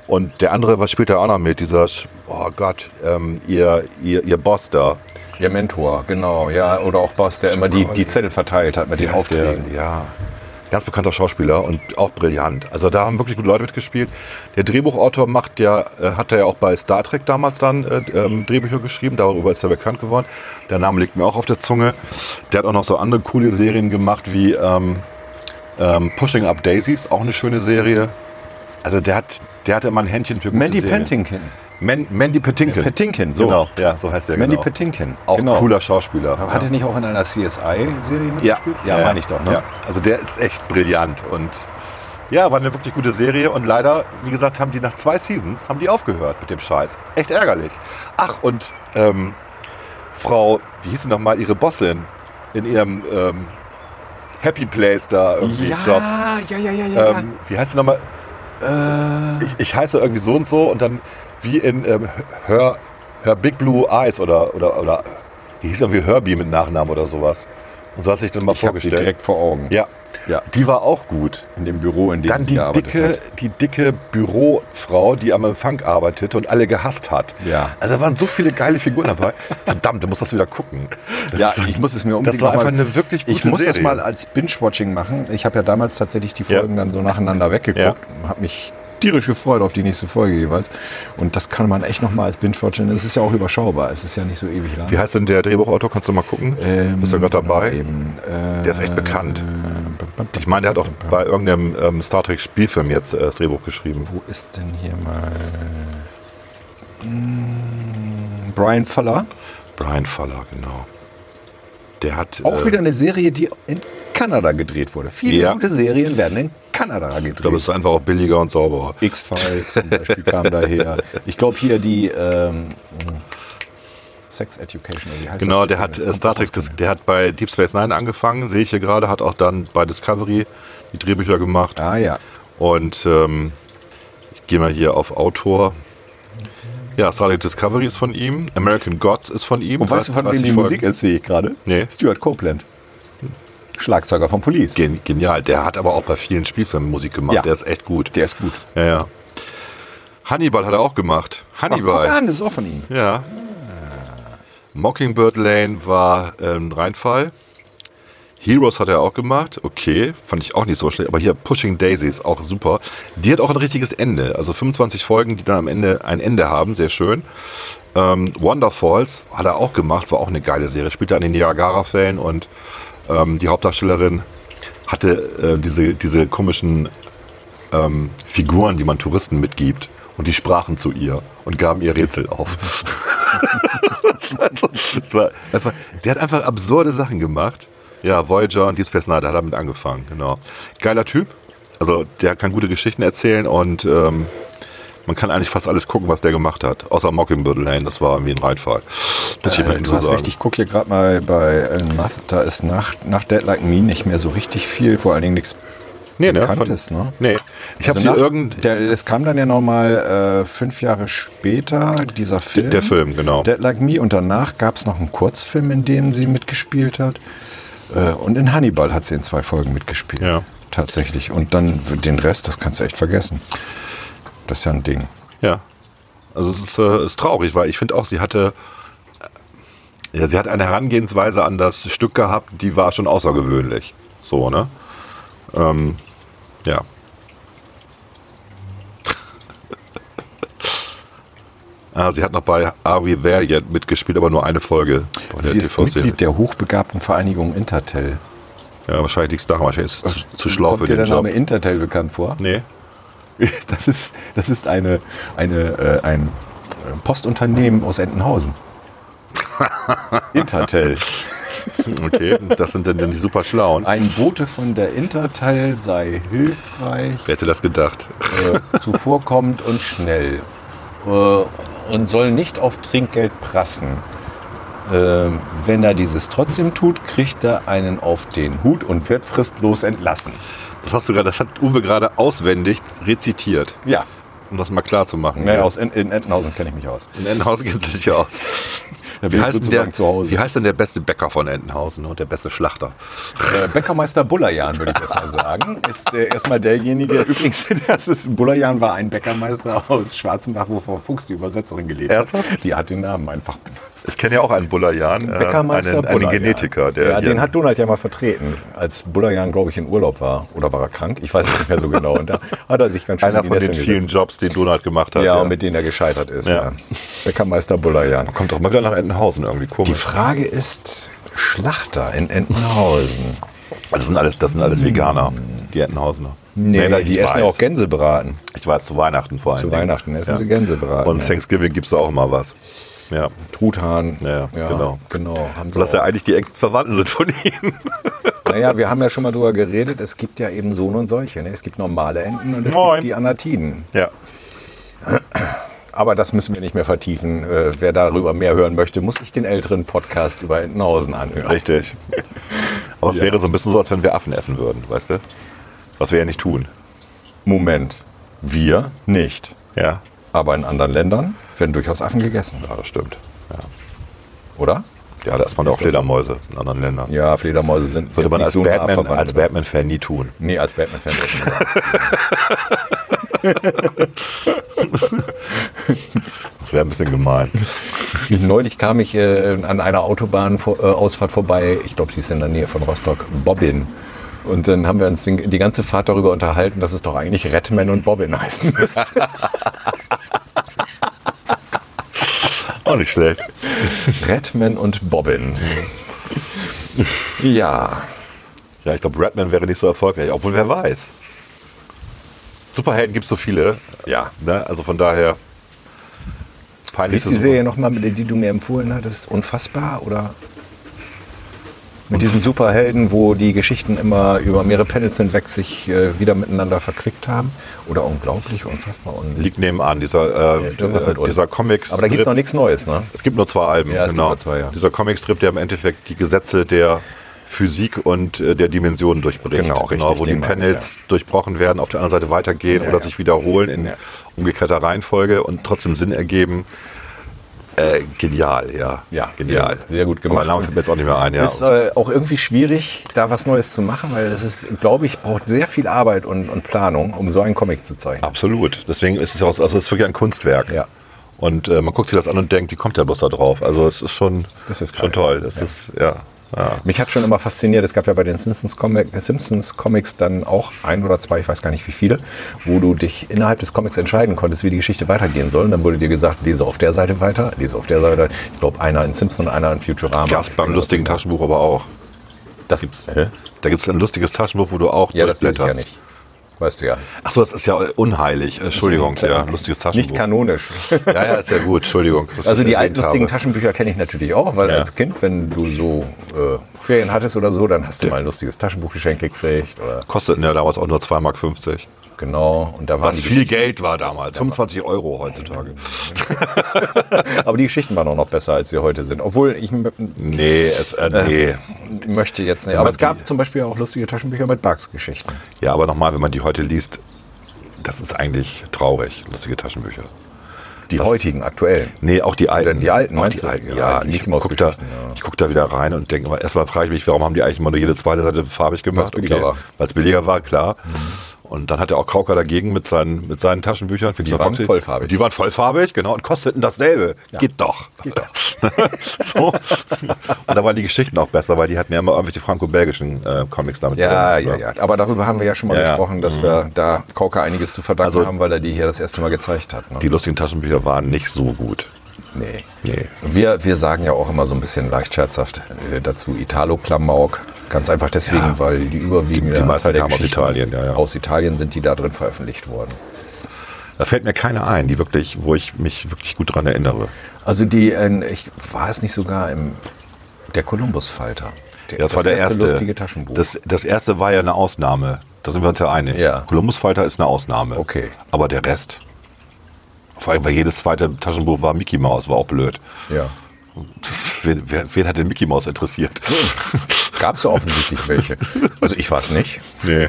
[SPEAKER 1] Und der andere war später auch noch mit, dieser, Sch- oh Gott, ähm, ihr, ihr, ihr Boss da.
[SPEAKER 2] Ihr Mentor, genau, ja. Oder auch Boss, der immer die, die Zettel verteilt hat mit den
[SPEAKER 1] Wie heißt der?
[SPEAKER 2] Aufträgen.
[SPEAKER 1] Ja. Ganz bekannter Schauspieler und auch brillant. Also da haben wirklich gute Leute mitgespielt. Der Drehbuchautor macht ja, äh, hat er ja auch bei Star Trek damals dann äh, ähm, Drehbücher geschrieben, darüber ist er bekannt geworden. Der Name liegt mir auch auf der Zunge. Der hat auch noch so andere coole Serien gemacht wie ähm, ähm, Pushing Up Daisies, auch eine schöne Serie. Also der hat, der hatte immer ein Händchen für gute
[SPEAKER 2] Mandy
[SPEAKER 1] Serien.
[SPEAKER 2] Pentinkin.
[SPEAKER 1] Man, Mandy Patinkin.
[SPEAKER 2] Patinkin, so.
[SPEAKER 1] Genau, ja, so heißt der
[SPEAKER 2] Mandy
[SPEAKER 1] genau.
[SPEAKER 2] Patinkin.
[SPEAKER 1] Auch
[SPEAKER 2] genau.
[SPEAKER 1] cooler Schauspieler.
[SPEAKER 2] Hat er nicht auch in einer CSI-Serie
[SPEAKER 1] Ja,
[SPEAKER 2] mitgespielt? meine ich doch, ne?
[SPEAKER 1] Ja. Also der ist echt brillant und ja, war eine wirklich gute Serie und leider, wie gesagt, haben die nach zwei Seasons haben die aufgehört mit dem Scheiß. Echt ärgerlich. Ach und ähm, Frau, wie hieß sie nochmal, ihre Bossin in ihrem ähm, Happy Place da irgendwie Job.
[SPEAKER 2] ja, ja, Äh. ja,
[SPEAKER 1] Ähm, wie heißt sie nochmal? ich, ich heiße irgendwie so und so und dann wie in ähm, Her, Her Big Blue Eyes oder, oder, oder die hieß irgendwie Herbie mit Nachnamen oder sowas. Und so hat sich dann mal
[SPEAKER 2] ich habe sie
[SPEAKER 1] vorgestellt.
[SPEAKER 2] direkt vor Augen.
[SPEAKER 1] Ja.
[SPEAKER 2] Ja.
[SPEAKER 1] Die war auch gut.
[SPEAKER 2] In dem Büro, in dem
[SPEAKER 1] Dann
[SPEAKER 2] sie
[SPEAKER 1] die
[SPEAKER 2] gearbeitet
[SPEAKER 1] dicke,
[SPEAKER 2] hat.
[SPEAKER 1] die dicke Bürofrau, die am Empfang arbeitete und alle gehasst hat.
[SPEAKER 2] Ja.
[SPEAKER 1] Also da waren so viele geile Figuren dabei. Verdammt, du musst das wieder gucken. Das
[SPEAKER 2] ja,
[SPEAKER 1] ist so-
[SPEAKER 2] ich muss es mir unbedingt
[SPEAKER 1] Das war
[SPEAKER 2] noch
[SPEAKER 1] einfach
[SPEAKER 2] mal-
[SPEAKER 1] eine wirklich gute
[SPEAKER 2] Ich muss
[SPEAKER 1] Serie.
[SPEAKER 2] das mal als Binge-Watching machen. Ich habe ja damals tatsächlich die Folgen
[SPEAKER 1] Ja.
[SPEAKER 2] dann so nacheinander weggeguckt. Habe mich tierisch gefreut auf die nächste Folge jeweils. Und das kann man echt noch mal als Binge-Watching. Es ist ja auch überschaubar. Es ist ja nicht so ewig lang.
[SPEAKER 1] Wie heißt denn der Drehbuchautor? Kannst du mal gucken? Bist
[SPEAKER 2] Ähm,
[SPEAKER 1] du gerade dabei?
[SPEAKER 2] Eben, äh,
[SPEAKER 1] Der ist echt bekannt.
[SPEAKER 2] äh,
[SPEAKER 1] Ich meine, der hat auch bei irgendeinem ähm, Star Trek Spielfilm jetzt äh, das Drehbuch geschrieben.
[SPEAKER 2] Wo ist denn hier mal... Hm, Brian Fuller.
[SPEAKER 1] Brian Faller, genau. Der hat
[SPEAKER 2] Auch
[SPEAKER 1] äh,
[SPEAKER 2] wieder eine Serie, die in Kanada gedreht wurde. Viele
[SPEAKER 1] Ja.
[SPEAKER 2] gute Serien werden in Kanada gedreht.
[SPEAKER 1] ich glaube, es ist einfach auch billiger und sauberer.
[SPEAKER 2] X-Files zum Beispiel kam daher. Ich glaube hier die ähm, Sex Education. oder Wie heißt
[SPEAKER 1] Genau,
[SPEAKER 2] das
[SPEAKER 1] der
[SPEAKER 2] System?
[SPEAKER 1] hat
[SPEAKER 2] Das
[SPEAKER 1] äh,
[SPEAKER 2] kommt
[SPEAKER 1] Star
[SPEAKER 2] raus.
[SPEAKER 1] Trek, Dis- der hat bei Deep Space Nine angefangen, sehe ich hier gerade, hat auch dann bei Discovery die Drehbücher gemacht.
[SPEAKER 2] Ah ja.
[SPEAKER 1] Und ähm, ich gehe mal hier auf Autor. Ja, Star Trek Discovery ist von ihm, American Gods ist von ihm.
[SPEAKER 2] Und weißt du, von wem die Musik ist, sehe ich gerade?
[SPEAKER 1] Nee.
[SPEAKER 2] Stuart Copeland. Schlagzeuger von Police.
[SPEAKER 1] Gen genial, der hat aber auch bei vielen Spielfilmen Musik gemacht,
[SPEAKER 2] Ja.
[SPEAKER 1] der ist echt gut.
[SPEAKER 2] Der ist gut.
[SPEAKER 1] ja, ja. Hannibal hat er auch gemacht.
[SPEAKER 2] Ach, guck
[SPEAKER 1] Hannibal.
[SPEAKER 2] an, das ist auch von ihm.
[SPEAKER 1] Ja. Mockingbird Lane war ähm, Reinfall. Heroes hat er auch gemacht. Okay, fand ich auch nicht so schlecht. Aber hier Pushing Daisies, auch super. Die hat auch ein richtiges Ende. Also 25 Folgen, die dann am Ende ein Ende haben. Sehr schön. Ähm, Wonderfalls hat er auch gemacht. War auch eine geile Serie. Spielte an den Niagara-Fällen und ähm, die Hauptdarstellerin hatte äh, diese, diese komischen ähm, Figuren, die man Touristen mitgibt. Und die sprachen zu ihr und gaben ihr Rätsel auf. das war so- das war einfach, der hat einfach absurde Sachen gemacht. Ja, Voyager und Deep Space Nine, da hat er mit angefangen, genau. Geiler Typ. Also der kann gute Geschichten erzählen und ähm, man kann eigentlich fast alles gucken, was der gemacht hat. Außer Mockingbird Lane, das war irgendwie ein Reinfall. Muss ich mal
[SPEAKER 2] Äh,
[SPEAKER 1] hinzu
[SPEAKER 2] du hast
[SPEAKER 1] sagen.
[SPEAKER 2] recht, ich gucke hier gerade mal bei Alan Muth, da ist nach, nach Dead Like Me nicht mehr so richtig viel, vor allen Dingen nichts
[SPEAKER 1] nee, ne? Von,
[SPEAKER 2] Bekanntes. ne?
[SPEAKER 1] Nee. Ich habe
[SPEAKER 2] Also
[SPEAKER 1] hier
[SPEAKER 2] nach-
[SPEAKER 1] irgend.
[SPEAKER 2] der, Es kam dann ja nochmal äh, fünf Jahre später, dieser Film.
[SPEAKER 1] der Film, genau.
[SPEAKER 2] Dead Like Me und danach gab es noch einen Kurzfilm, in dem sie mitgespielt hat. Äh, und in Hannibal hat sie in zwei Folgen mitgespielt.
[SPEAKER 1] Ja.
[SPEAKER 2] Tatsächlich. Und dann w- den Rest, das kannst du echt vergessen. Das ist ja ein Ding.
[SPEAKER 1] Ja. Also es ist, äh, ist traurig, weil ich finde auch, sie hatte. äh, Ja, sie hat eine Herangehensweise an das Stück gehabt, die war schon außergewöhnlich. So, ne? Ähm, ja. ah, sie hat noch bei Are We There Yet mitgespielt, aber nur eine Folge. Bei der
[SPEAKER 2] sie ist
[SPEAKER 1] TV-Serie.
[SPEAKER 2] Mitglied der hochbegabten Vereinigung Intertel.
[SPEAKER 1] Ja, wahrscheinlich liegt es daran, wahrscheinlich ist es zu, zu schlau
[SPEAKER 2] Kommt
[SPEAKER 1] für
[SPEAKER 2] dir
[SPEAKER 1] den
[SPEAKER 2] der
[SPEAKER 1] Job.
[SPEAKER 2] Name Intertel bekannt vor?
[SPEAKER 1] Nee.
[SPEAKER 2] Das ist, das ist eine, eine, äh, ein Postunternehmen aus Entenhausen. Intertel.
[SPEAKER 1] Okay, das sind dann die super Schlauen.
[SPEAKER 2] Ein Bote von der Intertel sei hilfreich,
[SPEAKER 1] Wer hätte das gedacht?
[SPEAKER 2] äh, zuvorkommend und schnell. Äh, und soll nicht auf Trinkgeld prassen. Ähm, wenn er dieses trotzdem tut, kriegt er einen auf den Hut und wird fristlos entlassen.
[SPEAKER 1] Das hast du gerade, das hat Uwe gerade auswendig rezitiert,
[SPEAKER 2] Ja,
[SPEAKER 1] um das mal klar zu machen.
[SPEAKER 2] naja, aus Ent- in Entenhausen kenne ich mich aus.
[SPEAKER 1] In Entenhausen kennt es sich aus.
[SPEAKER 2] Da
[SPEAKER 1] Wie
[SPEAKER 2] bin ich
[SPEAKER 1] heißt, denn
[SPEAKER 2] sozusagen
[SPEAKER 1] der,
[SPEAKER 2] zu Hause.
[SPEAKER 1] wie heißt denn der beste Bäcker von Entenhausen und der beste Schlachter?
[SPEAKER 2] Äh, Bäckermeister Bullerjan, würde ich erstmal sagen, ist äh, erstmal derjenige, übrigens, das ist, Bullerjan war ein Bäckermeister aus Schwarzenbach, wo Frau Fuchs die Übersetzerin gelebt hat.
[SPEAKER 1] Ernsthaft?
[SPEAKER 2] Die hat den Namen einfach benutzt.
[SPEAKER 1] Ich kenne ja auch einen Bullerjan, äh,
[SPEAKER 2] Bäckermeister
[SPEAKER 1] einen, einen Genetiker. Der
[SPEAKER 2] ja,
[SPEAKER 1] hier-
[SPEAKER 2] den hat Donald ja mal vertreten, als Bullerjan, glaube ich, in Urlaub war. Oder war er krank? Ich weiß es nicht mehr so genau. Und da hat er sich ganz schön
[SPEAKER 1] einer
[SPEAKER 2] in die
[SPEAKER 1] von den
[SPEAKER 2] Nesseln
[SPEAKER 1] vielen
[SPEAKER 2] gesetzt.
[SPEAKER 1] Jobs, den Donald gemacht hat.
[SPEAKER 2] Ja, mit denen er gescheitert ist.
[SPEAKER 1] Ja.
[SPEAKER 2] Ja. Bäckermeister Bullerjan.
[SPEAKER 1] Kommt doch mal wieder nach Entenhausen irgendwie
[SPEAKER 2] Die
[SPEAKER 1] komisch.
[SPEAKER 2] Frage ist, Schlachter in Entenhausen.
[SPEAKER 1] Das sind alles, das sind alles Veganer, die Entenhausener.
[SPEAKER 2] Hm. Nee,
[SPEAKER 1] das-
[SPEAKER 2] die
[SPEAKER 1] ich
[SPEAKER 2] essen ja
[SPEAKER 1] weiß.
[SPEAKER 2] auch Gänsebraten.
[SPEAKER 1] Ich weiß, zu Weihnachten vor allem.
[SPEAKER 2] Zu Weihnachten essen sie Gänsebraten.
[SPEAKER 1] Und Thanksgiving gibt es auch mal was. Ja.
[SPEAKER 2] Truthahn.
[SPEAKER 1] Ja, genau.
[SPEAKER 2] genau haben sie
[SPEAKER 1] Sodass ja
[SPEAKER 2] auch.
[SPEAKER 1] eigentlich die engsten Verwandten sind von ihnen.
[SPEAKER 2] Naja, wir haben ja schon mal drüber geredet, es gibt ja eben so und solche. Ne? Es gibt normale Enten und es
[SPEAKER 1] Moin.
[SPEAKER 2] gibt die Anatiden.
[SPEAKER 1] Ja.
[SPEAKER 2] Aber das müssen wir nicht mehr vertiefen. Äh, wer darüber mehr hören möchte, muss sich den älteren Podcast über Entenhausen anhören.
[SPEAKER 1] Richtig. Aber es wäre so ein bisschen so, als wenn wir Affen essen würden, weißt du? Was wir ja nicht tun.
[SPEAKER 2] Moment, wir nicht.
[SPEAKER 1] Ja.
[SPEAKER 2] Aber in anderen Ländern werden durchaus Affen gegessen,
[SPEAKER 1] Ja, das stimmt. Ja,
[SPEAKER 2] oder?
[SPEAKER 1] ja da isst man ja auch Fledermäuse in anderen Ländern.
[SPEAKER 2] Ja, Fledermäuse sind
[SPEAKER 1] Würde
[SPEAKER 2] jetzt
[SPEAKER 1] man
[SPEAKER 2] nicht
[SPEAKER 1] als
[SPEAKER 2] so nah
[SPEAKER 1] Batman,
[SPEAKER 2] verwandt.
[SPEAKER 1] als Batman-Fan nie tun.
[SPEAKER 2] Nee, als Batman-Fan. essen wir das.
[SPEAKER 1] Das wäre ein bisschen gemein.
[SPEAKER 2] Neulich kam ich äh, an einer Autobahnausfahrt vorbei, ich glaube, sie ist in der Nähe von Rostock, Bobbin. Und dann haben wir uns den, die ganze Fahrt darüber unterhalten, dass es doch eigentlich Redman und Bobbin heißen müsste.
[SPEAKER 1] auch nicht schlecht.
[SPEAKER 2] Redman und Bobbin. ja.
[SPEAKER 1] Ja, ich glaube, Redman wäre nicht so erfolgreich, obwohl wer weiß. Superhelden gibt es so viele.
[SPEAKER 2] Ja.
[SPEAKER 1] Ne? Also von daher.
[SPEAKER 2] Wie
[SPEAKER 1] Peinlich
[SPEAKER 2] ist die Serie nochmal, die du mir empfohlen hattest? Unfassbar oder? Mit diesem Superhelden, wo die Geschichten immer über mehrere Panels hinweg sich äh, wieder miteinander verquickt haben. Oder unglaublich, unfassbar. Und
[SPEAKER 1] liegt nebenan, dieser, äh,
[SPEAKER 2] Irgendwas mit Ulf.
[SPEAKER 1] dieser Comics.
[SPEAKER 2] Aber da gibt es noch nichts Neues, ne?
[SPEAKER 1] Es gibt nur zwei Alben, genau.
[SPEAKER 2] Ja, es gibt nur zwei, ja.
[SPEAKER 1] Dieser Comicstrip, der im Endeffekt die Gesetze der Physik und äh, der Dimensionen durchbricht.
[SPEAKER 2] Genau, richtig,
[SPEAKER 1] Wo die
[SPEAKER 2] den meine ich,
[SPEAKER 1] Panels durchbrochen werden, auf der anderen Seite weitergehen
[SPEAKER 2] Ja,
[SPEAKER 1] oder
[SPEAKER 2] ja.
[SPEAKER 1] sich wiederholen in
[SPEAKER 2] Ja.
[SPEAKER 1] umgekehrter Reihenfolge und trotzdem Sinn ergeben. Äh, genial, ja.
[SPEAKER 2] Ja,
[SPEAKER 1] genial.
[SPEAKER 2] sehr- sehr gut
[SPEAKER 1] Aber
[SPEAKER 2] gemacht.
[SPEAKER 1] der Name fällt mir jetzt auch nicht mehr ein, ja.
[SPEAKER 2] Ist äh, auch irgendwie schwierig, da was Neues zu machen, weil das ist, glaube ich, braucht sehr viel Arbeit und, und Planung, um so einen Comic zu zeichnen.
[SPEAKER 1] Absolut. Deswegen ist es ja auch, also es ist wirklich ein Kunstwerk.
[SPEAKER 2] Ja.
[SPEAKER 1] Und äh, man guckt sich das an und denkt, wie kommt der bloß da drauf? Also es ist schon,
[SPEAKER 2] Das ist geil.
[SPEAKER 1] schon toll. Das ist, ja. ja.
[SPEAKER 2] Mich hat schon immer fasziniert, es gab ja bei den Simpsons, Comic, Simpsons Comics dann auch ein oder zwei, ich weiß gar nicht wie viele, wo du dich innerhalb des Comics entscheiden konntest, wie die Geschichte weitergehen soll. Und dann wurde dir gesagt, lese auf der Seite weiter, lese auf der Seite. Ich glaube, einer in Simpson und einer in Futurama. Genau.
[SPEAKER 1] Gab's beim lustigen Taschenbuch aber auch.
[SPEAKER 2] Das gibt's. Hä?
[SPEAKER 1] Da gibt es ein lustiges Taschenbuch, wo du auch
[SPEAKER 2] Ja, das lese ich ja
[SPEAKER 1] durchblätterst.
[SPEAKER 2] nicht. Weißt du ja.
[SPEAKER 1] Achso, das ist ja unheilig. Äh, Entschuldigung, ja, lustiges Taschenbuch.
[SPEAKER 2] Nicht kanonisch.
[SPEAKER 1] Ja, ja, ist ja gut, Entschuldigung. dass
[SPEAKER 2] Also
[SPEAKER 1] ich
[SPEAKER 2] die
[SPEAKER 1] erwähnt
[SPEAKER 2] alten lustigen
[SPEAKER 1] habe.
[SPEAKER 2] Taschenbücher kenne ich natürlich auch, weil als Kind, wenn du so äh, Ferien hattest oder so, dann hast du mal ein lustiges Taschenbuchgeschenk gekriegt oder
[SPEAKER 1] Kosteten ja damals auch nur 2,50 Mark.
[SPEAKER 2] genau. Und da waren
[SPEAKER 1] Was
[SPEAKER 2] die
[SPEAKER 1] viel Geld war damals. 25 Euro heutzutage.
[SPEAKER 2] Geschichten- Aber die Geschichten waren auch noch besser, als sie heute sind. Obwohl ich m-
[SPEAKER 1] Nee, es, äh, nee.
[SPEAKER 2] möchte jetzt nicht. Aber es
[SPEAKER 1] die-
[SPEAKER 2] gab zum Beispiel auch lustige Taschenbücher mit Bugs-Geschichten.
[SPEAKER 1] Ja, aber nochmal, wenn man die heute liest, das ist eigentlich traurig, lustige Taschenbücher.
[SPEAKER 2] Die
[SPEAKER 1] Das-
[SPEAKER 2] heutigen, aktuellen.
[SPEAKER 1] Nee, auch die alten.
[SPEAKER 2] die alten,
[SPEAKER 1] auch
[SPEAKER 2] meinst
[SPEAKER 1] die
[SPEAKER 2] du?
[SPEAKER 1] alten,
[SPEAKER 2] Ja,
[SPEAKER 1] ja.
[SPEAKER 2] die
[SPEAKER 1] ich
[SPEAKER 2] Mickey Mouse
[SPEAKER 1] gucke da,
[SPEAKER 2] Geschichten, ja.
[SPEAKER 1] ich guck da wieder rein und denke mal, erstmal frage ich mich, warum haben die eigentlich immer nur jede zweite Seite farbig gemacht?
[SPEAKER 2] Weil's billiger war. Mhm.
[SPEAKER 1] Weil es billiger war, klar. Und dann hat ja auch Kauker dagegen mit seinen, mit seinen Taschenbüchern. Die
[SPEAKER 2] waren vollfarbig.
[SPEAKER 1] Die waren vollfarbig, genau, und kosteten dasselbe. Geht doch. Geht doch. so. Und da waren die Geschichten auch besser, weil die hatten ja immer irgendwelche franco-belgischen äh, Comics damit
[SPEAKER 2] Ja,
[SPEAKER 1] drin,
[SPEAKER 2] ja,
[SPEAKER 1] oder?
[SPEAKER 2] ja. Aber darüber haben wir ja Mhm. schon mal
[SPEAKER 1] Ja, ja.
[SPEAKER 2] gesprochen, dass wir da Kauka einiges zu verdanken
[SPEAKER 1] Also-
[SPEAKER 2] haben, weil er die hier das erste Mal gezeigt hat. Ne?
[SPEAKER 1] Die lustigen Taschenbücher waren nicht so gut.
[SPEAKER 2] Nee.
[SPEAKER 1] Nee.
[SPEAKER 2] Wir, wir sagen ja auch immer so ein bisschen leicht scherzhaft äh, dazu Italo-Klamauk. Ganz einfach deswegen,
[SPEAKER 1] Ja.
[SPEAKER 2] weil die überwiegende
[SPEAKER 1] Die meisten
[SPEAKER 2] Anzahl der
[SPEAKER 1] kamen aus
[SPEAKER 2] Geschichten
[SPEAKER 1] Italien, ja, ja.
[SPEAKER 2] aus Italien sind, die da drin veröffentlicht wurden.
[SPEAKER 1] Da fällt mir keine ein, die wirklich, wo ich mich wirklich gut dran erinnere.
[SPEAKER 2] Also die, äh, ich war es nicht sogar im, der Kolumbus-Falter. Der-
[SPEAKER 1] Ja, das, war der erste,
[SPEAKER 2] lustige Taschenbuch.
[SPEAKER 1] Das, das erste war ja eine Ausnahme. Da sind wir uns ja einig.
[SPEAKER 2] Ja.
[SPEAKER 1] Columbus Fighter ist eine Ausnahme.
[SPEAKER 2] Okay.
[SPEAKER 1] Aber der Rest. Vor allem, weil jedes zweite Taschenbuch war Mickey Mouse, war auch blöd.
[SPEAKER 2] ja.
[SPEAKER 1] Das- Wen, wer, wen hat denn Mickey Mouse interessiert?
[SPEAKER 2] Gab es offensichtlich welche. Also ich war es nicht.
[SPEAKER 1] nee.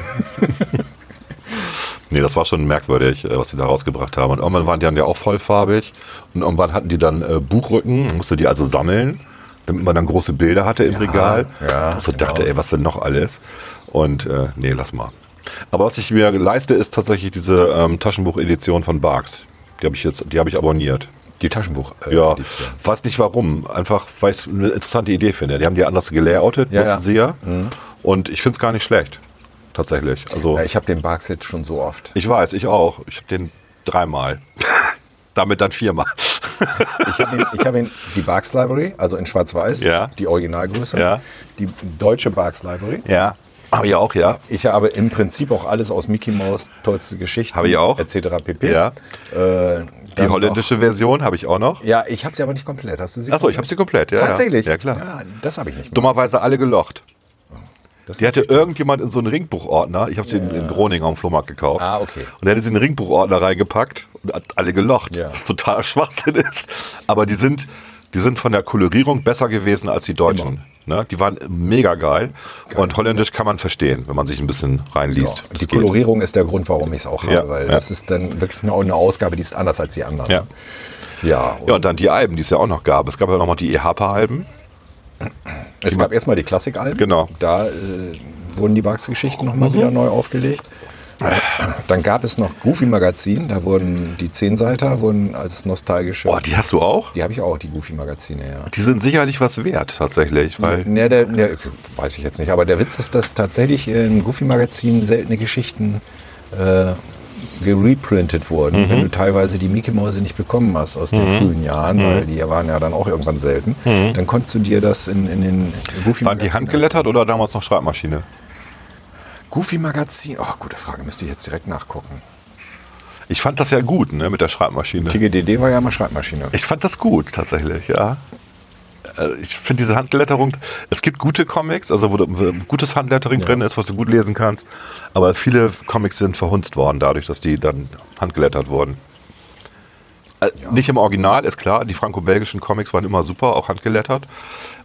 [SPEAKER 1] nee, das war schon merkwürdig, äh, was sie da rausgebracht haben. Und irgendwann waren die dann ja auch vollfarbig. Und irgendwann hatten die dann äh, Buchrücken, musste die also sammeln, damit man dann große Bilder hatte im Regal.
[SPEAKER 2] ja,
[SPEAKER 1] und so dachte, ey, was denn noch alles? Und äh, nee, lass mal. Aber was ich mir leiste, ist tatsächlich diese ähm, Taschenbuchedition von Barks. Die habe ich jetzt, die habe ich abonniert.
[SPEAKER 2] Die Taschenbuch. äh,
[SPEAKER 1] Ja,
[SPEAKER 2] Edition.
[SPEAKER 1] weiß nicht warum. Einfach, weil ich es eine interessante Idee finde. Die haben die anders gelayoutet,
[SPEAKER 2] Ja,
[SPEAKER 1] wussten
[SPEAKER 2] ja.
[SPEAKER 1] sie ja. Mhm. Und ich finde es gar nicht schlecht. Tatsächlich. Also,
[SPEAKER 2] Ja,
[SPEAKER 1] ich,
[SPEAKER 2] ich habe den Barks jetzt schon so oft.
[SPEAKER 1] weiß, ich auch. Ich habe den dreimal. Damit dann viermal.
[SPEAKER 2] Ich habe ihn, ich hab ihn die Barks Library, also in Schwarz-Weiß,
[SPEAKER 1] Ja.
[SPEAKER 2] die Originalgröße,
[SPEAKER 1] Ja.
[SPEAKER 2] die deutsche Barks Library.
[SPEAKER 1] Ja. Habe ich auch, ja.
[SPEAKER 2] Ich habe im Prinzip auch alles aus Mickey Mouse, tollste Geschichten,
[SPEAKER 1] Habe ich auch.
[SPEAKER 2] etc. pp.
[SPEAKER 1] Ja.
[SPEAKER 2] Äh,
[SPEAKER 1] Die
[SPEAKER 2] dann
[SPEAKER 1] holländische Version habe ich auch noch.
[SPEAKER 2] Noch, ja, ich habe sie aber nicht komplett. Hast du sie?
[SPEAKER 1] Ach so, ich habe sie komplett. Ja, ja.
[SPEAKER 2] Tatsächlich.
[SPEAKER 1] Ja, klar.
[SPEAKER 2] das habe ich nicht. Mehr.
[SPEAKER 1] Dummerweise alle gelocht.
[SPEAKER 2] Das
[SPEAKER 1] Die hatte irgendjemand in so einen Ringbuchordner. Ich habe sie in, in Groningen am Flohmarkt gekauft.
[SPEAKER 2] Ah, okay.
[SPEAKER 1] Und da hätte sie in den Ringbuchordner reingepackt und hat alle gelocht,
[SPEAKER 2] Ja.
[SPEAKER 1] was totaler Schwachsinn ist. Aber die sind, die sind von der Kolorierung besser gewesen als die Deutschen. Ne? Die waren mega geil. Und Holländisch kann man verstehen, wenn man sich ein bisschen reinliest.
[SPEAKER 2] die
[SPEAKER 1] Das geht.
[SPEAKER 2] Kolorierung ist der Grund, warum ich es auch habe,
[SPEAKER 1] Ja,
[SPEAKER 2] weil
[SPEAKER 1] ja.
[SPEAKER 2] das ist dann wirklich eine, eine Ausgabe, die ist anders als die anderen.
[SPEAKER 1] Ja.
[SPEAKER 2] Ja, und
[SPEAKER 1] Ja, und dann die Alben, die es ja auch noch gab. Es gab ja noch mal die EHPA-Alben.
[SPEAKER 2] es gab erstmal die Klassikalben.
[SPEAKER 1] Genau. Mhm.
[SPEAKER 2] Da äh, wurden die Bugs-Geschichten nochmal mal wieder neu aufgelegt. Dann gab es noch Goofy Magazin, da wurden die Zehnseiter wurden als nostalgische.
[SPEAKER 1] Boah, die hast du auch?
[SPEAKER 2] die habe ich auch, die Goofy Magazine, ja.
[SPEAKER 1] Die sind sicherlich was wert, tatsächlich. Weil
[SPEAKER 2] Ne, der, ne, weiß ich jetzt nicht, aber der Witz ist, dass tatsächlich im Goofy-Magazin seltene Geschichten äh, gereprintet wurden,
[SPEAKER 1] Mhm.
[SPEAKER 2] wenn du teilweise die Mickey-Mäuse nicht bekommen hast aus den frühen Jahren,
[SPEAKER 1] Mhm.
[SPEAKER 2] weil die waren ja dann auch irgendwann selten, dann konntest du dir das in, in den goofy
[SPEAKER 1] waren die handgelettert oder damals noch Schreibmaschine?
[SPEAKER 2] Goofy-Magazin? Oh, gute Frage, müsste ich jetzt direkt nachgucken.
[SPEAKER 1] Ich fand das ja gut, ne, mit der Schreibmaschine.
[SPEAKER 2] TGDD war ja immer Schreibmaschine.
[SPEAKER 1] Ich fand das gut, tatsächlich, ja. Also Ich finde diese Handletterung, es gibt gute Comics, also wo du- wo gutes Handlettering drin ist, was du gut lesen kannst, aber viele Comics sind verhunzt worden dadurch, dass die dann handgelettert wurden. Äh, Nicht im Original, ist klar, die franco-belgischen Comics waren immer super, auch handgelettert,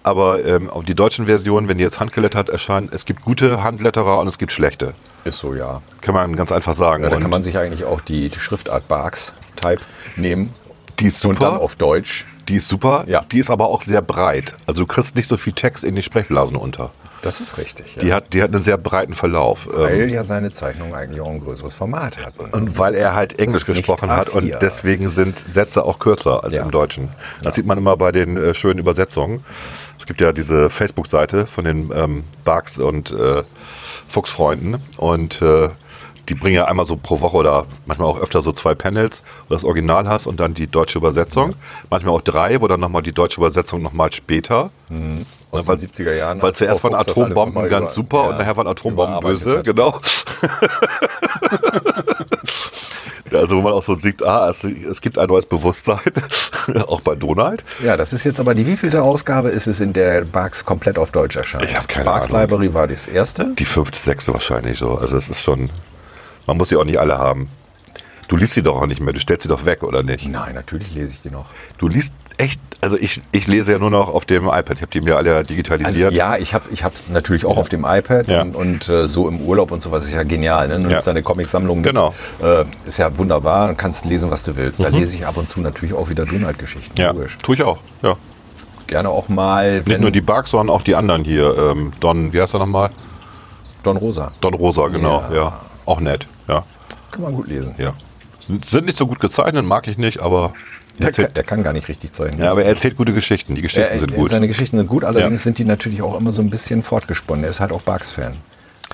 [SPEAKER 1] aber ähm, auch die deutschen Versionen, wenn die jetzt handgelettert erscheinen, es gibt gute Handletterer und es gibt schlechte.
[SPEAKER 2] Ist so, ja.
[SPEAKER 1] Kann man ganz einfach sagen.
[SPEAKER 2] Ja, da kann
[SPEAKER 1] Und
[SPEAKER 2] man sich eigentlich auch die, die Schriftart Barks Type nehmen
[SPEAKER 1] die ist
[SPEAKER 2] und dann auf Deutsch.
[SPEAKER 1] Die ist super,
[SPEAKER 2] Ja.
[SPEAKER 1] die ist aber auch sehr breit. Also du kriegst nicht so viel Text in die Sprechblasen unter.
[SPEAKER 2] Das ist richtig. Ja.
[SPEAKER 1] Die, hat, die hat einen sehr breiten Verlauf.
[SPEAKER 2] Weil
[SPEAKER 1] Ähm,
[SPEAKER 2] ja seine Zeichnung eigentlich auch ein größeres Format hat.
[SPEAKER 1] und weil er halt Englisch
[SPEAKER 2] ist nicht
[SPEAKER 1] gesprochen hat und
[SPEAKER 2] A4.
[SPEAKER 1] deswegen sind Sätze auch kürzer als
[SPEAKER 2] Ja.
[SPEAKER 1] im Deutschen. Das sieht man immer bei den äh, schönen Übersetzungen. Es gibt ja diese Facebook-Seite von den ähm, Barks und äh, Fuchsfreunden und äh, die bringen ja einmal so pro Woche oder manchmal auch öfter so zwei Panels, wo du das Original hast und dann die deutsche Übersetzung. Manchmal auch drei, wo dann nochmal die deutsche Übersetzung nochmal später.
[SPEAKER 2] Mhm.
[SPEAKER 1] Ne,
[SPEAKER 2] aus
[SPEAKER 1] weil-
[SPEAKER 2] den 70er Jahren.
[SPEAKER 1] Weil zuerst
[SPEAKER 2] Frau
[SPEAKER 1] waren
[SPEAKER 2] Fuchs das alles
[SPEAKER 1] Atombomben
[SPEAKER 2] nochmal
[SPEAKER 1] ganz
[SPEAKER 2] über-
[SPEAKER 1] super und
[SPEAKER 2] ja,
[SPEAKER 1] nachher waren Atombomben
[SPEAKER 2] überarbeitet
[SPEAKER 1] böse,
[SPEAKER 2] hat.
[SPEAKER 1] genau. Also wo man auch so sieht, ah, es, es gibt ein neues Bewusstsein, auch bei Donald.
[SPEAKER 2] Ja, das ist jetzt aber die wievielte Ausgabe ist es, in der Barks komplett auf Deutsch erscheint?
[SPEAKER 1] Ich hab keine
[SPEAKER 2] Barks
[SPEAKER 1] Ahnung.
[SPEAKER 2] Library war das erste.
[SPEAKER 1] Die fünfte, sechste wahrscheinlich so. Also es ist schon, man muss sie auch nicht alle haben. Du liest sie doch auch nicht mehr, du stellst sie doch weg, oder nicht?
[SPEAKER 2] Nein, natürlich lese ich die noch.
[SPEAKER 1] Du liest echt, also ich, ich lese ja nur noch auf dem iPad. Ich habe die mir alle digitalisiert.
[SPEAKER 2] Also, ja, ich habe ich hab natürlich auch auf dem iPad
[SPEAKER 1] Ja.
[SPEAKER 2] und, und äh, so im Urlaub und sowas ist ja genial. Ne? Du nimmst
[SPEAKER 1] Ja.
[SPEAKER 2] deine Comicsammlung mit.
[SPEAKER 1] Genau. Mhm.
[SPEAKER 2] Äh, ist ja wunderbar und kannst lesen, was du willst. Da lese ich ab und zu natürlich auch wieder Donald-Geschichten.
[SPEAKER 1] Ja,
[SPEAKER 2] Logisch.
[SPEAKER 1] tue ich auch. Ja.
[SPEAKER 2] Gerne auch mal,
[SPEAKER 1] Nicht nur die Bugs, sondern auch die anderen hier. Ähm, Don, wie heißt er nochmal?
[SPEAKER 2] Don Rosa.
[SPEAKER 1] Don Rosa, genau. Ja.
[SPEAKER 2] Ja.
[SPEAKER 1] Auch nett. Ja.
[SPEAKER 2] Kann man gut lesen.
[SPEAKER 1] ja. Sind sind nicht so gut gezeichnet, mag ich nicht, aber.
[SPEAKER 2] Der, kann,
[SPEAKER 1] Erzählt,
[SPEAKER 2] der kann gar nicht richtig zeichnen.
[SPEAKER 1] ja, aber er erzählt gute Geschichten. Die Geschichten
[SPEAKER 2] Er-
[SPEAKER 1] sind
[SPEAKER 2] er-
[SPEAKER 1] gut.
[SPEAKER 2] Äh, Seine Geschichten sind gut, allerdings
[SPEAKER 1] Ja.
[SPEAKER 2] sind die natürlich auch immer so ein bisschen fortgesponnen. Er ist halt auch Barks-Fan.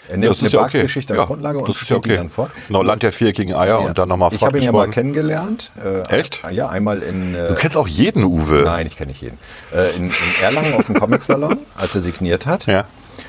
[SPEAKER 2] Er nimmt
[SPEAKER 1] das ist
[SPEAKER 2] eine
[SPEAKER 1] ja okay.
[SPEAKER 2] Barks-Geschichte als
[SPEAKER 1] Ja,
[SPEAKER 2] Grundlage und
[SPEAKER 1] das ist ja
[SPEAKER 2] spielt die
[SPEAKER 1] okay.
[SPEAKER 2] dann fort.
[SPEAKER 1] Genau, Land der viereckigen Eier und dann nochmal
[SPEAKER 2] ich habe ihn ja mal
[SPEAKER 1] fortgesponnen.
[SPEAKER 2] kennengelernt. äh,
[SPEAKER 1] Echt?
[SPEAKER 2] Ja, einmal in... äh,
[SPEAKER 1] Du kennst auch jeden Uwe.
[SPEAKER 2] Nein, ich kenne nicht jeden. Äh, in, in Erlangen auf dem Comic-Salon, als er signiert hat.
[SPEAKER 1] Ja.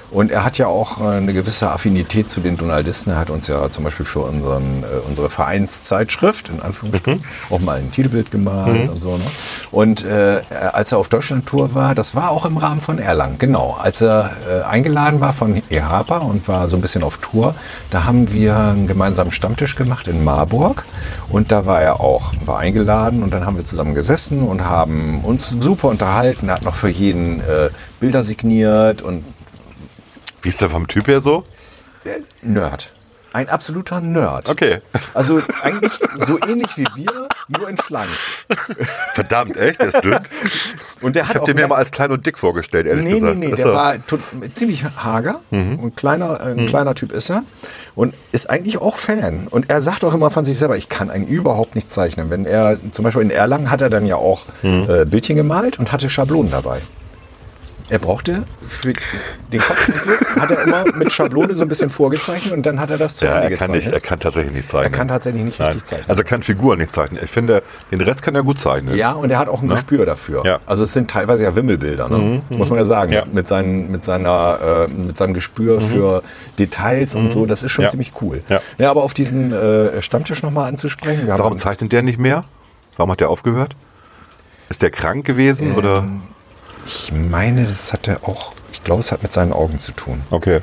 [SPEAKER 2] Und er hat ja auch äh, eine gewisse Affinität zu den Donaldisten. Er hat uns ja zum Beispiel für unseren, äh, unsere Vereinszeitschrift, in Anführungsstrichen, auch mal ein Titelbild gemalt und so. Ne? Und äh, als er auf Deutschland-Tour war, das war auch im Rahmen von Erlangen, genau. Als er äh, eingeladen war von E. Harper und war so ein bisschen auf Tour, da haben wir einen gemeinsamen Stammtisch gemacht in Marburg. Und da war er auch, war eingeladen und dann haben wir zusammen gesessen und haben uns super unterhalten. Er hat noch für jeden äh, Bilder signiert und
[SPEAKER 1] Wie ist der vom Typ her so?
[SPEAKER 2] Nerd. Ein absoluter Nerd.
[SPEAKER 1] Okay.
[SPEAKER 2] Also eigentlich so ähnlich wie wir, nur in Schlangen.
[SPEAKER 1] Verdammt, echt? Der ist dünn.
[SPEAKER 2] Und der
[SPEAKER 1] Ich
[SPEAKER 2] hat
[SPEAKER 1] habe
[SPEAKER 2] auch
[SPEAKER 1] den mir
[SPEAKER 2] mehr-
[SPEAKER 1] mal als klein und dick vorgestellt, ehrlich
[SPEAKER 2] Nee, nee,
[SPEAKER 1] gesagt.
[SPEAKER 2] nee,
[SPEAKER 1] Ach
[SPEAKER 2] der
[SPEAKER 1] so. Mhm.
[SPEAKER 2] war to- ziemlich hager. Ein, kleiner, äh, ein kleiner Typ ist er. Und ist eigentlich auch Fan. Und er sagt auch immer von sich selber, ich kann einen überhaupt nicht zeichnen. Wenn er, zum Beispiel in Erlangen hat er dann ja auch
[SPEAKER 1] Mhm.
[SPEAKER 2] äh, Bildchen gemalt und hatte Schablonen dabei. Er brauchte für den Kopf und so, hat er immer mit Schablone so ein bisschen vorgezeichnet und dann hat er das zu
[SPEAKER 1] ja,
[SPEAKER 2] Ende
[SPEAKER 1] er kann, nicht,
[SPEAKER 2] gezeichnet.
[SPEAKER 1] er kann tatsächlich nicht zeichnen.
[SPEAKER 2] Er kann tatsächlich nicht richtig zeichnen.
[SPEAKER 1] Also er kann Figuren nicht zeichnen. Ich finde, den Rest kann er gut zeichnen.
[SPEAKER 2] Ja, und er hat auch ein Gespür dafür.
[SPEAKER 1] Ne? Ja. Mhm,
[SPEAKER 2] Also es sind teilweise ja Wimmelbilder, ne? muss man ja sagen.
[SPEAKER 1] Ja. Mhm.
[SPEAKER 2] Mit, seinen, mit, seiner, äh, mit seinem Gespür für Details und so, das ist schon
[SPEAKER 1] Ja.
[SPEAKER 2] ziemlich cool.
[SPEAKER 1] Ja.
[SPEAKER 2] aber auf diesen äh, Stammtisch nochmal anzusprechen. Wir haben-
[SPEAKER 1] Warum zeichnet der nicht mehr? Warum hat der aufgehört? Ist der krank
[SPEAKER 2] Ähm.
[SPEAKER 1] gewesen oder?
[SPEAKER 2] ich meine, das hatte auch, ich glaube, es hat mit seinen Augen zu tun.
[SPEAKER 1] Okay.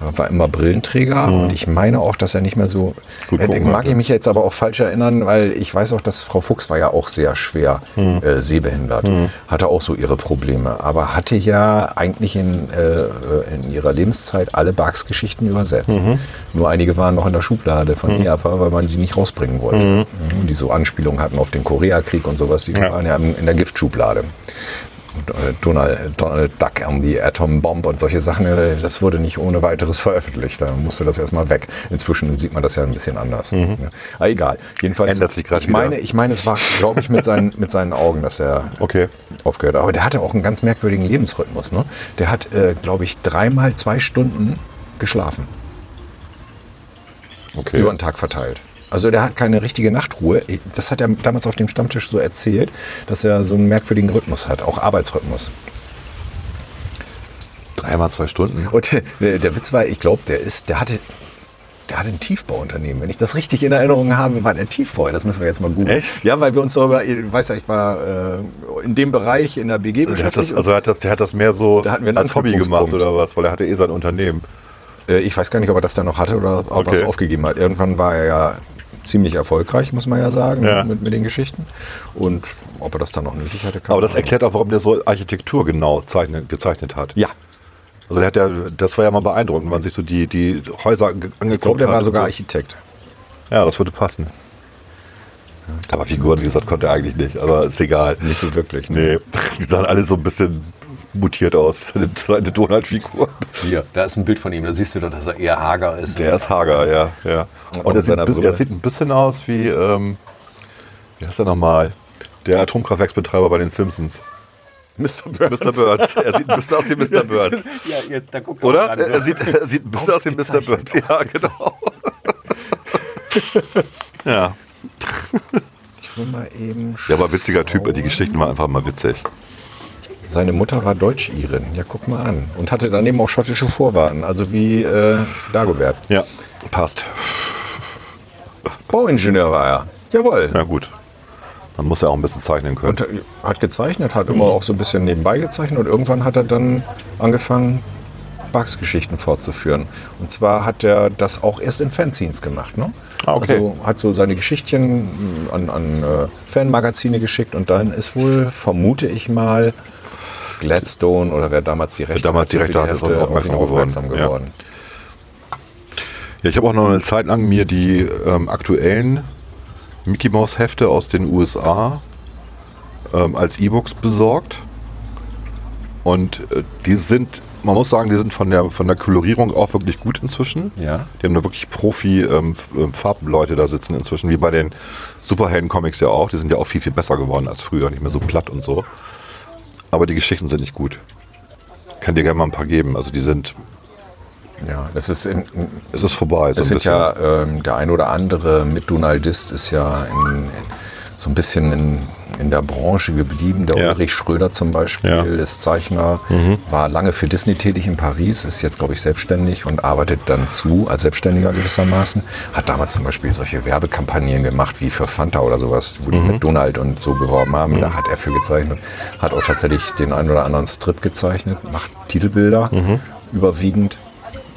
[SPEAKER 2] Er war immer Brillenträger und ich meine auch, dass er nicht mehr so.
[SPEAKER 1] Gut
[SPEAKER 2] Äh,
[SPEAKER 1] gucken
[SPEAKER 2] mag
[SPEAKER 1] konnte.
[SPEAKER 2] ich mich jetzt aber auch falsch erinnern, weil ich weiß auch, dass Frau Fuchs war ja auch sehr schwer äh, sehbehindert, hatte auch so ihre Probleme, aber hatte ja eigentlich in, äh, in ihrer Lebenszeit alle Barks-Geschichten übersetzt. Nur einige waren noch in der Schublade von EAPA, weil man die nicht rausbringen wollte. Mhm, Die so Anspielungen hatten auf den Koreakrieg und sowas, die waren ja im- in der Giftschublade. Äh, Donald, Donald Duck and the Atom Bomb und solche Sachen, äh, das wurde nicht ohne weiteres veröffentlicht. Da musste das erstmal weg. Inzwischen sieht man das ja ein bisschen anders. Ja. Aber egal. Jedenfalls.
[SPEAKER 1] Mhm. Ändert sich gerade
[SPEAKER 2] ich meine,
[SPEAKER 1] wieder.
[SPEAKER 2] ich meine, es war, glaube ich, mit seinen, mit seinen Augen, dass er
[SPEAKER 1] Okay.
[SPEAKER 2] aufgehört hat. Aber der hatte auch einen ganz merkwürdigen Lebensrhythmus. Ne? Der hat, äh, glaube ich, dreimal zwei Stunden geschlafen
[SPEAKER 1] Okay.
[SPEAKER 2] über den Tag verteilt. Also der hat keine richtige Nachtruhe. Das hat er damals auf dem Stammtisch so erzählt, dass er so einen merkwürdigen Rhythmus hat, auch Arbeitsrhythmus.
[SPEAKER 1] Dreimal zwei Stunden.
[SPEAKER 2] Und äh, der Witz war, ich glaube, der ist, der hatte, der hatte ein Tiefbauunternehmen. Wenn ich das richtig in Erinnerung habe, war der Tiefbauer. Das müssen wir jetzt mal googeln.
[SPEAKER 1] Echt?
[SPEAKER 2] Ja, weil wir uns darüber, ihr weißt ja, ich war äh, in dem Bereich in der BG
[SPEAKER 1] Der hat
[SPEAKER 2] beschäftigt.
[SPEAKER 1] das, also er hat das, der hat das mehr so
[SPEAKER 2] Da hatten wir einen
[SPEAKER 1] als Hobby gemacht
[SPEAKER 2] Anknüpfungspunkt.
[SPEAKER 1] oder was, weil er hatte eh sein Unternehmen.
[SPEAKER 2] Äh, ich weiß gar nicht, ob er das dann noch hatte oder ob er es
[SPEAKER 1] Okay.
[SPEAKER 2] aufgegeben hat. Irgendwann war er ja ziemlich erfolgreich, muss man ja sagen,
[SPEAKER 1] Ja.
[SPEAKER 2] Mit, mit den Geschichten. Und ob er das dann noch nötig hatte, kann
[SPEAKER 1] Aber das erklärt auch, warum der so Architektur genau zeichnet, gezeichnet hat.
[SPEAKER 2] Ja,
[SPEAKER 1] Also der hat ja, das war ja mal beeindruckend, wenn man sich so die, die Häuser ange- angeguckt hat.
[SPEAKER 2] ich glaube, der war
[SPEAKER 1] und
[SPEAKER 2] sogar
[SPEAKER 1] so.
[SPEAKER 2] Architekt.
[SPEAKER 1] Ja, das würde passen. Aber Figuren, wie gesagt, konnte er eigentlich nicht. Aber ist egal.
[SPEAKER 2] Nicht so wirklich. Ne?
[SPEAKER 1] Nee, die sahen alle so ein bisschen mutiert aus. Seine Donald-Figur.
[SPEAKER 3] Hier, da ist ein Bild von ihm. Da siehst du doch, dass er eher hager ist.
[SPEAKER 1] Der ist hager, ja. ja.
[SPEAKER 2] Und
[SPEAKER 1] Und er
[SPEAKER 2] mit
[SPEAKER 1] sieht,
[SPEAKER 2] seiner
[SPEAKER 1] ein bi-
[SPEAKER 2] Brille.
[SPEAKER 1] er sieht ein bisschen aus wie, ähm, wie heißt er nochmal? Der Atomkraftwerksbetreiber bei den Simpsons.
[SPEAKER 2] Mr. Burns.
[SPEAKER 1] Mr. Burns. Er sieht ein bisschen aus wie Mr. Burns.
[SPEAKER 3] Ja, ihr- da guckt er
[SPEAKER 1] Oder?
[SPEAKER 3] gerade so.
[SPEAKER 1] Er sieht, er sieht ein bisschen aus wie Mr. Burns.
[SPEAKER 2] Ausgezeichnet,
[SPEAKER 1] Ja, genau. Ja.
[SPEAKER 2] Ich will mal eben sch-
[SPEAKER 1] Der war ein witziger Typ. Die Geschichten waren einfach mal witzig.
[SPEAKER 2] Seine Mutter war Deutsch-Irin. Ja, guck mal an. Und hatte daneben auch schottische Vorwarten. Also wie äh, Dagobert.
[SPEAKER 1] Ja, passt.
[SPEAKER 2] Bauingenieur war er. Jawohl.
[SPEAKER 1] Na gut. Man muss ja auch ein bisschen zeichnen können.
[SPEAKER 2] Und hat gezeichnet, hat
[SPEAKER 1] Mhm.
[SPEAKER 2] immer auch so ein bisschen nebenbei gezeichnet und irgendwann hat er dann angefangen, Bugs-Geschichten fortzuführen. Und zwar hat er das auch erst in Fanzines gemacht. Ne?
[SPEAKER 1] Ah, okay.
[SPEAKER 2] Also hat so seine Geschichtchen an, an äh, Fanmagazine geschickt und dann ist wohl, vermute ich mal, Gladstone oder wer damals die Rechte
[SPEAKER 1] damals die
[SPEAKER 2] hatte, für
[SPEAKER 1] Rechte hatte, ist
[SPEAKER 2] Hälfte
[SPEAKER 1] auch
[SPEAKER 2] auf ihn aufmerksam
[SPEAKER 1] aufmerksam geworden. Ja.
[SPEAKER 2] geworden.
[SPEAKER 1] Ja, ich habe auch noch eine Zeit lang mir die ähm, aktuellen Mickey Mouse Hefte aus den USA ähm, als E-Books besorgt. Und äh, die sind, man muss sagen, die sind von der, von der Kolorierung auch wirklich gut inzwischen.
[SPEAKER 2] Ja.
[SPEAKER 1] Die haben da wirklich ähm, Profi-Farbenleute äh, da sitzen inzwischen, wie bei den Superhelden-Comics ja auch. Die sind ja auch viel, viel besser geworden als früher, nicht mehr so platt und so. Aber die Geschichten sind nicht gut. Kann dir gerne mal ein paar geben. Also die sind,
[SPEAKER 2] Ja, das ist in,
[SPEAKER 1] es ist vorbei. so
[SPEAKER 2] Es
[SPEAKER 1] ein
[SPEAKER 2] sind
[SPEAKER 1] bisschen.
[SPEAKER 2] ja ähm, der ein oder andere Mitdonaldist ist ja in, so ein bisschen in, in der Branche geblieben. Der
[SPEAKER 1] Ja.
[SPEAKER 2] Ulrich Schröder zum Beispiel
[SPEAKER 1] Ja.
[SPEAKER 2] ist Zeichner, war lange für Disney tätig in Paris, ist jetzt glaube ich selbstständig und arbeitet dann zu als Selbstständiger gewissermaßen. Hat damals zum Beispiel solche Werbekampagnen gemacht wie für Fanta oder sowas, wo die mit Donald und so beworben haben. Da hat er für gezeichnet, hat auch tatsächlich den einen oder anderen Strip gezeichnet, macht Titelbilder überwiegend.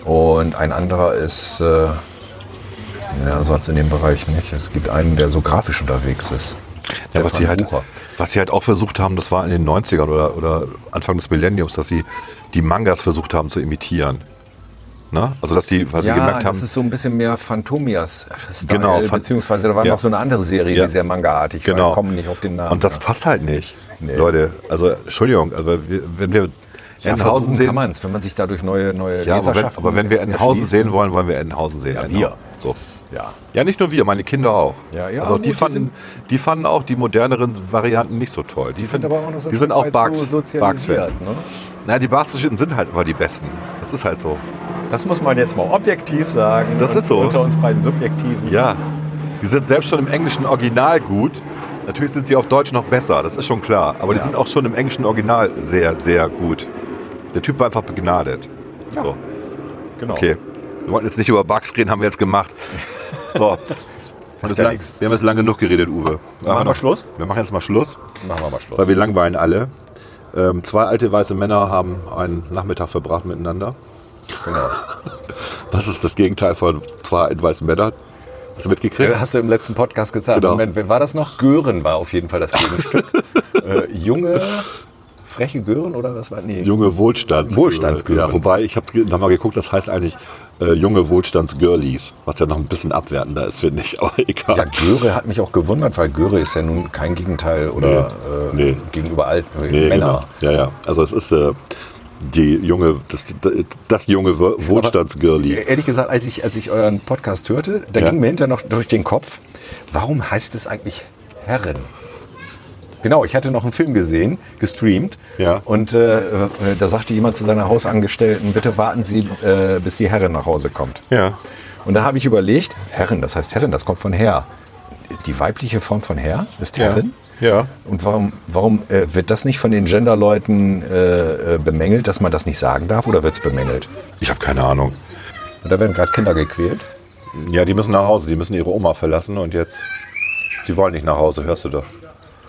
[SPEAKER 2] Und ein anderer ist, äh, ja, sonst in dem Bereich nicht. Es gibt einen, der so grafisch unterwegs ist.
[SPEAKER 1] Ja, was
[SPEAKER 2] Stefan
[SPEAKER 1] sie, halt,
[SPEAKER 2] Bucher.
[SPEAKER 1] was sie halt auch versucht haben, das war in den 90ern oder, oder Anfang des Millenniums, dass sie die Mangas versucht haben zu imitieren. Ne? Also, dass sie, weil sie
[SPEAKER 2] ja,
[SPEAKER 1] gemerkt haben,
[SPEAKER 2] das ist so ein bisschen mehr Phantomias. -Style,
[SPEAKER 1] Genau, Phan-
[SPEAKER 2] beziehungsweise da war
[SPEAKER 1] Ja.
[SPEAKER 2] noch so eine andere Serie,
[SPEAKER 1] Ja.
[SPEAKER 2] die sehr manga-artig war.
[SPEAKER 1] genau.
[SPEAKER 2] Ich komme nicht auf den Namen.
[SPEAKER 1] Und das passt halt nicht. Leute, also, Entschuldigung, aber wir, wenn wir
[SPEAKER 2] ja,
[SPEAKER 1] Entenhausen
[SPEAKER 2] versuchen
[SPEAKER 1] sehen.
[SPEAKER 2] kann man es, wenn man sich dadurch neue, neue
[SPEAKER 1] ja, aber wenn,
[SPEAKER 2] Leserschaften
[SPEAKER 1] aber wenn wir Entenhausen
[SPEAKER 2] erschließt.
[SPEAKER 1] sehen wollen, wollen wir Entenhausen sehen.
[SPEAKER 2] Ja,
[SPEAKER 1] Genau.
[SPEAKER 2] wir.
[SPEAKER 1] So.
[SPEAKER 2] Ja.
[SPEAKER 1] Ja, nicht nur wir, meine Kinder auch.
[SPEAKER 2] Ja, ja,
[SPEAKER 1] also die
[SPEAKER 2] gut, die
[SPEAKER 1] fanden,
[SPEAKER 2] sind-
[SPEAKER 1] die fanden auch die moderneren Varianten nicht so toll. Die,
[SPEAKER 2] sind aber auch noch so ein
[SPEAKER 1] die
[SPEAKER 2] Stück
[SPEAKER 1] sind auch
[SPEAKER 2] weit
[SPEAKER 1] Bugs,
[SPEAKER 2] so sozialisiert,
[SPEAKER 1] Bugs-Fans.
[SPEAKER 2] ne?
[SPEAKER 1] Na, die Bastischen sind halt immer die besten. Das ist halt so.
[SPEAKER 2] Das muss man jetzt mal objektiv sagen.
[SPEAKER 1] Das ist so.
[SPEAKER 2] Unter uns beiden Subjektiven.
[SPEAKER 1] Ja. Die sind selbst schon im englischen Original gut. Natürlich sind sie auf Deutsch noch besser, das ist schon klar. Aber die sind auch schon im englischen Original sehr, sehr gut. Der Typ war einfach begnadet. So,
[SPEAKER 2] genau.
[SPEAKER 1] okay. Wir wollten jetzt nicht über Bugs reden, haben wir jetzt gemacht. So. Wir haben, jetzt
[SPEAKER 2] ja
[SPEAKER 1] lang,
[SPEAKER 2] nix.
[SPEAKER 1] wir haben jetzt lang genug geredet, Uwe.
[SPEAKER 2] wir
[SPEAKER 1] Machen
[SPEAKER 2] Schluss?
[SPEAKER 1] Wir machen jetzt mal Schluss.
[SPEAKER 2] Machen wir mal Schluss.
[SPEAKER 1] Weil wir langweilen alle. Ähm, zwei alte weiße Männer haben einen Nachmittag verbracht miteinander.
[SPEAKER 2] Genau.
[SPEAKER 1] Was ist das Gegenteil von zwei alte weißen Männern? Hast du mitgekriegt?
[SPEAKER 2] Äh, Hast du im letzten Podcast gesagt.
[SPEAKER 1] Genau.
[SPEAKER 2] Moment, wer war das noch? Gören war auf jeden Fall das Gegenstück. äh, junge, freche Gören oder was war? Nee.
[SPEAKER 1] Junge Wohlstands
[SPEAKER 2] Wohlstandsgirls.
[SPEAKER 1] Ja, wobei, ich habe nochmal geguckt, das heißt eigentlich äh, junge Wohlstandsgirlies, was ja noch ein bisschen abwertender ist, finde ich, aber egal.
[SPEAKER 2] Ja, Göre hat mich auch gewundert, weil Göre ist ja nun kein Gegenteil oder
[SPEAKER 1] Nee,
[SPEAKER 2] äh,
[SPEAKER 1] nee.
[SPEAKER 2] gegenüber alten
[SPEAKER 1] Nee,
[SPEAKER 2] Männer.
[SPEAKER 1] Genau. Ja, ja. Also es ist äh, die junge, das, das junge Wo- Wohlstandsgirlie.
[SPEAKER 2] Ehrlich gesagt, als ich, als ich euren Podcast hörte, da
[SPEAKER 1] Ja.
[SPEAKER 2] ging mir hinterher noch durch den Kopf, warum heißt es eigentlich Herren? Genau, ich hatte noch einen Film gesehen, gestreamt.
[SPEAKER 1] Ja.
[SPEAKER 2] Und äh, äh, da sagte jemand zu seiner Hausangestellten, bitte warten Sie, äh, bis die Herrin nach Hause kommt.
[SPEAKER 1] Ja.
[SPEAKER 2] Und da habe ich überlegt, Herrin, das heißt Herrin, das kommt von Herr. Die weibliche Form von Herr ist Herrin?
[SPEAKER 1] Ja.
[SPEAKER 2] Und warum, warum äh, wird das nicht von den Genderleuten äh, äh, bemängelt, dass man das nicht sagen darf oder wird es bemängelt?
[SPEAKER 1] Ich habe keine Ahnung.
[SPEAKER 2] Und da werden gerade Kinder gequält.
[SPEAKER 1] Ja, die müssen nach Hause, die müssen ihre Oma verlassen und jetzt. Sie wollen nicht nach Hause, hörst du doch.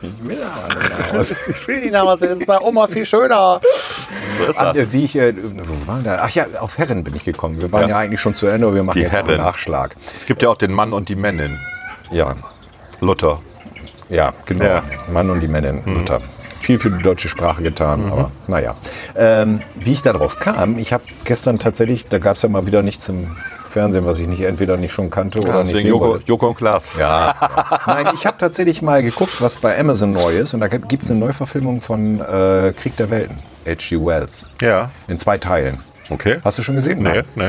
[SPEAKER 1] Ich will nicht nach Hause, es ist bei Oma viel schöner. So ist
[SPEAKER 2] Ah,
[SPEAKER 1] das.
[SPEAKER 2] äh, wie ich, äh, wo waren wir? Ach ja, auf Herren bin ich gekommen. Wir waren
[SPEAKER 1] Ja.
[SPEAKER 2] ja, eigentlich schon zu Ende, aber wir machen
[SPEAKER 1] Die
[SPEAKER 2] jetzt noch einen
[SPEAKER 1] Herren.
[SPEAKER 2] Nachschlag.
[SPEAKER 1] Es gibt ja auch den Mann und die Männin.
[SPEAKER 2] Ja,
[SPEAKER 1] Luther.
[SPEAKER 2] ja, genau.
[SPEAKER 1] Ja. Mhm.
[SPEAKER 2] Mann und die Männin. Luther. Viel für die deutsche Sprache getan, aber naja. Ähm, wie ich darauf kam, ich habe gestern tatsächlich, da gab es ja mal wieder nichts im Fernsehen, was ich nicht entweder nicht schon kannte oder nicht
[SPEAKER 1] Deswegen
[SPEAKER 2] sehen
[SPEAKER 1] Joko,
[SPEAKER 2] wollte.
[SPEAKER 1] Joko und Klaas.
[SPEAKER 2] Ja. ja. Nein, ich habe tatsächlich mal geguckt, was bei Amazon neu ist. Und da gibt es eine Neuverfilmung von äh, Krieg der Welten. H.G. Wells.
[SPEAKER 1] Ja.
[SPEAKER 2] In zwei Teilen.
[SPEAKER 1] Okay.
[SPEAKER 2] Hast du schon gesehen? Nein.
[SPEAKER 1] nee.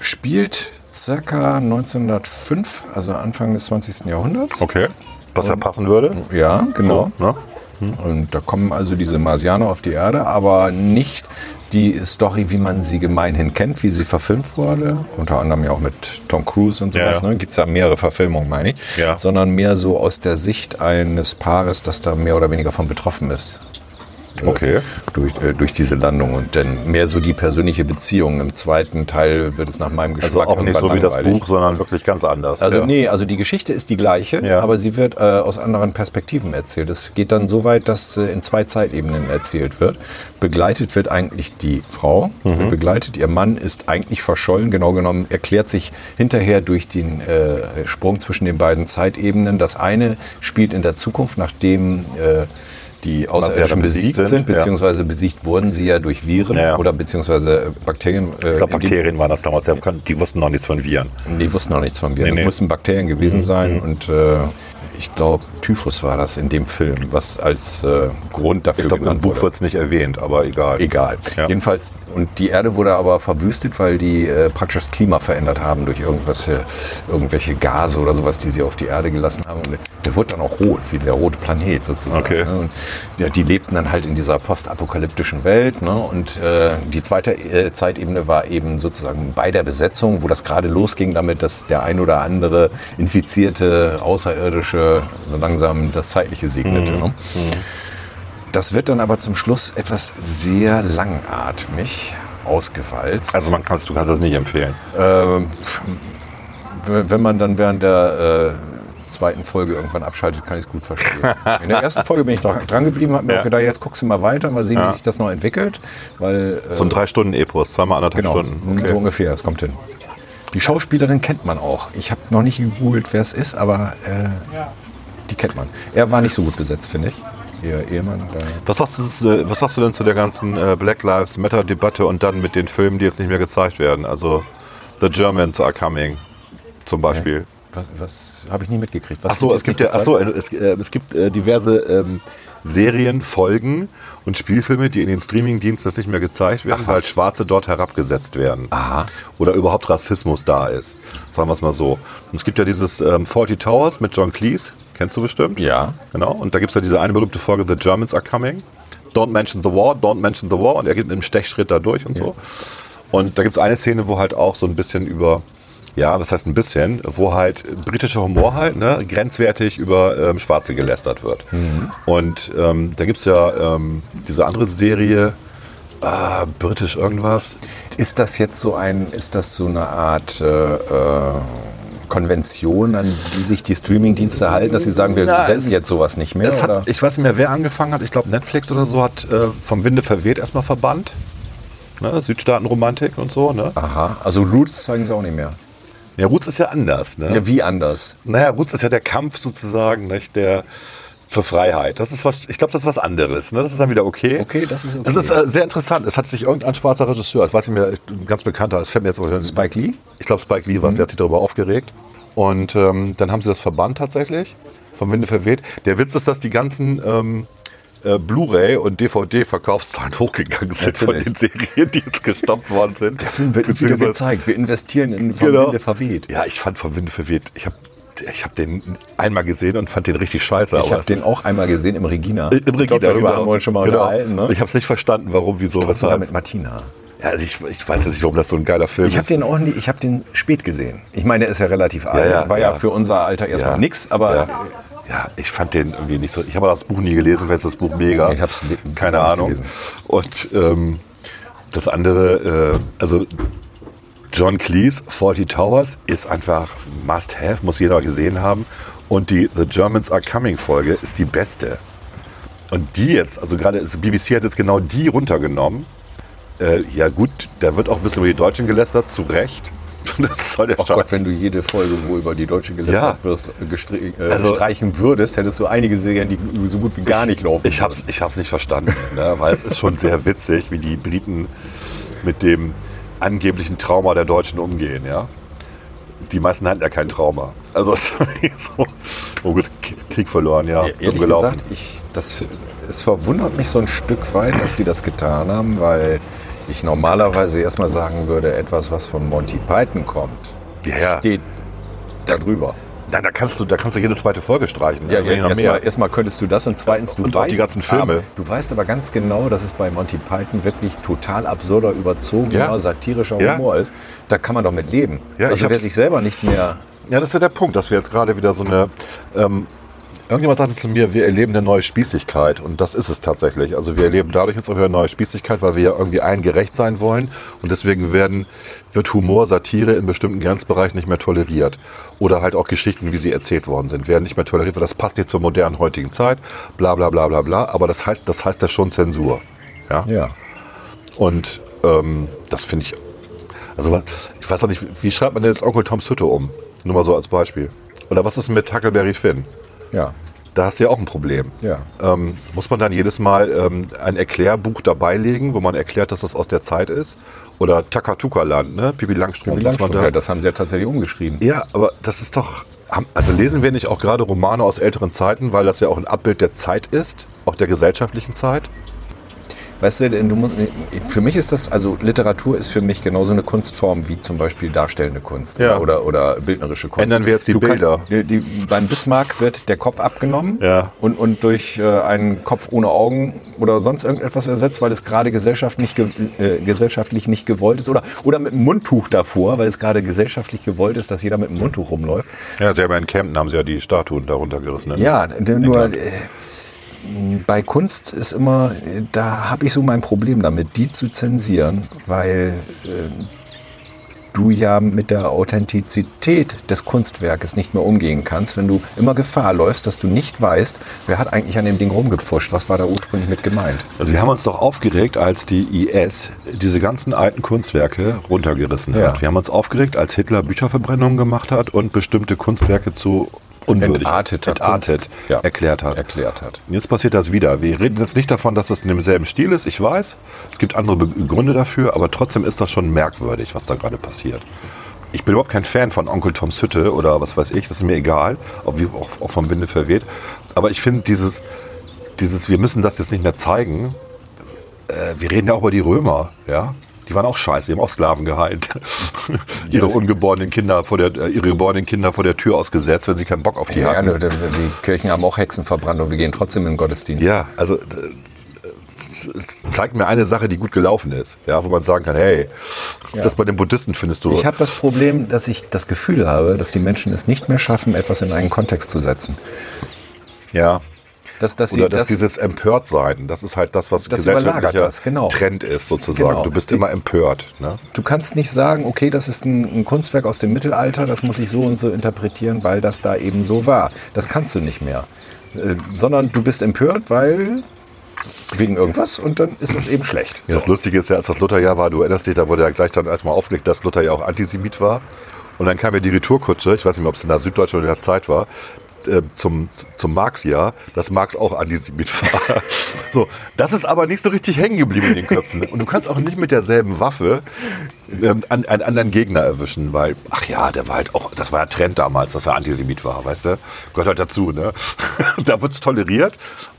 [SPEAKER 2] Spielt circa 1905, also Anfang des 20. Jahrhunderts.
[SPEAKER 1] Okay. Mhm. Was da passen würde? ne?
[SPEAKER 2] Ja, genau.
[SPEAKER 1] So, ne?
[SPEAKER 2] Und da kommen also diese Marsianer auf die Erde, aber nicht die Story, wie man sie gemeinhin kennt, wie sie verfilmt wurde. Unter anderem ja auch mit Tom Cruise und sowas.
[SPEAKER 1] Ja.
[SPEAKER 2] Ne? Gibt es ja mehrere Verfilmungen, meine ich.
[SPEAKER 1] Ja.
[SPEAKER 2] Sondern mehr so aus der Sicht eines Paares, das da mehr oder weniger von betroffen ist. äh,
[SPEAKER 1] Okay.
[SPEAKER 2] durch, äh, durch diese Landung. Und dann mehr so die persönliche Beziehung. Im zweiten Teil wird es nach meinem Geschmack
[SPEAKER 1] Also auch nicht
[SPEAKER 2] irgendwann
[SPEAKER 1] so wie das
[SPEAKER 2] langweilig.
[SPEAKER 1] Buch, sondern wirklich ganz anders.
[SPEAKER 2] Also
[SPEAKER 1] ja.
[SPEAKER 2] nee, also die Geschichte ist die gleiche,
[SPEAKER 1] Ja.
[SPEAKER 2] aber sie wird äh, aus anderen Perspektiven erzählt. Es geht dann so weit, dass äh, in zwei Zeitebenen erzählt wird. Begleitet wird eigentlich die Frau,
[SPEAKER 1] Mhm.
[SPEAKER 2] wird begleitet ihr Mann ist eigentlich verschollen, genau genommen erklärt sich hinterher durch den äh, Sprung zwischen den beiden Zeitebenen. Das eine spielt in der Zukunft, nachdem äh, die Außerirdischen
[SPEAKER 1] dann
[SPEAKER 2] besiegt
[SPEAKER 1] besiegt sind,
[SPEAKER 2] sind,
[SPEAKER 1] ja.
[SPEAKER 2] beziehungsweise besiegt wurden sie ja durch Viren
[SPEAKER 1] Ja, ja.
[SPEAKER 2] oder beziehungsweise Bakterien. Äh,
[SPEAKER 1] Ich glaube,
[SPEAKER 2] in dem-
[SPEAKER 1] Bakterien waren das damals. Die wussten noch nichts von Viren.
[SPEAKER 2] die wussten noch nichts von Viren.
[SPEAKER 1] Nee, Mhm.
[SPEAKER 2] Nee,
[SPEAKER 1] nee.
[SPEAKER 2] mussten Bakterien gewesen sein und äh, ich glaube, Typhus war das in dem Film, was als äh, Grund dafür
[SPEAKER 1] Ich glaube, im
[SPEAKER 2] genannt
[SPEAKER 1] Buch
[SPEAKER 2] wurde.
[SPEAKER 1] wird es nicht erwähnt, aber egal.
[SPEAKER 2] Egal.
[SPEAKER 1] Ja.
[SPEAKER 2] Jedenfalls, und die Erde wurde aber verwüstet, weil die äh, praktisch das Klima verändert haben durch irgendwas, äh, irgendwelche Gase oder sowas, die sie auf die Erde gelassen haben. Und der wurde dann auch rot, wie der rote Planet sozusagen.
[SPEAKER 1] Okay.
[SPEAKER 2] Ne? Und ja, die lebten dann halt in dieser postapokalyptischen Welt. Ne? Und äh, die zweite äh, Zeitebene war eben sozusagen bei der Besetzung, wo das gerade losging damit, dass der ein oder andere infizierte Außerirdische so langsam das Zeitliche segnete. Ne? Das wird dann aber zum Schluss etwas sehr langatmig ausgewalzt.
[SPEAKER 1] Also man kann's, du kannst das nicht empfehlen.
[SPEAKER 2] Ähm, w- wenn man dann während der äh, zweiten Folge irgendwann abschaltet, kann ich es gut verstehen. In der ersten Folge bin ich noch dran geblieben, habe mir
[SPEAKER 1] Ja.
[SPEAKER 2] auch gedacht, jetzt guckst du mal weiter, mal sehen, wie sich das noch entwickelt. Weil, äh,
[SPEAKER 1] So ein Drei-Stunden-Epos, zweimal anderthalb
[SPEAKER 2] genau,
[SPEAKER 1] Stunden. Okay.
[SPEAKER 2] so ungefähr, es kommt hin. Die Schauspielerin kennt man auch. Ich habe noch nicht gegoogelt, wer es ist, aber äh, die kennt man. Er war nicht so gut besetzt, finde ich. Ihr Ehemann. Da
[SPEAKER 1] Was sagst, du, zu- äh, was sagst du denn zu der ganzen äh, Black Lives Matter-Debatte und dann mit den Filmen, die jetzt nicht mehr gezeigt werden? Also The Germans are coming zum Beispiel.
[SPEAKER 2] Was, was habe ich nie mitgekriegt? Was
[SPEAKER 1] Ach so,
[SPEAKER 2] wird
[SPEAKER 1] es gibt ja,
[SPEAKER 2] jetzt
[SPEAKER 1] ach so,
[SPEAKER 2] gezeigt?
[SPEAKER 1] äh, es, äh, es gibt äh, diverse ähm, Serien, Folgen und Spielfilme, die in den Streamingdiensten jetzt nicht mehr gezeigt werden, weil Schwarze dort herabgesetzt werden.
[SPEAKER 2] Aha.
[SPEAKER 1] Oder überhaupt Rassismus da ist. Sagen wir es mal so. Und es gibt ja dieses ähm, 40 Towers mit John Cleese, kennst du bestimmt?
[SPEAKER 2] Ja.
[SPEAKER 1] Genau. Und da gibt es ja diese eine berühmte Folge, The Germans are coming. Don't mention the war, don't mention the war. Und er geht mit einem Stechschritt da durch und so. Und da gibt es eine Szene, wo halt auch so ein bisschen über, ja, was heißt ein bisschen, wo halt britischer Humor halt, ne, grenzwertig über ähm, Schwarze gelästert wird. Und ähm, da gibt es ja ähm, diese andere Serie, ah, britisch irgendwas.
[SPEAKER 2] Ist das jetzt so ein, ist das so eine Art äh, äh, Konvention, an die sich die Streamingdienste halten, dass sie sagen, wir
[SPEAKER 1] Na,
[SPEAKER 2] senden
[SPEAKER 1] es-
[SPEAKER 2] jetzt sowas nicht mehr?
[SPEAKER 1] Es
[SPEAKER 2] oder?
[SPEAKER 1] hat, ich weiß nicht mehr, wer angefangen hat. Ich glaube, Netflix oder so hat äh, vom Winde verweht erstmal verbannt. Ne, Südstaatenromantik und so. Ne?
[SPEAKER 2] Aha, also Roots zeigen sie auch nicht mehr.
[SPEAKER 1] Ja, Roots ist ja anders. Ne?
[SPEAKER 2] Ja, wie anders?
[SPEAKER 1] Naja, Roots ist ja der Kampf sozusagen, nicht? Der zur Freiheit. Das ist was, ich glaube, das ist was anderes. Ne? Das ist dann wieder okay.
[SPEAKER 2] Okay, das ist okay.
[SPEAKER 1] Das ist äh, sehr interessant. Es hat sich irgendein schwarzer Regisseur, ich weiß nicht mehr, ein ganz bekannter, es fällt mir jetzt auch
[SPEAKER 2] Spike Lee? Mhm.
[SPEAKER 1] ich glaube, Spike Lee war es, der hat sich darüber aufgeregt. Und ähm, dann haben sie das verbannt tatsächlich, vom Winde verweht. Der Witz ist, dass die ganzen ähm, äh, Blu-ray und DVD-Verkaufszahlen hochgegangen sind von
[SPEAKER 2] Natürlich.
[SPEAKER 1] den Serien, die jetzt gestoppt worden sind. Der
[SPEAKER 2] Wir investieren in
[SPEAKER 1] Genau.
[SPEAKER 2] Winde verweht.
[SPEAKER 1] Ja, ich fand vom Winde verweht. Ich habe ich hab den einmal gesehen und fand den richtig scheiße.
[SPEAKER 2] Ich habe
[SPEAKER 1] es
[SPEAKER 2] den
[SPEAKER 1] ist-
[SPEAKER 2] auch einmal gesehen im Regina.
[SPEAKER 1] Im Regina,
[SPEAKER 2] ich glaub, darüber
[SPEAKER 1] genau.
[SPEAKER 2] haben wir uns schon mal
[SPEAKER 1] Genau.
[SPEAKER 2] unterhalten. Ne?
[SPEAKER 1] Ich habe es nicht verstanden, warum, wieso,
[SPEAKER 2] sogar
[SPEAKER 1] weshalb.
[SPEAKER 2] mit Martina.
[SPEAKER 1] Ja, also ich, ich weiß jetzt nicht, warum das so ein geiler Film
[SPEAKER 2] Ich habe
[SPEAKER 1] ist.
[SPEAKER 2] den auch nicht, ich habe den spät gesehen. Ich meine, der ist ja relativ alt,
[SPEAKER 1] ja,
[SPEAKER 2] war ja,
[SPEAKER 1] ja.
[SPEAKER 2] für unser Alter erstmal
[SPEAKER 1] Ja.
[SPEAKER 2] nix, aber
[SPEAKER 1] Ja. ja, ich fand den irgendwie nicht so. Ich habe das Buch nie gelesen, weil es das Buch mega.
[SPEAKER 2] Ich hab's li-
[SPEAKER 1] keine
[SPEAKER 2] nicht
[SPEAKER 1] Ahnung.
[SPEAKER 2] gelesen.
[SPEAKER 1] Und ähm, das andere, äh, also John Cleese, 40 Towers, ist einfach must have, muss jeder gesehen haben. Und die The Germans Are Coming Folge ist die beste. Und die jetzt, also gerade also BBC hat jetzt genau die runtergenommen. Äh, ja gut, da wird auch ein bisschen über die Deutschen gelästert, zu Recht. Das soll der
[SPEAKER 2] Oh Gott, wenn du jede Folge, wo über die Deutsche gelästert
[SPEAKER 1] Ja.
[SPEAKER 2] wirst, gestre- äh,
[SPEAKER 1] Also-
[SPEAKER 2] streichen würdest, hättest du einige Serien, die so gut wie gar nicht laufen.
[SPEAKER 1] Ich hab's, ich hab's nicht verstanden, ne? weil es ist schon sehr witzig, wie die Briten mit dem angeblichen Trauma der Deutschen umgehen, ja. Die meisten hatten ja kein Trauma. Also es ist so, oh gut, K- Krieg verloren, ja.
[SPEAKER 2] würden. Ehrlich
[SPEAKER 1] Rumgelaufen.
[SPEAKER 2] gesagt, ich, das, es verwundert mich so ein Stück weit, dass die das getan haben, weil ich normalerweise erstmal sagen würde, etwas, was von Monty Python kommt,
[SPEAKER 1] Ja, ja.
[SPEAKER 2] steht da drüber.
[SPEAKER 1] Nein, da kannst du, da kannst du jede zweite Folge streichen.
[SPEAKER 2] Ja,
[SPEAKER 1] Also wenn
[SPEAKER 2] ja,
[SPEAKER 1] noch mehr.
[SPEAKER 2] erstmal, erstmal könntest du das und zweitens, du
[SPEAKER 1] Und auch die
[SPEAKER 2] weißt,
[SPEAKER 1] ganzen Filme.
[SPEAKER 2] Aber, du weißt aber ganz genau, dass es bei Monty Python wirklich total absurder, überzogener,
[SPEAKER 1] Ja.
[SPEAKER 2] satirischer
[SPEAKER 1] Ja.
[SPEAKER 2] Humor ist. Da kann man doch mit leben.
[SPEAKER 1] Ja, ich
[SPEAKER 2] also wer
[SPEAKER 1] hab's-
[SPEAKER 2] sich selber nicht mehr
[SPEAKER 1] Ja, das ist ja der Punkt, dass wir jetzt gerade wieder so eine ähm, Irgendjemand sagte zu mir, wir erleben eine neue Spießigkeit und das ist es tatsächlich. Also wir erleben dadurch jetzt auch wieder eine neue Spießigkeit, weil wir ja irgendwie allen gerecht sein wollen und deswegen werden, wird Humor, Satire in bestimmten Grenzbereichen nicht mehr toleriert. Oder halt auch Geschichten, wie sie erzählt worden sind, werden nicht mehr toleriert, weil das passt nicht zur modernen heutigen Zeit, bla bla bla bla bla. Aber das, halt, das heißt ja schon Zensur. Ja.
[SPEAKER 2] Ja.
[SPEAKER 1] Und ähm, das finde ich. Also wa- ich weiß auch nicht, wie schreibt man denn jetzt Onkel Tom Sutto um? Nur mal so als Beispiel. Oder was ist mit Huckleberry Finn?
[SPEAKER 2] Ja.
[SPEAKER 1] Da hast du ja auch ein Problem.
[SPEAKER 2] Ja.
[SPEAKER 1] Ähm, muss man dann jedes Mal ähm, ein Erklärbuch dabei legen, wo man erklärt, dass das aus der Zeit ist? Oder Takatuka-Land, ne? Pipi Langstrumpf.
[SPEAKER 2] Wie
[SPEAKER 1] dass man
[SPEAKER 2] Langstrumpf,
[SPEAKER 1] da-
[SPEAKER 2] ja, das haben sie ja tatsächlich umgeschrieben.
[SPEAKER 1] ja, aber das ist doch. haben- Also lesen wir nicht auch gerade Romane aus älteren Zeiten, weil das ja auch ein Abbild der Zeit ist, auch der gesellschaftlichen Zeit?
[SPEAKER 2] Weißt du, denn du musst, für mich ist das, also Literatur ist für mich genauso eine Kunstform wie zum Beispiel darstellende Kunst
[SPEAKER 1] Ja.
[SPEAKER 2] oder, oder bildnerische Kunst.
[SPEAKER 1] Ändern wir jetzt die
[SPEAKER 2] Du kann-
[SPEAKER 1] Bilder.
[SPEAKER 2] die, die, beim Bismarck wird der Kopf abgenommen
[SPEAKER 1] Ja.
[SPEAKER 2] und, und durch äh, einen Kopf ohne Augen oder sonst irgendetwas ersetzt, weil es gerade gesellschaftlich, ge, äh, gesellschaftlich nicht gewollt ist oder, oder mit einem Mundtuch davor, weil es gerade gesellschaftlich gewollt ist, dass jeder mit einem Mundtuch rumläuft.
[SPEAKER 1] Ja, selber in Kempten haben sie ja die Statuen darunter gerissen. ne?
[SPEAKER 2] Ja, denn nur äh, bei Kunst ist immer, äh, da habe ich so mein Problem damit, die zu zensieren, weil äh, du ja mit der Authentizität des Kunstwerkes nicht mehr umgehen kannst, wenn du immer Gefahr läufst, dass du nicht weißt, wer hat eigentlich an dem Ding rumgepfuscht, was war da ursprünglich mit gemeint.
[SPEAKER 1] Also wir haben uns doch aufgeregt, als die IS diese ganzen alten Kunstwerke runtergerissen
[SPEAKER 2] Ja.
[SPEAKER 1] hat. Wir haben uns aufgeregt, als Hitler Bücherverbrennungen gemacht hat und bestimmte Kunstwerke zu unwürdig
[SPEAKER 2] Entarteter
[SPEAKER 1] entartet
[SPEAKER 2] Kunst. Ja.
[SPEAKER 1] erklärt hat.
[SPEAKER 2] Erklärt hat.
[SPEAKER 1] Jetzt passiert das wieder. Wir reden jetzt nicht davon, dass es in demselben Stil ist. Ich weiß, es gibt andere Be- Gründe dafür, aber trotzdem ist das schon merkwürdig, was da gerade passiert. Ich bin überhaupt kein Fan von Onkel Toms Hütte oder was weiß ich, das ist mir egal, ob wie auch, auch vom Winde verweht. Aber ich finde dieses, dieses, wir müssen das jetzt nicht mehr zeigen. Äh, wir reden ja auch über die Römer, ja. Die waren auch scheiße, die haben auch Sklaven gehalten. ihre ungeborenen Kinder vor der, äh, ihre geborenen Kinder vor der Tür ausgesetzt, wenn sie keinen Bock auf die hatten.
[SPEAKER 2] ne, die Kirchen haben auch Hexen verbrannt und wir gehen trotzdem in den Gottesdienst.
[SPEAKER 1] Ja, also äh, es zeigt mir eine Sache, die gut gelaufen ist, ja, wo man sagen kann, hey, das bei den Buddhisten findest du.
[SPEAKER 2] Ich habe das Problem, dass ich das Gefühl habe, dass die Menschen es nicht mehr schaffen, etwas in einen Kontext zu setzen.
[SPEAKER 1] ja.
[SPEAKER 2] Dass, dass
[SPEAKER 1] Oder dass dieses Empörtsein, das ist halt das, was
[SPEAKER 2] Das
[SPEAKER 1] gesellschaftlicher
[SPEAKER 2] überlagert das, genau.
[SPEAKER 1] Trend ist sozusagen.
[SPEAKER 2] Genau.
[SPEAKER 1] Du bist
[SPEAKER 2] Die-
[SPEAKER 1] immer empört. Ne?
[SPEAKER 2] Du kannst nicht sagen, okay, das ist ein, ein Kunstwerk aus dem Mittelalter, das muss ich so und so interpretieren, weil das da eben so war. Das kannst du nicht mehr. Äh, sondern du bist empört, weil wegen irgendwas und dann ist es eben schlecht.
[SPEAKER 1] Ja, Das Lustige ist ja, als das Lutherjahr war, du erinnerst dich, da wurde ja gleich dann erstmal aufgelegt, dass Luther ja auch Antisemit war. Und dann kam ja die Retourkutsche, ich weiß nicht mehr, ob es in der Süddeutschen oder in der Zeit war, äh, zum, zum Marx-Jahr, dass Marx auch Antisemit war. so, das ist aber nicht so richtig hängen geblieben in den Köpfen. Und du kannst auch nicht mit derselben Waffe ähm, an, einen anderen Gegner erwischen, weil, ach ja, der war halt auch, das war ja Trend damals, dass er Antisemit war, weißt du? Gehört halt dazu, ne? da wird's toleriert.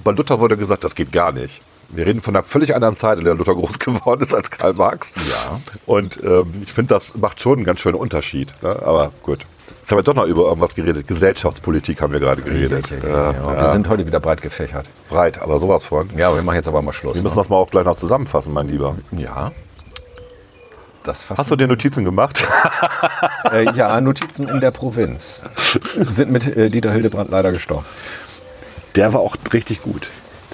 [SPEAKER 1] Bei Luther wurde gesagt, das geht gar nicht. Wir reden von einer völlig anderen Zeit, in der Luther groß geworden ist als Karl Marx. Ja. Und ähm, ich finde, das macht schon einen ganz schönen Unterschied. Ne? Aber gut. Jetzt haben wir doch noch über irgendwas geredet. Gesellschaftspolitik haben wir gerade geredet. Äh,
[SPEAKER 2] Ja, ja, ja. Wir sind heute wieder breit gefächert.
[SPEAKER 1] breit, aber sowas von. Wir
[SPEAKER 2] Ja, wir machen jetzt aber mal Schluss.
[SPEAKER 1] müssen das mal auch gleich noch zusammenfassen, mein Lieber.
[SPEAKER 2] ne? Ja. Das fast
[SPEAKER 1] Hast du dir Notizen gemacht?
[SPEAKER 2] äh, ja, Notizen in der Provinz sind mit äh, Dieter Hildebrand leider gestorben.
[SPEAKER 1] Der war auch richtig gut.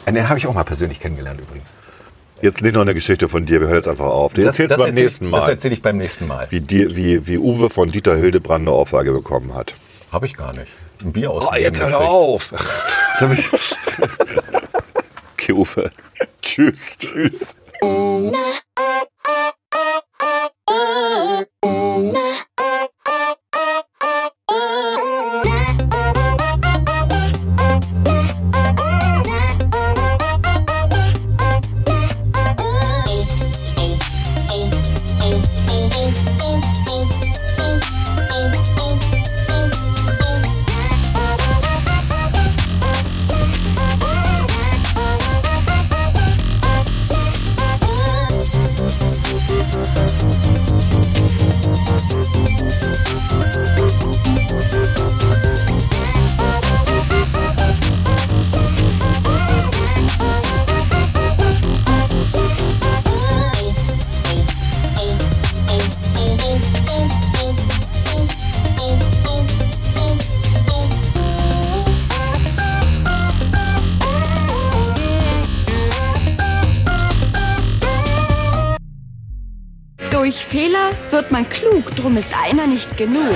[SPEAKER 3] Den habe ich auch mal persönlich kennengelernt übrigens.
[SPEAKER 1] Jetzt nicht noch eine Geschichte von dir, wir hören jetzt einfach auf. Den erzählst du beim
[SPEAKER 2] erzähl-
[SPEAKER 1] nächsten
[SPEAKER 2] Das
[SPEAKER 1] Mal,
[SPEAKER 2] erzähle ich beim nächsten Mal.
[SPEAKER 1] wie, dir, wie, wie Uwe von Dieter Hildebrand eine Ohrfeige bekommen hat.
[SPEAKER 3] Habe ich gar nicht. Ein Bier aus.
[SPEAKER 1] Oh,
[SPEAKER 3] dem
[SPEAKER 1] jetzt
[SPEAKER 3] Leben
[SPEAKER 1] hör doch
[SPEAKER 3] gekriegt.
[SPEAKER 1] auf. Das hab ich. okay, Uwe. Tschüss, tschüss.
[SPEAKER 5] Oh Durch Fehler wird man klug, drum ist einer nicht genug.